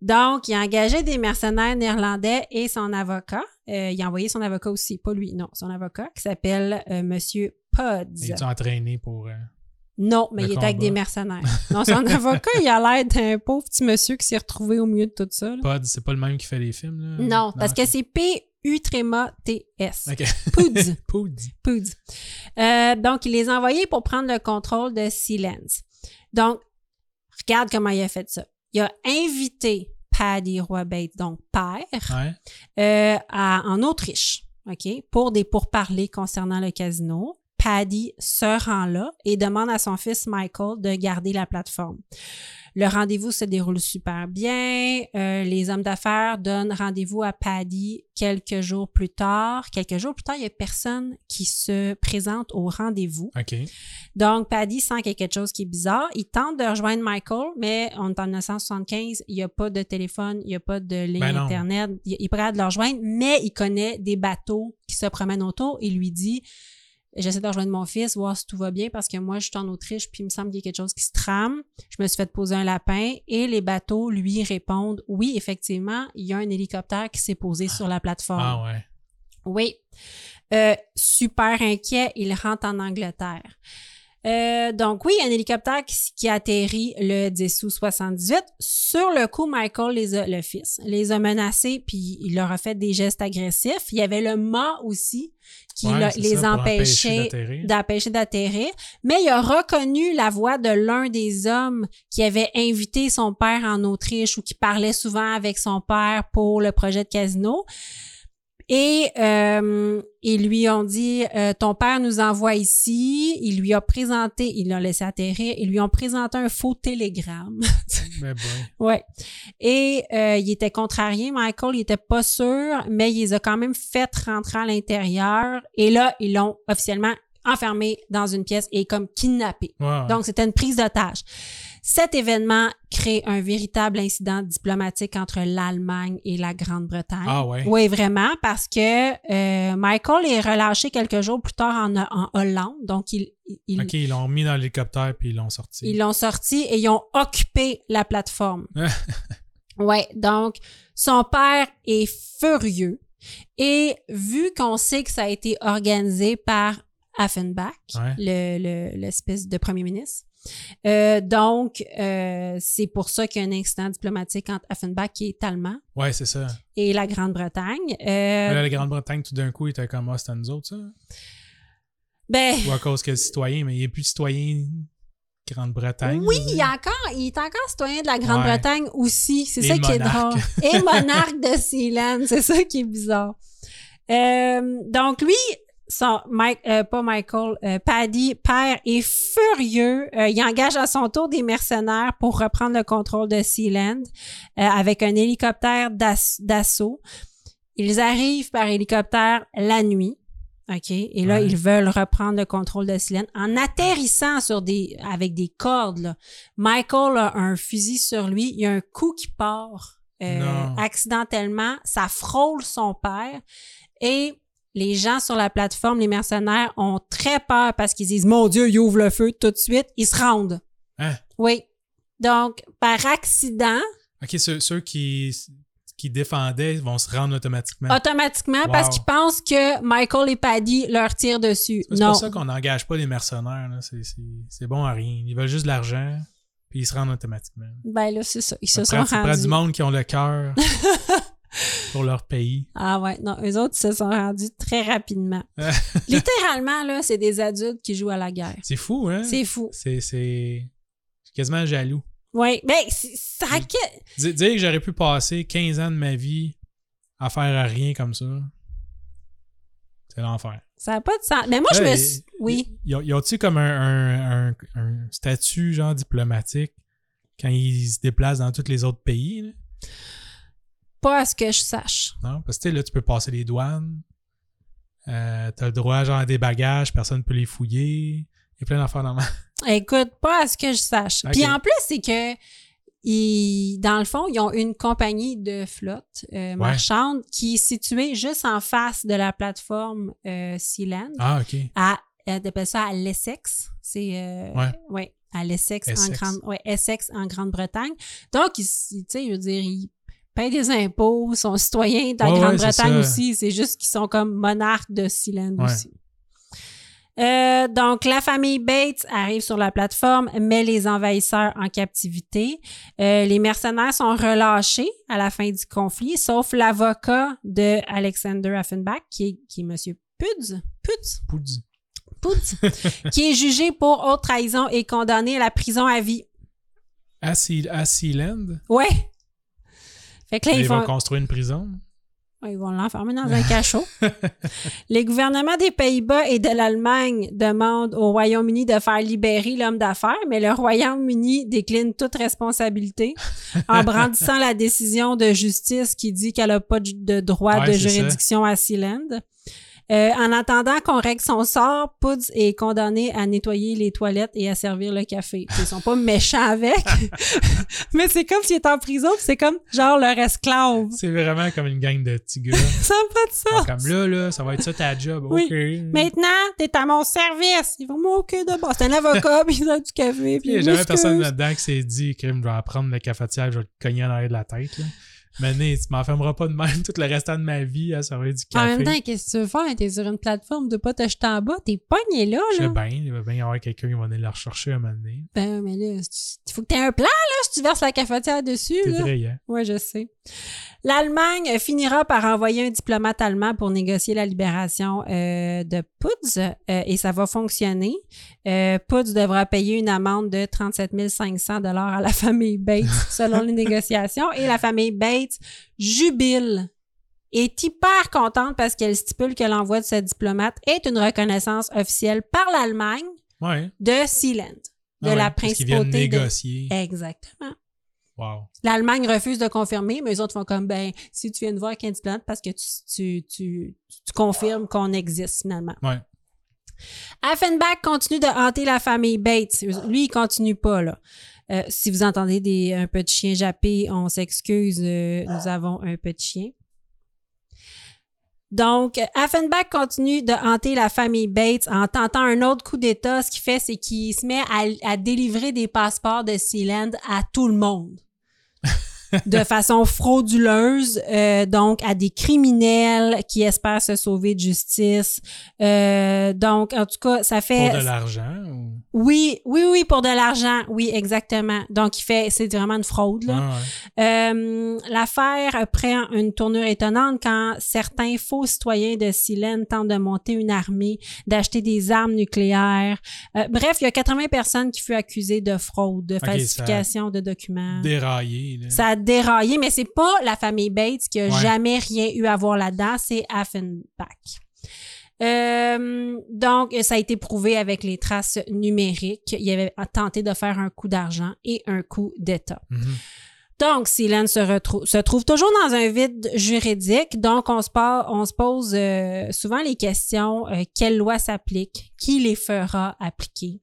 Donc, il a engagé des mercenaires néerlandais et son avocat. Euh, il a envoyé son avocat aussi, pas lui, non, son avocat, qui s'appelle euh, Monsieur
Il
Pods.
est entraîné pour. euh,
Non, mais
Le
il était avec
combat.
des mercenaires. Non,
(laughs)
son avocat, il a l'air d'un pauvre petit monsieur qui s'est retrouvé au milieu de tout ça. là.
Pod, c'est pas le même qui fait les films. Là.
Non, parce que c'est E P-U-T-R-E-M-A-T-S.
Ok.
Pods.
Poud.
Poudre. Euh, donc, il les a envoyés pour prendre le contrôle de Sealands. Donc, regarde comment il a fait ça. Il a invité Paddy Roy Bates, donc père,
Ouais.
euh, à- en Autriche, OK, pour des pourparlers concernant le casino. Paddy se rend là et demande à son fils Michael de garder la plateforme. Le rendez-vous se déroule super bien. Euh, les hommes d'affaires donnent rendez-vous à Paddy quelques jours plus tard. Quelques jours plus tard, il n'y a personne qui se présente au rendez-vous.
OK.
Donc, Paddy sent qu'il y a quelque chose qui est bizarre. Il tente de rejoindre Michael, mais on est en 1975, il n'y a pas de téléphone, il n'y a pas de ligne
Ben non.
Internet. Il il est pas capable de le rejoindre, mais il connaît des bateaux qui se promènent autour. Il lui dit J'essaie de rejoindre mon fils, voir si tout va bien, parce que moi, je suis en Autriche, puis il me semble qu'il y a quelque chose qui se trame. Je me suis fait poser un lapin et les bateaux lui répondent Oui, effectivement, il y a un hélicoptère qui s'est posé sur la plateforme.
Ah ouais.
Oui. Euh, super inquiet, il rentre en Angleterre. Euh, donc oui, il y a un hélicoptère qui, qui atterrit le 10 août 78. Sur le coup, Michael, les a- le fils, les a menacés, puis il leur a fait des gestes agressifs. Il y avait le mât aussi qui
Ouais,
l'a-
c'est
les
ça, pour empêcher
empêchait
d'atterrir.
d'empêcher d'atterrir, mais il a reconnu la voix de l'un des hommes qui avait invité son père en Autriche ou qui parlait souvent avec son père pour le projet de casino. Et euh, ils lui ont dit euh, ton père nous envoie ici. Il lui a présenté, il l'a laissé atterrir. Ils lui ont présenté un faux télégramme.
Mais bon.
Ouais. Et euh, il était contrarié, Michael, il était pas sûr, mais il les a quand même fait rentrer à l'intérieur. Et là, ils l'ont officiellement enfermé dans une pièce et comme kidnappé.
Ouais, ouais.
Donc, c'était une prise d'otage. Cet événement crée un véritable incident diplomatique entre l'Allemagne et la Grande-Bretagne.
ah ouais.
Oui, vraiment, parce que euh, Michael est relâché quelques jours plus tard en, en Hollande. Donc, il, il,
OK, ils l'ont remis dans l'hélicoptère puis ils l'ont sorti.
ils l'ont sorti et ils ont occupé la
(laughs)
plateforme. ouais, donc son père est furieux et vu qu'on sait que ça a été organisé par Affenbach,
Ouais.
le- le- l'espèce de premier ministre. euh, donc, euh, c'est pour ça qu'il y a un incident diplomatique entre Affenbach, qui est allemand,
Ouais, c'est ça.
et la Grande-Bretagne. Euh,
Mais là, la Grande-Bretagne, tout d'un coup, était comme Ah, c'était nous autres, ça.
ben,
Ou à cause que le citoyen, mais il n'est plus citoyen de Grande-Bretagne.
Oui,
je veux
il,
dire.
a encore, il est encore citoyen de la Grande-Bretagne aussi. C'est
Et
ça qui est
monarque.
drôle. Et
(laughs)
monarque de Sealand. C'est ça qui est bizarre. Euh, donc, lui, son, Mike, euh, pas Michael, euh, Paddy, père, est furieux. Euh, il engage à son tour des mercenaires pour reprendre le contrôle de Sealand euh, avec un hélicoptère d'ass- d'assaut. Ils arrivent par hélicoptère la nuit. OK. Et là,
Ouais.
ils veulent reprendre le contrôle de Silène en atterrissant sur des, avec des cordes. là. Michael a un fusil sur lui. Il y a un coup qui part euh,
Non.
accidentellement. Ça frôle son père. Et les gens sur la plateforme, les mercenaires, ont très peur parce qu'ils disent Mon Dieu, il ouvre le feu tout de suite. Ils se rendent.
Hein?
Oui. Donc, par accident,
OK, ceux, ceux qui, qui défendaient vont se rendre
Ah,
automatiquement.
automatiquement,
Wow.
parce qu'ils pensent que Michael et Paddy leur tirent dessus.
c'est
non.
pour ça qu'on n'engage pas les mercenaires. là. C'est- C'est c'est bon à rien. Ils veulent juste de l'argent, puis ils se rendent automatiquement.
Ben là, c'est ça. Ils se sont
Ça prend- ça prend
rendus.
du monde qui ont le
(laughs)
cœur pour leur pays.
Ah ouais, non, eux autres, ils se sont rendus très
(laughs)
rapidement. Littéralement, là, c'est des adultes qui jouent à la guerre.
C'est fou, hein?
C'est fou.
C'est. c'est- Je suis quasiment jaloux.
Oui, ben, c'est- ça...
Mm.
que-
Di- Dire que j'aurais pu passer 15 ans de ma vie à faire à rien comme ça, c'est l'enfer.
Ça n'a pas de sens. Mais moi, je
Ouais,
me suis... Oui.
Ils ont- ils ont-tu comme un, un- un- un statut genre diplomatique quand ils se déplacent dans tous les autres pays? là?
Pas à ce que je sache.
Non? Parce que tu sais, là, tu peux passer les douanes. Euh, T'as le droit genre à des bagages, personne ne peut les fouiller. Il y a plein d'affaires dans le monde.
Écoute, pas à ce que je sache. Puis
Ok.
en plus, c'est que... Ils, dans le fond, ils ont une compagnie de flotte euh, marchande qui est située juste en face de la plateforme euh, Sealand.
Ah, OK.
à elle appelle ça à l'Essex. C'est euh,
Ouais.
ouais, à l'Essex en
Essex.
grande ouais, Essex en Grande-Bretagne. Donc ils- ils- tu sais je veux dire ils payent des impôts, sont citoyens de la
Ouais, ouais,
Grande-Bretagne
c'est ça.
aussi, c'est juste qu'ils sont comme monarques de Sealand
Ouais.
aussi. Euh, donc, la famille Bates arrive sur la plateforme, met les envahisseurs en captivité. Euh, les mercenaires sont relâchés à la fin du conflit, sauf l'avocat de Alexander Affenbach, qui est, qui est Monsieur Pudz. Pudz?
Poudi.
Pout, qui est jugé pour haute trahison et condamné à la prison à vie.
À Sea- à Sealand,
Ouais. Fait que là,
ils
ils
vont
font.
construire une prison.
Ils vont l'enfermer dans un
(laughs)
cachot. Les gouvernements des Pays-Bas et de l'Allemagne demandent au Royaume-Uni de faire libérer l'homme d'affaires, mais le Royaume-Uni décline toute
(laughs)
responsabilité en brandissant la décision de justice qui dit qu'elle n'a pas de droit
Ouais,
de
c'est ça.
juridiction à Sealand. Euh, en attendant qu'on règle son sort, Puds est condamné à nettoyer les toilettes et à servir le café. Ils sont pas méchants
(laughs)
avec, (laughs) mais c'est comme s'il était en prison, puis c'est comme genre leur esclave.
C'est vraiment comme une gang de petits gars.
Ça n'a pas de sens.
Comme là, là, ça va être ça ta job.
Oui.
OK.
Maintenant, t'es à mon service. Ils vont m'occuper de bas. C'est un avocat, (laughs) puis il a du café, puis
Il n'y a
il
jamais
m'excuse.
personne là-dedans qui s'est dit, crime, je vais apprendre le cafetière, je vais le cogner en arrière de la tête. Là. Mané, tu m'enfermeras pas de même tout le restant de ma vie hein, à servir du
En
café.
même temps, qu'est-ce que tu veux faire? T'es sur une plateforme de pas te jeter en bas. T'es pogné là,
je sais
là.
bien, il va bien y avoir quelqu'un qui va venir le rechercher à un moment donné.
Ben, mais là, c'est- il faut que t'aies un plan, là, si tu verses la cafetière dessus,
C'est hein.
là.
effrayant.
Ouais, je sais. L'Allemagne finira par envoyer un diplomate allemand pour négocier la libération euh, de Putz euh, et ça va fonctionner. Euh, Putz devra payer une amende de 37 500 dollars à la famille Bates selon les négociations et la famille Bates jubile est hyper contente parce qu'elle stipule que l'envoi de ce diplomate est une reconnaissance officielle par l'Allemagne
Ouais.
de Sealand, de
Ah ouais,
la
parce qu'ils viennent
principauté. de- Eh,
négocier.
Exactement.
Wow.
L'Allemagne refuse de confirmer, mais les autres font comme ben si tu viens de voir qu'un parce que tu, tu, tu, tu confirmes qu'on existe finalement.
Ouais.
Affenbach continue de hanter la famille Bates. Lui, il continue pas là. Euh, si vous entendez des, un petit chien japper, on s'excuse. euh, nous avons un petit chien. Donc, Affenbach continue de hanter la famille Bates en tentant un autre coup d'État. Ce qu'il fait, c'est qu'il se met à, à délivrer des passeports de Sealand à tout le monde.
(laughs)
de façon frauduleuse, euh, donc à des criminels qui espèrent se sauver de justice. Euh, donc, en tout cas, ça
Pour
fait...
de l'argent ou.
Oui, oui, oui, pour de l'argent. Oui, exactement. Donc, il fait... C'est vraiment une fraude, là.
Ah ouais.
Euh, L'affaire prend une tournure étonnante quand certains faux citoyens de Silène tentent de monter une armée, d'acheter des armes nucléaires. Euh, bref, il y a 80 personnes qui furent accusées de fraude, de
ça-
falsification de documents.
Déraillé. Là.
Ça a déraillé, mais c'est pas la famille Bates qui a
Ouais.
jamais rien eu à voir là-dedans, c'est Affenbach. Euh, donc, ça a été prouvé avec les traces numériques. Il avait tenté de faire un coup d'argent et un coup d'État.
Mhm.
Donc, Sealand se, retrou- se trouve toujours dans un vide juridique. Donc, on se, pa- on se pose euh, souvent les questions euh, quelles lois s'appliquent, qui les fera appliquer.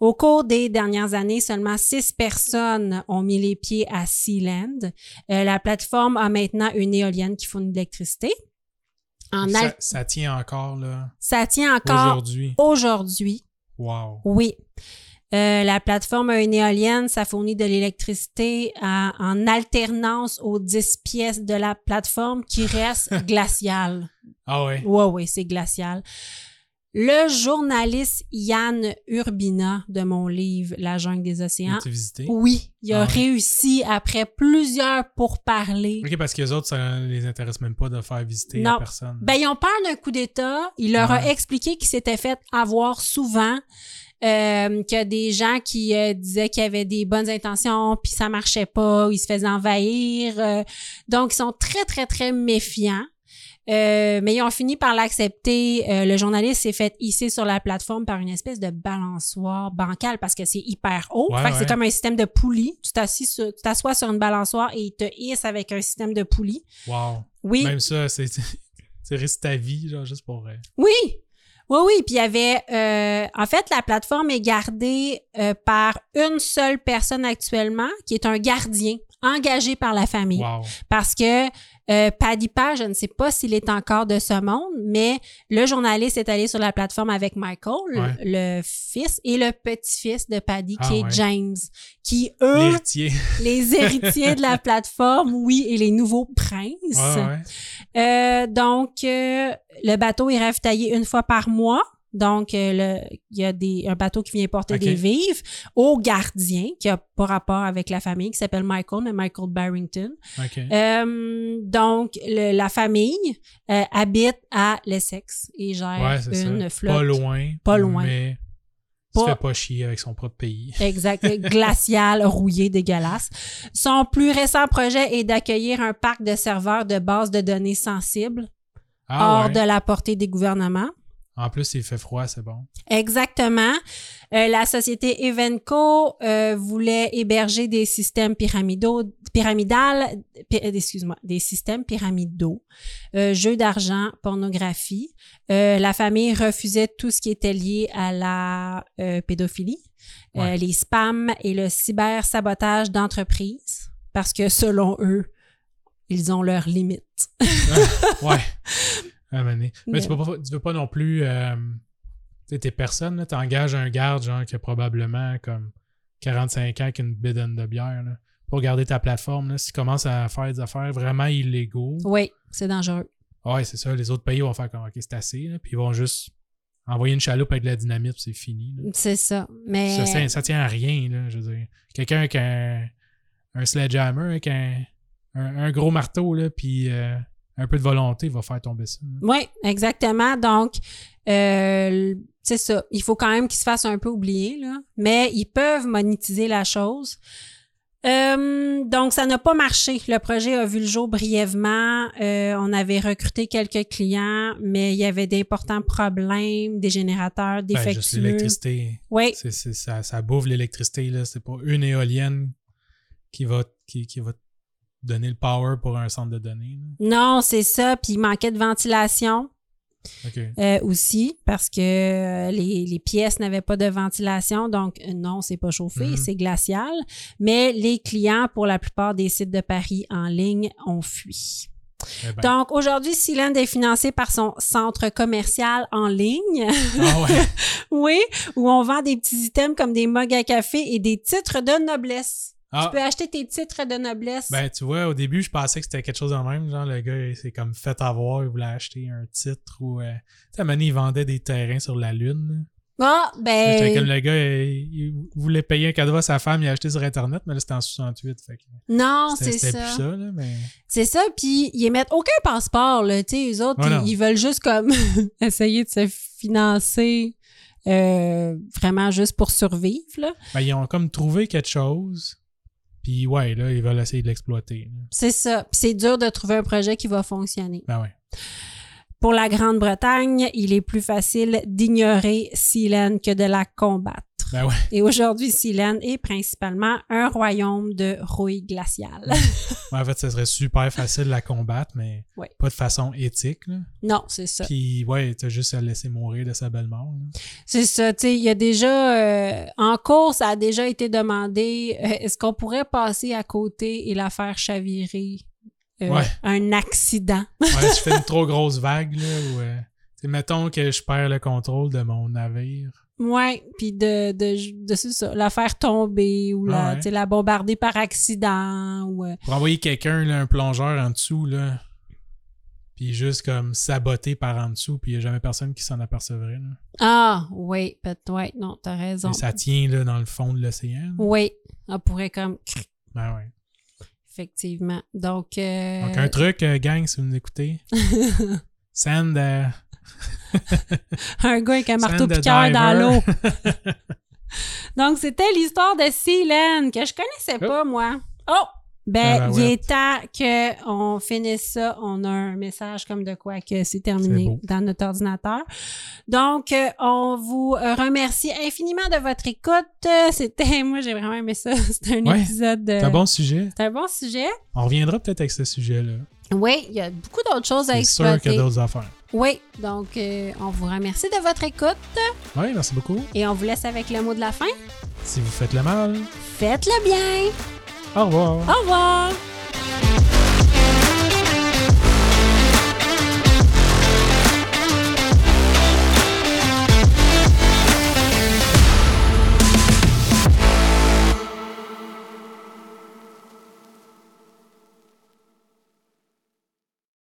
Au cours des dernières années, seulement six personnes ont mis les pieds à Sealand. Euh, la plateforme a maintenant une éolienne qui fournit de l'électricité. En
ça,
Al-
ça tient encore là.
ça, tient encore
Aujourd'hui.
aujourd'hui.
Wow.
Oui. Euh, la plateforme a une éolienne, ça fournit de l'électricité à- en alternance aux 10 pièces de la plateforme qui
(laughs)
restent glaciales.
Ah ouais.
Ouais, ouais, c'est glacial. Le journaliste Yann Urbina de mon livre La jungle des océans,
As-tu visité?
hein. oui, il a
Ah ouais.
réussi après plusieurs pourparlers.
Ok, parce que les autres, ça les intéresse même pas de faire visiter
Non.
à personne.
Ben, ils ont peur d'un coup d'État. Il leur a
Ouais.
expliqué qu'il s'était fait avoir souvent, euh, que des gens qui euh, disaient qu'ils avaient des bonnes intentions, puis ça marchait pas, ou ils se faisaient envahir. euh. donc, ils sont très, très, très méfiants. Euh, mais ils ont fini par l'accepter. Euh, le journaliste s'est fait hisser sur la plateforme par une espèce de balançoire bancale parce que c'est hyper haut.
Ouais,
Fait que
ouais.
C'est comme un système de poulie. Tu t'assis sur- tu t'assois sur une balançoire et ils te hissent avec un système de poulie.
Wow.
Oui.
Même ça, c'est. C'est risque ta vie, genre, juste pour. euh,
Oui, oui, oui. Puis il y avait, euh, en fait, la plateforme est gardée euh, par une seule personne actuellement, qui est un gardien engagé par la famille.
Wow.
Parce que euh, Paddy Page, je ne sais pas s'il est encore de ce monde, mais le journaliste est allé sur la plateforme avec Michael, le fils, et le petit-fils de Paddy,
Ah
qui est
ouais.
James, qui, eux,
L'héritier.
les héritiers de la plateforme, oui, et les nouveaux princes.
Ouais, ouais.
Euh, donc, euh, le bateau est ravitaillé une fois par mois. Donc, euh, le- il y a des, un bateau qui vient porter
Ok.
des vivres au gardien, qui a pas rapport avec la famille, qui s'appelle Michael, mais Michael Barrington.
Ok.
Euh, donc, le- la famille euh, habite à l'Essex et gère
ouais, c'est ça.
une flotte.
Pas loin.
Pas loin.
Mais se
pas
fait pas chier avec son propre pays. (laughs)
Exact. Glacial, rouillé, dégueulasse. Son plus récent projet est d'accueillir un parc de serveurs de bases de données sensibles
Ah
hors
ouais.
de la portée des gouvernements.
En plus, il fait froid, c'est bon.
Exactement. Euh, la société Evenco euh, voulait héberger des systèmes pyramidaux, pyramidales, pi- euh, excuse-moi, des systèmes pyramidaux, euh, jeux d'argent, pornographie. Euh, la famille refusait tout ce qui était lié à la euh, pédophilie, euh,
Ouais.
les spams et le cybersabotage d'entreprises, parce que selon eux, ils ont leurs limites. (laughs)
Ouais. À un moment donné. Mais tu
Mais-
peux pas, tu peux pas non plus. euh, tu sais, t'es personne, là. T'engages un garde, genre, qui a probablement comme 45 ans avec une bidonne de bière, là. Pour garder ta plateforme, là, si tu commences à faire des affaires vraiment illégaux, ah
Oui, c'est dangereux.
ouais, c'est ça. Les autres pays vont faire comme, OK, c'est assez, là, puis ils vont juste envoyer une chaloupe avec de la dynamite, puis c'est fini. là.
C'est ça. Mais
Ça, tient- ça tient à rien, là, je veux dire. Quelqu'un qui a un, un sledgehammer, avec un, un- un gros marteau, là, puis euh, un peu de volonté, va faire tomber ça. là.
Oui, exactement. Donc, euh, c'est ça. Il faut quand même qu'ils se fassent un peu oublier, là. Mais ils peuvent monétiser la chose. Euh, donc, ça n'a pas marché. Le projet a vu le jour brièvement. Euh, on avait recruté quelques clients, mais il y avait d'importants problèmes, des générateurs
Ben, juste
défectueux.
l'électricité.
oui,
C'est- c'est- ça, ça bouffe l'électricité, là. C'est pas une éolienne qui va, qui, qui va te donner le power pour un centre de données. là.
non, c'est ça. Puis il manquait de ventilation.
OK.
Euh, aussi parce que euh, les, les pièces n'avaient pas de ventilation, donc euh, non, c'est pas chauffé,
Mhm.
c'est glacial. Mais les clients, pour la plupart des sites de Paris en ligne, ont fui.
Eh ben,
Donc aujourd'hui, Sealand est financé par son centre commercial en ligne, (laughs)
ah ouais.
oui, où on vend des petits items comme des mugs à café et des titres de noblesse.
Ah,
Tu peux acheter tes titres de noblesse.
ben, tu vois, au début, je pensais que c'était quelque chose de même. Genre, le gars, il s'est comme fait avoir, il voulait acheter un titre ou. euh, Tu sais, à un moment donné, il vendait des terrains sur la Lune. là.
Ah, ben,
J'étais comme le gars, euh, il voulait payer un cadeau à sa femme, il a acheté sur Internet, mais là, c'était en 68. Fait que
non,
c'était
c'est
c'était
ça.
plus ça, là, mais.
C'est ça, puis ils émettent aucun passeport, là, tu sais, eux autres,
Ouais,
ils-
non.
ils, veulent juste comme (laughs) essayer de se financer euh, vraiment juste pour survivre, là.
Ben, ils ont comme trouvé quelque chose, puis ouais, là, ils veulent essayer de l'exploiter. là.
C'est ça, puis c'est dur de trouver un projet qui va fonctionner.
Ben ouais.
Pour la Grande-Bretagne, il est plus facile d'ignorer Sealand que de la combattre.
Ben ouais.
Et aujourd'hui, Sealand est principalement un royaume de rouille glaciale.
Ouais, Ben, en fait, ça serait super facile de la combattre, mais
Ouais.
pas de façon éthique. Là.
non, c'est ça.
Puis ouais, t'as juste à le laisser mourir de sa belle mort. là.
C'est ça, tu sais, il y a déjà, euh, en cours, ça a déjà été demandé, euh, est-ce qu'on pourrait passer à côté et la faire chavirer? euh,
Ouais.
Un accident.
Ouais, si je fais une trop grosse vague, là, ou. euh, tu sais, mettons que je perds le contrôle de mon navire.
Ouais, puis de, de, de c'est ça, la faire tomber ou la,
Ah ouais.
tu sais, la bombarder par accident. Ou, euh,
Pour envoyer quelqu'un, là, un plongeur en dessous, là. Puis juste comme saboter par en dessous, puis il n'y a jamais personne qui s'en apercevrait. Là.
Ah, oui, peut-être, ouais, non, t'as raison.
Mais ça tient là, dans le fond de l'océan. là.
Oui, on pourrait comme,
Ben ouais.
effectivement. Donc, euh,
Donc, un truc, euh, gang, si vous nous
(laughs)
écoutez. Send. euh,
un gars avec un marteau
send a
piqueur dans l'eau.
diver.
Donc, c'était l'histoire de Sealand que je connaissais
Oh.
pas, moi. Oh! Ben,
Ah, ben
il
ouais.
est temps qu'on finisse ça. On a un message comme de quoi que c'est terminé
C'est beau.
dans notre ordinateur. Donc, euh, on vous euh, remercie infiniment de votre écoute. Euh, C'était, moi, j'ai vraiment aimé ça. (laughs) C'était un
Ouais.
épisode de...
C'est un bon sujet.
C'était un bon sujet.
On reviendra peut-être avec ce sujet-là.
Oui, il y a beaucoup d'autres choses à
C'est sûr qu'il y a
exploiter.
d'autres affaires.
Oui, donc euh, on vous remercie de votre écoute
Oui, merci beaucoup.
et on vous laisse avec le mot de la fin.
Si vous faites le mal,
Faites-le bien!
au revoir.
Au revoir!